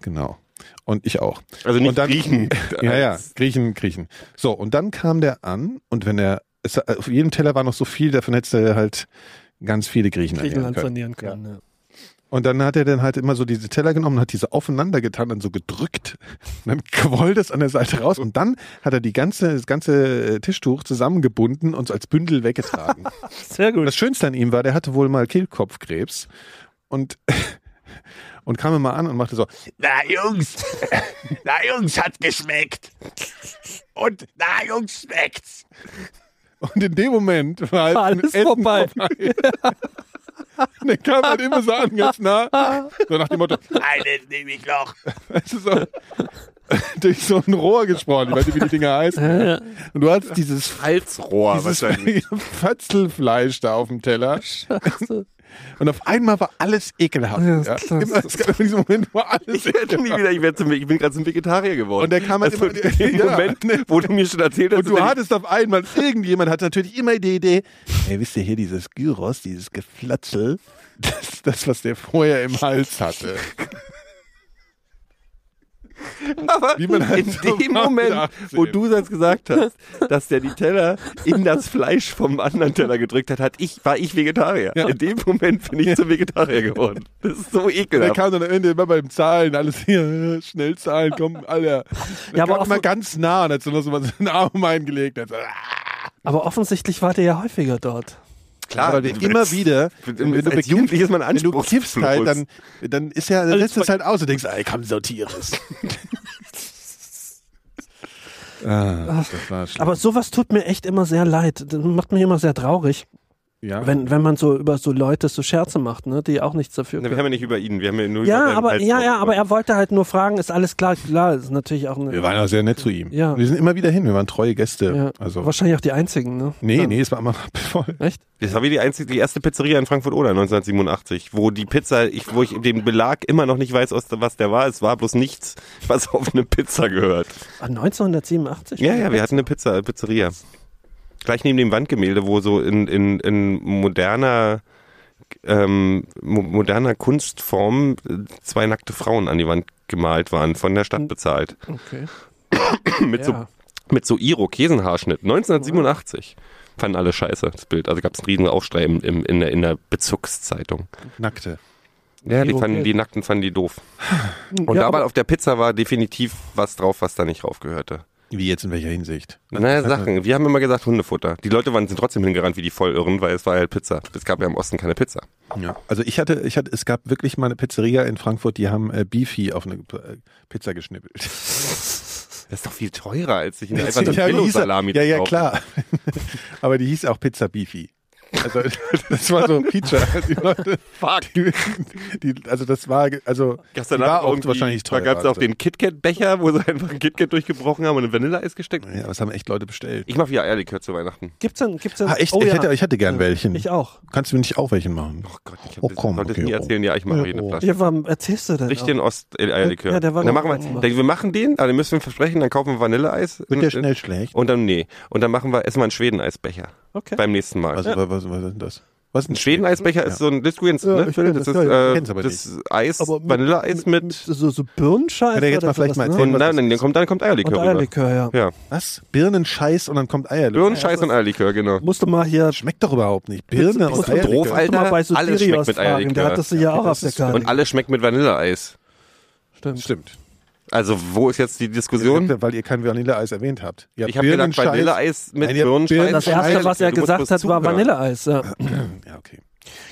Speaker 3: Genau. Und ich auch.
Speaker 4: Also nicht
Speaker 3: und dann,
Speaker 4: Griechen.
Speaker 3: Ja, ja, Griechen, Griechen. So, und dann kam der an und wenn er, es, auf jedem Teller war noch so viel, davon hättest du halt ganz viele Griechen ernähren
Speaker 5: Griechenland
Speaker 3: können.
Speaker 5: sanieren können. Ja.
Speaker 3: Und dann hat er dann halt immer so diese Teller genommen und hat diese aufeinander getan und so gedrückt. Und dann quoll das an der Seite raus und dann hat er die ganze, das ganze äh, Tischtuch zusammengebunden und so als Bündel weggetragen.
Speaker 5: Sehr
Speaker 3: Und
Speaker 5: gut.
Speaker 3: das Schönste an ihm war, der hatte wohl mal Kehlkopfkrebs und, und kam immer an und machte so,
Speaker 2: Na Jungs, na Jungs, hat geschmeckt. Und na Jungs, schmeckt's.
Speaker 3: Und in dem Moment war halt
Speaker 5: War
Speaker 3: ein
Speaker 5: alles
Speaker 3: Essen
Speaker 5: vorbei.
Speaker 3: Und dann kam halt immer so an, ganz nah, so nach dem Motto,
Speaker 2: Einen nehme ich noch.
Speaker 3: weißt du, so, durch so ein Rohr gesprochen, ich weiß nicht, wie die Dinger heißen. Und du hattest dieses,
Speaker 4: Halsrohr
Speaker 3: dieses
Speaker 4: wahrscheinlich.
Speaker 3: Fötzelfleisch da auf dem Teller. Und auf einmal war alles ekelhaft.
Speaker 5: Ja, ist
Speaker 3: Ja,
Speaker 5: klar.
Speaker 3: Immer, es gab in diesem Moment war alles
Speaker 4: Ich, werde nie
Speaker 3: ekelhaft.
Speaker 4: wieder, ich, werd zum, ich bin gerade zum Vegetarier geworden.
Speaker 3: Und der kam halt
Speaker 4: also
Speaker 3: immer-
Speaker 4: in dem
Speaker 3: Ja.
Speaker 4: Moment, wo du mir schon erzählt hast,
Speaker 3: Und du
Speaker 4: dass-
Speaker 3: hattest auf einmal, irgendjemand hat natürlich immer die Idee, ey, wisst ihr hier, dieses Gyros, dieses Geflatzel, das ist das, was der vorher im Hals hatte.
Speaker 4: Genau. aber
Speaker 3: wie man halt
Speaker 4: in
Speaker 3: so
Speaker 4: dem
Speaker 3: macht,
Speaker 4: Moment,
Speaker 3: ja.
Speaker 4: wo du das gesagt hast, dass der die Teller in das Fleisch vom anderen Teller gedrückt hat, hat ich, war ich Vegetarier.
Speaker 3: Ja.
Speaker 4: In dem Moment bin ich zum Vegetarier geworden. Das ist so
Speaker 3: Der
Speaker 4: ekelhaft.
Speaker 3: kam dann am Ende immer beim Zahlen, alles hier, schnell Zahlen, komm, Alter. Der
Speaker 5: Ja,
Speaker 3: ja,
Speaker 5: aber
Speaker 3: kam
Speaker 5: auch
Speaker 3: immer
Speaker 5: so-
Speaker 3: ganz nah und hat so noch so mal seinen Arm eingelegt. Hat so, ah.
Speaker 5: Aber offensichtlich war der ja häufiger dort.
Speaker 4: Klar,
Speaker 3: weil
Speaker 4: du-
Speaker 3: wir immer wieder,
Speaker 4: Als
Speaker 3: wenn du, bekiffst-
Speaker 4: Jugendlicher ist man
Speaker 3: wenn du kiffst
Speaker 4: anspruchslos.
Speaker 3: halt, dann, dann ist ja,
Speaker 4: Also
Speaker 3: dann lässt es halt aus und denkst, ey, komm, sortieres. ah, das war schlimm.
Speaker 5: Aber sowas tut mir echt immer sehr leid. Das macht mich immer sehr traurig,
Speaker 3: ja.
Speaker 5: wenn, wenn man so über so Leute so Scherze macht, ne, die auch nichts dafür
Speaker 4: Na, wir
Speaker 5: können.
Speaker 4: haben ja nicht über ihn, wir haben ja nur über
Speaker 5: Ja,
Speaker 4: seinen
Speaker 5: aber,
Speaker 4: Hals
Speaker 5: ja, ja,
Speaker 4: gesprochen.
Speaker 5: aber er wollte halt nur fragen, ist alles klar? Klar, ist natürlich auch
Speaker 3: wir
Speaker 5: eine,
Speaker 3: waren auch sehr nett zu ihm.
Speaker 5: Ja.
Speaker 3: Wir sind immer wieder hin, wir waren treue Gäste.
Speaker 5: ja,
Speaker 3: Also,
Speaker 5: wahrscheinlich auch die einzigen, ne?
Speaker 3: nee, nee, es war immer voll.
Speaker 5: Echt?
Speaker 4: Das war wie die, einzige, die erste Pizzeria in Frankfurt-Oder 1987, wo die Pizza, ich, wo ich den Belag immer noch nicht weiß, aus, was der war. Es war bloß nichts, was auf eine Pizza gehört.
Speaker 5: Ah, 1987?
Speaker 4: Ja, ja, wir hatten eine Pizza, Pizzeria. Gleich neben dem Wandgemälde, wo so in, in, in moderner, ähm, mo moderner Kunstform äh, zwei nackte Frauen an die Wand gemalt waren, von der Stadt bezahlt.
Speaker 5: Okay.
Speaker 4: Mit so
Speaker 5: Ja.
Speaker 4: mit so Irokesenhaarschnitt. 1987. Fanden alle scheiße, das Bild. Also gab es einen riesen Aufschrei im, im, in, der, in der Bezirkszeitung.
Speaker 3: Nackte.
Speaker 4: Ja, die,
Speaker 5: Irokesen.
Speaker 4: fanden, die Nackten fanden die doof. Und
Speaker 5: ja,
Speaker 4: dabei
Speaker 5: aber,
Speaker 4: auf der Pizza war definitiv was drauf, was da nicht raufgehörte.
Speaker 3: Wie jetzt in welcher Hinsicht?
Speaker 4: Naja, Sachen. Wir haben immer gesagt Hundefutter. Die Leute waren, sind trotzdem hingerannt wie die Vollirren, weil es war ja Pizza. Es gab ja im Osten keine Pizza.
Speaker 3: Ja. Also ich hatte, ich hatte, es gab wirklich mal eine Pizzeria in Frankfurt, die haben äh, Beefy auf eine äh, Pizza geschnippelt.
Speaker 4: Das ist doch viel teurer, als sich in einfach so ein
Speaker 3: die hieß-
Speaker 4: Billo-Salami
Speaker 3: ja, ja,
Speaker 4: zu kaufen.
Speaker 3: klar. Aber die hieß auch Pizza Beefy. Also das war so ein Feature. Die Leute,
Speaker 4: Fuck.
Speaker 3: die, die, also das war, also
Speaker 4: Gestern
Speaker 3: die war
Speaker 4: Abend
Speaker 3: auch
Speaker 4: irgendwie-
Speaker 3: wahrscheinlich
Speaker 4: Da
Speaker 3: teuer.
Speaker 4: gab es auch den KitKat-Becher, wo sie einfach ein KitKat durchgebrochen haben und ein Vanilleeis gesteckt.
Speaker 3: ja, das haben echt Leute bestellt.
Speaker 4: Ich mache wieder Eierlikör zu Weihnachten.
Speaker 5: Gibt's denn, gibt's denn,
Speaker 3: ah, echt?
Speaker 5: oh
Speaker 3: ich,
Speaker 5: ja,
Speaker 3: hätte, ich hätte gern welchen.
Speaker 5: ich auch.
Speaker 3: Kannst du mir nicht auch welchen machen?
Speaker 4: Oh Gott, ich hab
Speaker 3: Oh,
Speaker 4: das,
Speaker 3: komm,
Speaker 4: konnte es
Speaker 3: okay,
Speaker 4: nie
Speaker 3: oh.
Speaker 4: erzählen. Ja, ich mache
Speaker 3: Ja,
Speaker 4: jede
Speaker 3: oh.
Speaker 4: Flasche.
Speaker 5: Ja, warum erzählst du denn?
Speaker 4: Richtig in Ost äh, Eierlikör.
Speaker 5: Ja, der war
Speaker 4: dann
Speaker 5: gut.
Speaker 4: machen wir, dann, wir machen den, aber den müssen wir versprechen, dann kaufen wir Vanilleeis.
Speaker 3: Wird der schnell schlecht?
Speaker 4: Und dann, nee. Und dann machen wir, essen wir einen Schweden-Eisbecher.
Speaker 5: Okay.
Speaker 4: Beim nächsten Mal.
Speaker 3: Also, was, was, was ist denn das? Was ist
Speaker 4: ein Schweden-Eisbecher ist so ein Litquins,
Speaker 3: Ja,
Speaker 4: ne?
Speaker 3: ich kenn
Speaker 4: das
Speaker 3: das,
Speaker 4: ist
Speaker 3: ja, ich
Speaker 4: äh,
Speaker 3: kenn's aber
Speaker 4: das Eis,
Speaker 5: Aber mit-
Speaker 4: Vanilleeis mit,
Speaker 5: so, so Birnenscheiß.
Speaker 3: Kann er jetzt
Speaker 5: oder
Speaker 3: mal vielleicht
Speaker 5: sowas,
Speaker 3: mal
Speaker 5: ne?
Speaker 4: und
Speaker 3: was ist
Speaker 4: dann, dann kommt, dann kommt
Speaker 5: Und
Speaker 4: Eierlikör rüber.
Speaker 5: Eierlikör, ja.
Speaker 4: Ja.
Speaker 3: Was? Birnenscheiß und dann kommt Eierlikör.
Speaker 4: Birnenscheiß und Eierlikör, genau.
Speaker 5: Musste mal hier
Speaker 3: Schmeckt doch überhaupt nicht. Birne
Speaker 5: Muss
Speaker 3: und
Speaker 5: man
Speaker 4: doof,
Speaker 3: Eierlikör.
Speaker 4: Alter.
Speaker 5: mal bei so
Speaker 4: alles schmeckt
Speaker 5: Sirius
Speaker 4: mit
Speaker 5: fragen.
Speaker 4: Eierlikör.
Speaker 5: Der hat das ja auch
Speaker 3: das
Speaker 5: auf der
Speaker 3: ist- und
Speaker 5: Karte.
Speaker 4: Und alles schmeckt mit Vanilleeis.
Speaker 5: Stimmt.
Speaker 3: Stimmt.
Speaker 4: Also, wo ist jetzt die Diskussion?
Speaker 3: Weil ihr kein Vanilleeis erwähnt habt. Ihr habt
Speaker 4: Ich habe gedacht,
Speaker 3: Birnenscheiß-
Speaker 4: Vanilleeis mit
Speaker 3: Nein, ihr habt
Speaker 4: Birnenscheiß.
Speaker 5: Das erste, was er
Speaker 4: Du musst
Speaker 5: gesagt
Speaker 4: bloß
Speaker 5: hat, war
Speaker 4: zuhören.
Speaker 5: Vanilleeis. Ja.
Speaker 3: Ja, okay.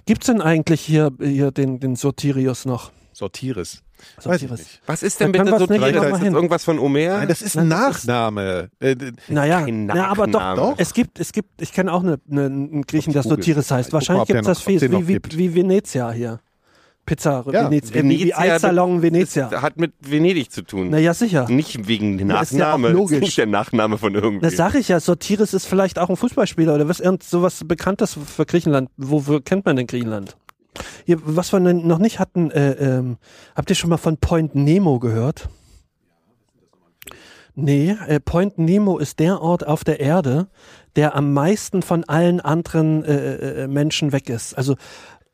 Speaker 5: Gibt's denn eigentlich hier, hier den, den Sortirius noch?
Speaker 3: Sortieres.
Speaker 5: Sortieres.
Speaker 3: nicht.
Speaker 4: Was ist denn bitte
Speaker 5: Dann können
Speaker 4: so
Speaker 5: wir's nicht
Speaker 4: drin?
Speaker 5: noch mal
Speaker 4: Ist das
Speaker 5: hin.
Speaker 4: irgendwas von Omer?
Speaker 3: Nein, das ist ein Nachname. Äh, d-
Speaker 5: Naja,
Speaker 4: Kein
Speaker 5: na, aber doch,
Speaker 4: Nachname. Doch.
Speaker 5: es gibt, es gibt, ich kenne auch eine, eine, einen Griechen, der
Speaker 3: Ich google.
Speaker 5: Sotiris
Speaker 3: Ich
Speaker 5: heißt.
Speaker 3: guck mal,
Speaker 5: Wahrscheinlich
Speaker 3: ob der
Speaker 5: gibt's das
Speaker 3: noch- ob
Speaker 5: viel,
Speaker 3: den noch
Speaker 5: wie, wie,
Speaker 3: gibt.
Speaker 5: wie Venezia hier. Pizza,
Speaker 3: Ja,
Speaker 5: Venezia, äh, wie, wie
Speaker 4: Venezia-
Speaker 5: Eissalon Venezia.
Speaker 4: Das hat mit Venedig zu tun.
Speaker 5: Naja, sicher.
Speaker 4: Nicht wegen dem
Speaker 5: Ja, ist ja auch
Speaker 4: Nachname.
Speaker 5: logisch.
Speaker 4: Das ist nicht der Nachname von irgendwem.
Speaker 5: Das sage ich ja, Sotiris ist vielleicht auch ein Fußballspieler oder was irgend sowas Bekanntes für Griechenland. Wofür kennt man denn Griechenland? Hier, was wir denn noch nicht hatten, äh, ähm, habt ihr schon mal von Point Nemo gehört? Nee, äh, Point Nemo ist der Ort auf der Erde, der am meisten von allen anderen äh, äh, Menschen weg ist. Also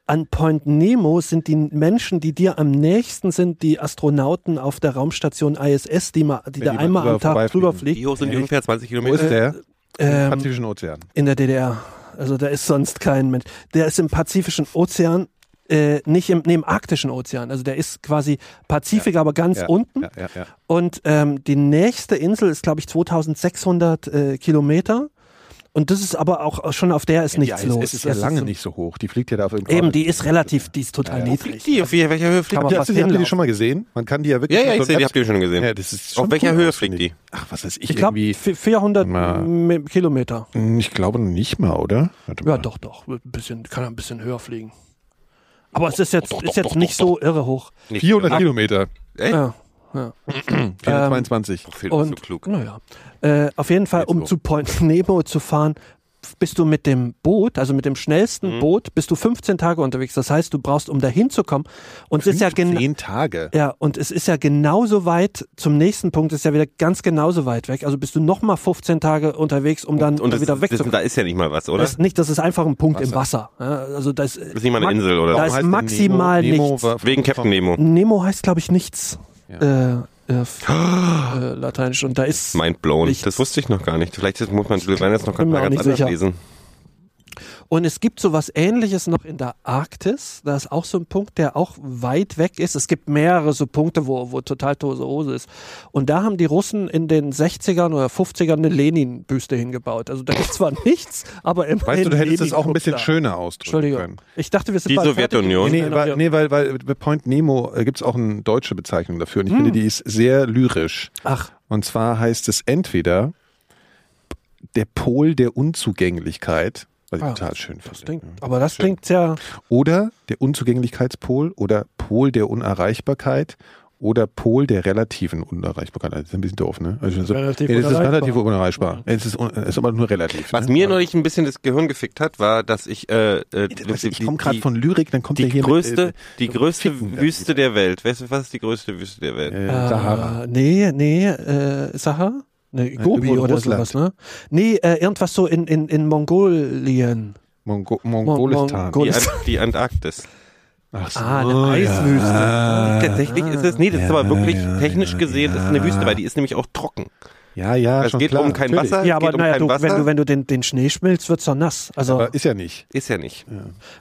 Speaker 5: an Point Nemo sind die Menschen, die dir am nächsten sind, die Astronauten auf der Raumstation ISS, die, mal, die
Speaker 3: Wenn
Speaker 5: da
Speaker 3: die mal
Speaker 5: einmal
Speaker 3: drüber
Speaker 5: am Tag
Speaker 3: vorbeifliegen.
Speaker 5: drüber fliegt.
Speaker 4: Wie hoch sind die ungefähr 20
Speaker 3: Wo ist
Speaker 4: Kilometer?
Speaker 3: der? Im
Speaker 5: Ähm,
Speaker 3: Pazifischen Ozean.
Speaker 5: in der DDR. Also da ist sonst kein Mensch. Der ist im Pazifischen Ozean, äh, nicht im, nee, im Arktischen Ozean. Also der ist quasi Pazifik, aber ganz
Speaker 3: Ja,
Speaker 5: unten.
Speaker 3: Ja, ja, ja.
Speaker 5: Und ähm, die nächste Insel ist, glaube ich, 2600 äh, Kilometer. Und das ist aber auch schon auf der ist nichts los.
Speaker 3: Es ist ja
Speaker 5: Das
Speaker 3: lange
Speaker 5: so-
Speaker 3: nicht so hoch. Die fliegt ja da auf irgendeinem
Speaker 5: Eben, die ist relativ, die ist total niedrig.
Speaker 4: Fliegt die? Auf welcher Höhe fliegt
Speaker 5: Kann man
Speaker 4: die?
Speaker 3: Ja,
Speaker 5: was
Speaker 3: habt ihr die
Speaker 5: hinlaufen.
Speaker 3: schon mal gesehen? Man kann die ja wirklich.
Speaker 4: Ja, ja,
Speaker 3: mit
Speaker 4: ich
Speaker 3: so
Speaker 4: sehe, die
Speaker 3: Apps-
Speaker 4: habt ihr schon gesehen.
Speaker 3: Ja, das ist
Speaker 4: Auf
Speaker 3: schon
Speaker 4: welcher
Speaker 3: cool
Speaker 4: Höhe
Speaker 3: aus,
Speaker 4: fliegt
Speaker 3: finde ich.
Speaker 4: die?
Speaker 3: Ach, was weiß ich,
Speaker 5: Ich glaube,
Speaker 3: irgendwie.
Speaker 5: 400
Speaker 3: Mal-
Speaker 5: M- Kilometer.
Speaker 3: Ich glaube nicht mal, oder? Warte
Speaker 5: Ja,
Speaker 3: mal.
Speaker 5: doch, doch. Ein bisschen, kann ein bisschen höher fliegen. Aber es ist jetzt, ist jetzt nicht so irre hoch.
Speaker 4: Nicht
Speaker 3: 400 Kilometer.
Speaker 4: Echt?
Speaker 5: Ja.
Speaker 3: 422.
Speaker 4: Phil, bist
Speaker 5: Und,
Speaker 4: du klug.
Speaker 5: Naja. Äh, auf jeden Fall,
Speaker 4: Jetzt
Speaker 5: um
Speaker 4: so.
Speaker 5: zu Point Nemo zu fahren, f- bist du mit dem Boot, also mit dem schnellsten
Speaker 4: Mhm.
Speaker 5: Boot, bist du 15 Tage unterwegs. Das heißt, du brauchst, um da hinzukommen. Und es ist ja genau.
Speaker 3: 10 Tage.
Speaker 5: Ja, und es ist ja genauso weit zum nächsten Punkt, ist ja wieder ganz genauso weit weg. Also bist du nochmal 15 Tage unterwegs, um dann
Speaker 4: Und das,
Speaker 5: wieder
Speaker 4: das,
Speaker 5: wegzukommen.
Speaker 4: da ist ja nicht mal was, oder?
Speaker 5: Das ist nicht, das ist einfach ein Punkt im Wasser. Ja, also das
Speaker 4: ist nicht mal eine Insel, oder?
Speaker 5: Da
Speaker 4: Warum
Speaker 5: ist
Speaker 3: heißt der
Speaker 5: maximal
Speaker 3: Nemo? Nemo
Speaker 5: nichts.
Speaker 3: war-
Speaker 4: Wegen Captain Nemo.
Speaker 5: Nemo heißt, glaube ich, nichts. Äh, äh, f- äh, Lateinisch. Und da ist
Speaker 4: Mind blown.
Speaker 5: Nichts.
Speaker 4: Das wusste ich noch gar nicht. Vielleicht ist- muss man Jules Verne jetzt noch
Speaker 5: Bin mir
Speaker 4: mal
Speaker 5: auch
Speaker 4: ganz
Speaker 5: nicht
Speaker 4: anders
Speaker 5: sicher.
Speaker 4: lesen.
Speaker 5: Und es gibt sowas ähnliches noch in der Arktis. Da ist auch so ein Punkt, der auch weit weg ist. Es gibt mehrere so Punkte, wo, wo total tose Hose ist. Und da haben die Russen in den 60ern oder 50ern eine Lenin-Büste hingebaut. Also da ist zwar nichts, aber immerhin
Speaker 3: Weißt du, du hättest das auch ein bisschen
Speaker 5: Lenin-Druck
Speaker 3: schöner ausdrücken
Speaker 5: Entschuldigung.
Speaker 3: können.
Speaker 5: Ich dachte, wir sind
Speaker 4: Die
Speaker 5: bald fertig.
Speaker 4: Sowjetunion.
Speaker 3: Nee,
Speaker 5: Nein,
Speaker 3: weil,
Speaker 5: ja.
Speaker 3: nee, weil, weil bei Point Nemo äh, gibt's auch eine deutsche Bezeichnung dafür und ich finde, die ist sehr lyrisch.
Speaker 5: Ach,
Speaker 3: Und zwar heißt es entweder der Pol der Unzugänglichkeit, was ich
Speaker 5: Ah,
Speaker 3: total schön
Speaker 5: das
Speaker 3: finde,
Speaker 5: klingt, aber das klingt sehr.
Speaker 3: oder der Unzugänglichkeitspol oder Pol der Unerreichbarkeit oder Pol der relativen Unerreichbarkeit. Das ist ein bisschen doof, ne? Also, so-
Speaker 5: Relativ
Speaker 3: ja, das ist
Speaker 5: unerreichbar.
Speaker 3: relativ unerreichbar. Es ist, un- es ist aber nur relativ.
Speaker 4: Was
Speaker 3: ne?
Speaker 4: mir neulich ein bisschen das Gehirn gefickt hat, war, dass ich, äh, äh,
Speaker 3: Weißt du, ich
Speaker 4: die-
Speaker 3: komme gerade
Speaker 4: die-
Speaker 3: von Lyrik, dann kommt der
Speaker 4: die
Speaker 3: hier
Speaker 4: größte,
Speaker 3: mit, äh,
Speaker 4: die größte
Speaker 3: Ficken das
Speaker 4: Wüste der Welt. Weißt du, was ist die größte Wüste der Welt?
Speaker 3: äh, äh, Sahara.
Speaker 5: Äh, nee, nee, äh, Sahara? Nee, Gobi
Speaker 3: irgendwo in
Speaker 5: oder
Speaker 3: Russland.
Speaker 5: sowas, ne? Nee, äh, irgendwas so in, in, in Mongolien.
Speaker 3: Mongo Mongolistan.
Speaker 5: Mongol-
Speaker 4: Die, Ant die Antarktis.
Speaker 3: Ach so.
Speaker 5: Ah, eine Eiswüste.
Speaker 4: Tatsächlich ist es, nee, das ist
Speaker 3: Ah, Ja,
Speaker 4: aber wirklich
Speaker 3: ja,
Speaker 4: technisch
Speaker 3: ja,
Speaker 4: gesehen, das ist eine Wüste, weil die ist nämlich auch trocken.
Speaker 3: Ja, ja,
Speaker 4: Es
Speaker 3: schon
Speaker 4: geht
Speaker 3: klar,
Speaker 4: um kein
Speaker 3: natürlich.
Speaker 4: Wasser,
Speaker 5: Ja, aber
Speaker 4: geht um
Speaker 5: naja,
Speaker 4: kein
Speaker 5: du,
Speaker 4: Wasser.
Speaker 5: wenn du, wenn du den, den Schnee schmilzt, wird's doch nass. Also,
Speaker 3: Aber ist ja nicht.
Speaker 4: ist ja nicht.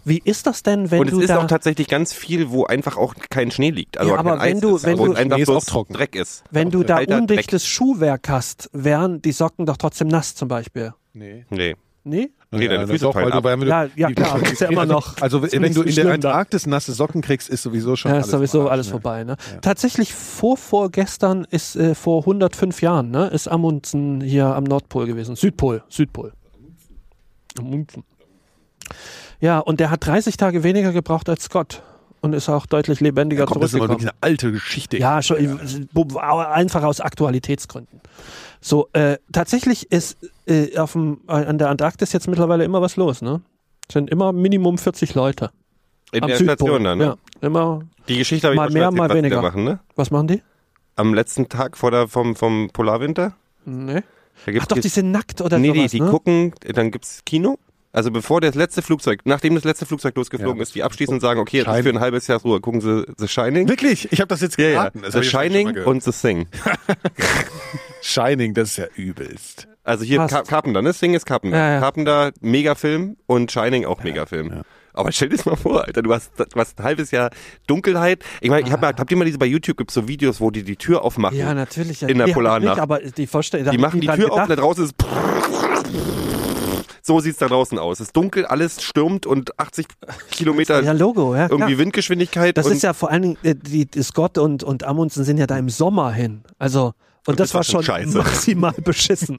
Speaker 5: wie ist das denn, wenn
Speaker 4: Und es
Speaker 5: du
Speaker 4: ist
Speaker 5: da,
Speaker 4: auch tatsächlich ganz viel, wo einfach auch kein Schnee liegt. Also
Speaker 5: Ja,
Speaker 4: kein
Speaker 5: aber wenn
Speaker 4: Eis
Speaker 5: du-
Speaker 4: ist,
Speaker 5: wenn
Speaker 4: wo
Speaker 5: du-
Speaker 4: es einfach
Speaker 3: Schnee ist
Speaker 4: bloß
Speaker 3: auch trocken.
Speaker 4: Dreck ist.
Speaker 5: wenn du da
Speaker 4: Alter, Dreck.
Speaker 5: undichtes Schuhwerk hast, wären die Socken doch trotzdem nass zum Beispiel?
Speaker 3: Nee.
Speaker 4: Nee.
Speaker 5: Nee?
Speaker 4: Nee, deine Füße
Speaker 3: doch, weil
Speaker 4: fallen
Speaker 3: du,
Speaker 4: ab.
Speaker 3: weil du,
Speaker 5: Ja, ja, klar, ist ja immer noch.
Speaker 3: Also,
Speaker 5: Ist
Speaker 3: wenn
Speaker 5: nicht
Speaker 3: du in der
Speaker 5: schlimm da.
Speaker 3: Antarktis nasse Socken kriegst, ist sowieso schon
Speaker 5: Ja,
Speaker 3: alles
Speaker 5: ist sowieso
Speaker 3: vorbei,
Speaker 5: alles
Speaker 3: ne?
Speaker 5: vorbei. Ne? Tatsächlich vor vorgestern ist äh, vor 105 Jahren ne, ist Amundsen hier am Nordpol gewesen, Südpol, Südpol. Amundsen. Ja, und der hat 30 Tage weniger gebraucht als Scott und ist auch deutlich lebendiger
Speaker 3: Komm, das ist aber
Speaker 5: zurückgekommen.
Speaker 3: wirklich eine alte Geschichte.
Speaker 5: Ja, schon, äh, einfach aus Aktualitätsgründen. So, äh, tatsächlich ist äh, auf dem, äh, an der Antarktis jetzt mittlerweile immer was los, ne? Sind immer Minimum 40 Leute.
Speaker 4: In
Speaker 5: am
Speaker 4: der
Speaker 5: Südpol.
Speaker 4: Station dann, ne?
Speaker 5: Ja, immer.
Speaker 4: Die Geschichte habe ich
Speaker 5: Mal
Speaker 4: doch
Speaker 5: mehr,
Speaker 4: erzählt,
Speaker 5: mal
Speaker 4: was die
Speaker 5: weniger.
Speaker 4: Da machen, ne?
Speaker 5: Was machen die?
Speaker 4: Am letzten Tag vor der, vom, vom Polarwinter.
Speaker 5: Nee.
Speaker 4: Da gibt's
Speaker 5: Ach doch, die sind nackt oder
Speaker 4: Nee,
Speaker 5: sowas,
Speaker 4: die, die
Speaker 5: ne?
Speaker 4: gucken, dann gibt's Kino. Also bevor das letzte Flugzeug, nachdem das letzte Flugzeug losgeflogen
Speaker 3: Ja.
Speaker 4: ist, die abschließen und sagen, okay, jetzt ist
Speaker 3: Shining.
Speaker 4: für ein halbes Jahr Ruhe, gucken sie The Shining.
Speaker 3: Wirklich? Ich habe das jetzt
Speaker 4: Ja, ja.
Speaker 3: geraten. Das
Speaker 4: The
Speaker 3: hab ich schon mal
Speaker 4: Shining
Speaker 3: gehört.
Speaker 4: und The Thing.
Speaker 3: Shining, das ist ja übelst.
Speaker 4: Also hier
Speaker 5: Passt.
Speaker 4: Ka Carpenter, ne? Thing ist Carpenter.
Speaker 5: Ja, ja.
Speaker 4: Carpenter, Megafilm und Shining auch Megafilm. Aber stell dir das mal vor, Alter, du hast, du hast ein halbes Jahr Dunkelheit. Ich meine, ich hab mal, habt ihr mal diese bei YouTube gibt's so Videos, wo die die Tür aufmachen?
Speaker 5: Ja, natürlich. ja.
Speaker 4: In der
Speaker 5: Die hab ich
Speaker 4: Polarnacht.
Speaker 5: nicht, Aber die, Vorstell- da
Speaker 4: Die
Speaker 5: hab ich
Speaker 4: machen
Speaker 5: nie
Speaker 4: die
Speaker 5: dran
Speaker 4: Tür auf, da
Speaker 5: gedacht.
Speaker 4: draußen ist. So sieht's da draußen aus. Es ist dunkel, alles stürmt und 80 Kilometer
Speaker 5: Ja, Logo, ja.
Speaker 4: irgendwie
Speaker 5: klar.
Speaker 4: Windgeschwindigkeit.
Speaker 5: Das
Speaker 4: und
Speaker 5: ist ja vor allen Dingen, äh, die, die Scott und, und Amundsen sind ja da im Sommer hin. Also, und das,
Speaker 4: das
Speaker 5: war
Speaker 4: war schon
Speaker 5: schon
Speaker 4: scheiße.
Speaker 5: maximal beschissen.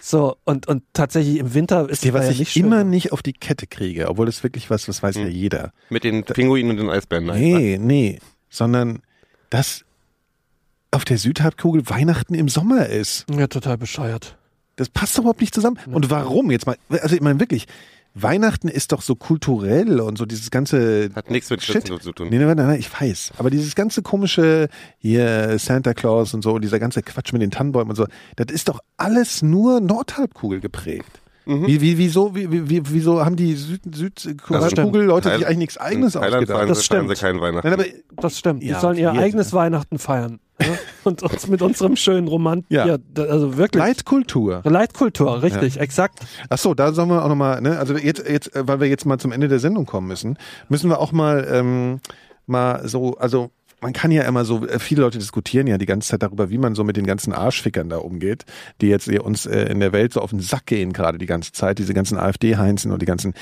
Speaker 5: So, und, und tatsächlich im Winter ist
Speaker 3: Dir, was
Speaker 5: ja
Speaker 3: ich
Speaker 5: nicht schön.
Speaker 3: immer nicht auf die Kette kriege, obwohl das wirklich was, das weiß ja jeder.
Speaker 4: mit den Pinguinen und den Eisbären. Hm. Nein,
Speaker 3: Nee, nee, sondern dass auf der Südhalbkugel Weihnachten im Sommer ist.
Speaker 5: Ja, total bescheuert.
Speaker 3: Das passt doch überhaupt nicht zusammen. Und warum jetzt mal? Also ich meine wirklich, Weihnachten ist doch so kulturell und so dieses ganze
Speaker 4: Hat nichts mit
Speaker 3: Shit.
Speaker 4: Schützen zu tun.
Speaker 3: Nee, nein, nein, nein, ich weiß. Aber dieses ganze komische hier Santa Claus und so, und dieser ganze Quatsch mit den Tannenbäumen und so, das ist doch alles nur Nordhalbkugel geprägt.
Speaker 4: Mhm.
Speaker 3: Wie, wie, wieso, wie, wie- wie, wieso haben die Süd, Südhalbkugel Leute
Speaker 4: Thailand-
Speaker 3: sich eigentlich nichts eigenes
Speaker 4: in Thailand
Speaker 3: ausgedacht?
Speaker 4: Feiern
Speaker 5: Das
Speaker 4: sie, feiern sie
Speaker 5: stimmt.
Speaker 4: kein Weihnachten.
Speaker 3: Nein, aber
Speaker 5: Das stimmt.
Speaker 3: Ja,
Speaker 5: die sollen ihr
Speaker 3: okay,
Speaker 5: eigenes
Speaker 3: ja.
Speaker 5: Weihnachten feiern. Ne? Und uns mit unserem schönen Roman.
Speaker 3: Ja.
Speaker 5: d- also wirklich.
Speaker 3: Leitkultur.
Speaker 5: Leitkultur, richtig, exakt.
Speaker 3: Ach so, da sollen wir auch nochmal, ne, also jetzt, jetzt, äh, weil wir jetzt mal zum Ende der Sendung kommen müssen, müssen wir auch mal, ähm, mal so, also man kann ja immer so, äh, viele Leute diskutieren ja die ganze Zeit darüber, wie man so mit den ganzen Arschfickern da umgeht, die jetzt hier uns äh, in der Welt so auf den Sack gehen gerade die ganze Zeit, diese ganzen AfD-Heinzen und die ganzen,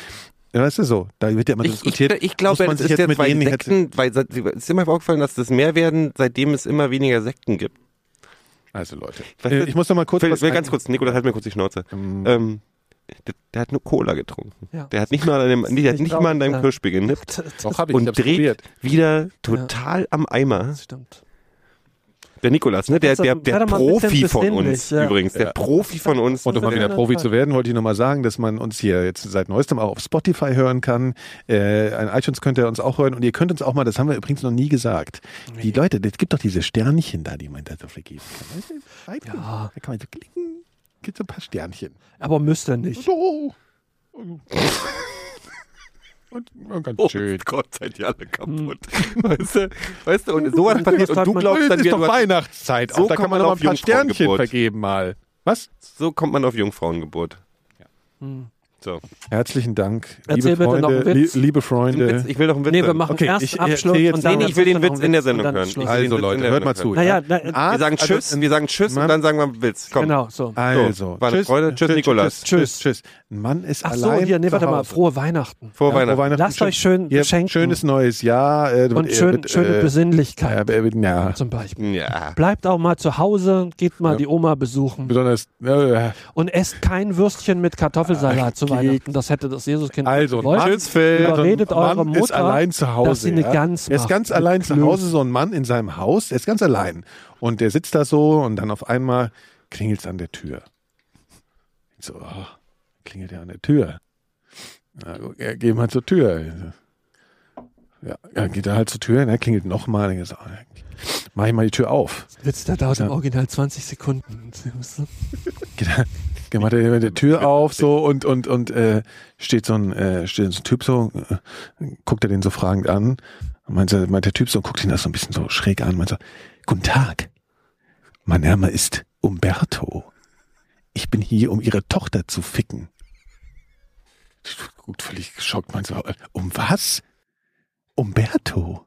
Speaker 3: ja, weißt du so, da wird ja immer so
Speaker 4: Ich, ich,
Speaker 3: diskutiert.
Speaker 4: ich glaube,
Speaker 3: muss man
Speaker 4: das
Speaker 3: sich
Speaker 4: ist jetzt bei
Speaker 3: denen jetzt-
Speaker 4: Sekten, weil seit- ist dir mal aufgefallen, dass das mehr werden, seitdem es immer weniger Sekten gibt.
Speaker 3: Also Leute,
Speaker 4: Was-
Speaker 3: äh, ich muss noch mal kurz
Speaker 4: Will,
Speaker 3: was
Speaker 4: will ganz
Speaker 3: ein-
Speaker 4: kurz, Nikolas, halt mir kurz die Schnauze. Ähm, der, der hat nur Cola getrunken.
Speaker 5: Ja.
Speaker 4: Der hat nicht mal an, dem, nee, der hat nicht
Speaker 5: nicht
Speaker 4: mal an
Speaker 5: traurig,
Speaker 4: deinem
Speaker 5: ja.
Speaker 4: Kirschbier genippt
Speaker 3: Doch, hab ich,
Speaker 4: und
Speaker 3: ich hab's
Speaker 4: dreht
Speaker 3: probiert.
Speaker 4: wieder total am Eimer.
Speaker 5: Das stimmt.
Speaker 4: Der Nikolas, ne? der,
Speaker 5: Kannst du-
Speaker 4: der,
Speaker 5: sei
Speaker 4: der
Speaker 5: doch mal ein bisschen
Speaker 4: Profi von uns
Speaker 5: besinnlich, ja.
Speaker 4: übrigens. Der Profi von uns.
Speaker 3: Und um mal wieder Profi zu werden, wollte ich nochmal sagen, dass man uns hier jetzt seit neuestem auch auf Spotify hören kann. Äh, an iTunes könnt ihr uns auch hören. Und ihr könnt uns auch mal, das haben wir übrigens noch nie gesagt. Die Leute, es gibt doch diese Sternchen da, die man da so vergeben kann. Weißt du, Icon.
Speaker 5: Ja.
Speaker 3: Da kann man so klicken. Gibt so ein paar Sternchen.
Speaker 5: Aber müsst ihr nicht.
Speaker 3: So. Und man kann
Speaker 4: Oh
Speaker 3: schön.
Speaker 4: Gott, seid ihr alle kaputt.
Speaker 5: Hm.
Speaker 4: Weißt du, weißt du, und sowas passiert und du
Speaker 5: man-
Speaker 4: glaubst dann
Speaker 3: Es ist
Speaker 4: wieder,
Speaker 3: doch
Speaker 4: du hast-
Speaker 3: Weihnachtszeit.
Speaker 4: So
Speaker 3: auch da
Speaker 4: kann
Speaker 3: kann man
Speaker 4: man
Speaker 3: noch ein
Speaker 4: auf
Speaker 3: paar Sternchen
Speaker 4: Jungfrauengeburt.
Speaker 3: vergeben mal. Was?
Speaker 4: so kommt man auf Jungfrauengeburt.
Speaker 5: Hm.
Speaker 4: So.
Speaker 3: Herzlichen Dank,
Speaker 5: Erzähl
Speaker 3: liebe
Speaker 5: bitte noch einen
Speaker 3: Freunde.
Speaker 5: Witz.
Speaker 3: li- Liebe Freunde.
Speaker 4: Witz, ich will doch einen Witz.
Speaker 5: Nee, wir
Speaker 4: hören.
Speaker 5: machen
Speaker 3: Okay,
Speaker 5: erst
Speaker 3: ich-
Speaker 5: Abschluss
Speaker 3: ich- ich-
Speaker 5: und dann
Speaker 4: Nee, nee, ich will den Witz in der Sendung
Speaker 5: hören.
Speaker 4: hören. Ich will den
Speaker 3: Also
Speaker 4: Witz in
Speaker 3: Leute,
Speaker 4: der
Speaker 3: hört mal zu.
Speaker 4: Sendung
Speaker 5: Naja,
Speaker 3: Ein
Speaker 5: na, äh,
Speaker 3: Arzt-
Speaker 4: Wir sagen
Speaker 3: also-
Speaker 4: Tschüss, wir sagen Tschüss
Speaker 3: Mann.
Speaker 4: und dann sagen wir Witz. Komm.
Speaker 5: Genau, so.
Speaker 3: Also,
Speaker 4: So, war eine Freude. Tschüss, Nikolas.
Speaker 3: Tschüss, tschüss. Ein Mann ist
Speaker 5: Ach so,
Speaker 3: allein.
Speaker 5: hier, nee,
Speaker 3: zu
Speaker 5: warte mal,
Speaker 3: Hause.
Speaker 5: frohe Weihnachten.
Speaker 4: Vor
Speaker 3: Ja,
Speaker 4: Weihnachten.
Speaker 5: Lasst euch schön
Speaker 3: Ihr habt
Speaker 5: beschenken.
Speaker 3: Schönes neues Jahr. Äh,
Speaker 5: Und
Speaker 3: äh,
Speaker 5: schön,
Speaker 3: mit,
Speaker 5: schöne
Speaker 3: äh,
Speaker 5: Besinnlichkeit
Speaker 3: äh, äh, Ja,
Speaker 5: zum Beispiel.
Speaker 4: Ja.
Speaker 5: Bleibt auch mal zu Hause, geht mal die Oma besuchen
Speaker 3: besonders. Äh,
Speaker 5: und esst kein Würstchen mit Kartoffelsalat zu Weihnachten. Das hätte das Jesuskind
Speaker 3: also,
Speaker 5: gewollt.
Speaker 3: Mann, also,
Speaker 5: Überredet
Speaker 3: ein
Speaker 5: eure
Speaker 3: Mann
Speaker 5: Mutter,
Speaker 3: ist allein zu Hause.
Speaker 5: dass sie eine
Speaker 3: ja.
Speaker 5: Gans
Speaker 3: er ist
Speaker 5: macht
Speaker 3: ganz
Speaker 5: mit
Speaker 3: allein zu
Speaker 5: Klößen.
Speaker 3: Hause, so ein Mann in seinem Haus. Er ist ganz allein. Und der sitzt da so und dann auf einmal klingelt es an der Tür. Ich so, oh, klingelt er an der Tür. Na, ja, geh mal zur Tür. Ja, ja, geht er halt zur Tür, ne, klingelt nochmal. Dann so, mach ich mal die Tür auf.
Speaker 5: Sitzt da dauert im Original 20 Sekunden.
Speaker 3: Genau. Genau, macht er mit der Tür auf so und und und äh, steht so ein äh, steht so ein Typ so äh, guckt er den so fragend an und meint, so- meint der Typ so guckt ihn das so ein bisschen so schräg an meint so guten Tag mein Name ist Umberto ich bin hier um ihre Tochter zu ficken guckt völlig geschockt meint so äh, um was Umberto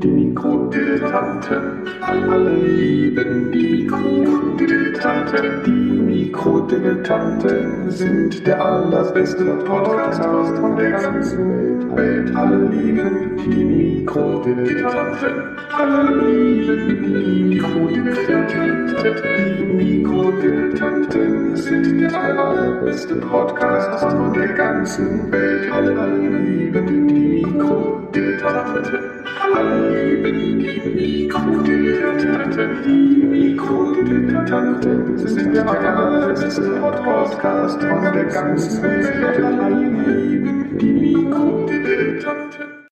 Speaker 1: die Mikrodetanten. Alle lieben die Mikrodetanten. Die Mikrodetanten sind der allerbeste Podcast von der ganzen Welt. Alle lieben die Mikrodetanten. Alle lieben die Mikrodetanten. Die Mikrodetanten sind der allerbeste Podcast von der ganzen Welt. Alle lieben die Mikrodetanten. Alle lieben die Mikrodetanten. Die Mikrodetanten sind der allerbeste Podcast von der ganzen Welt. Alle lieben die Mikrodetanten.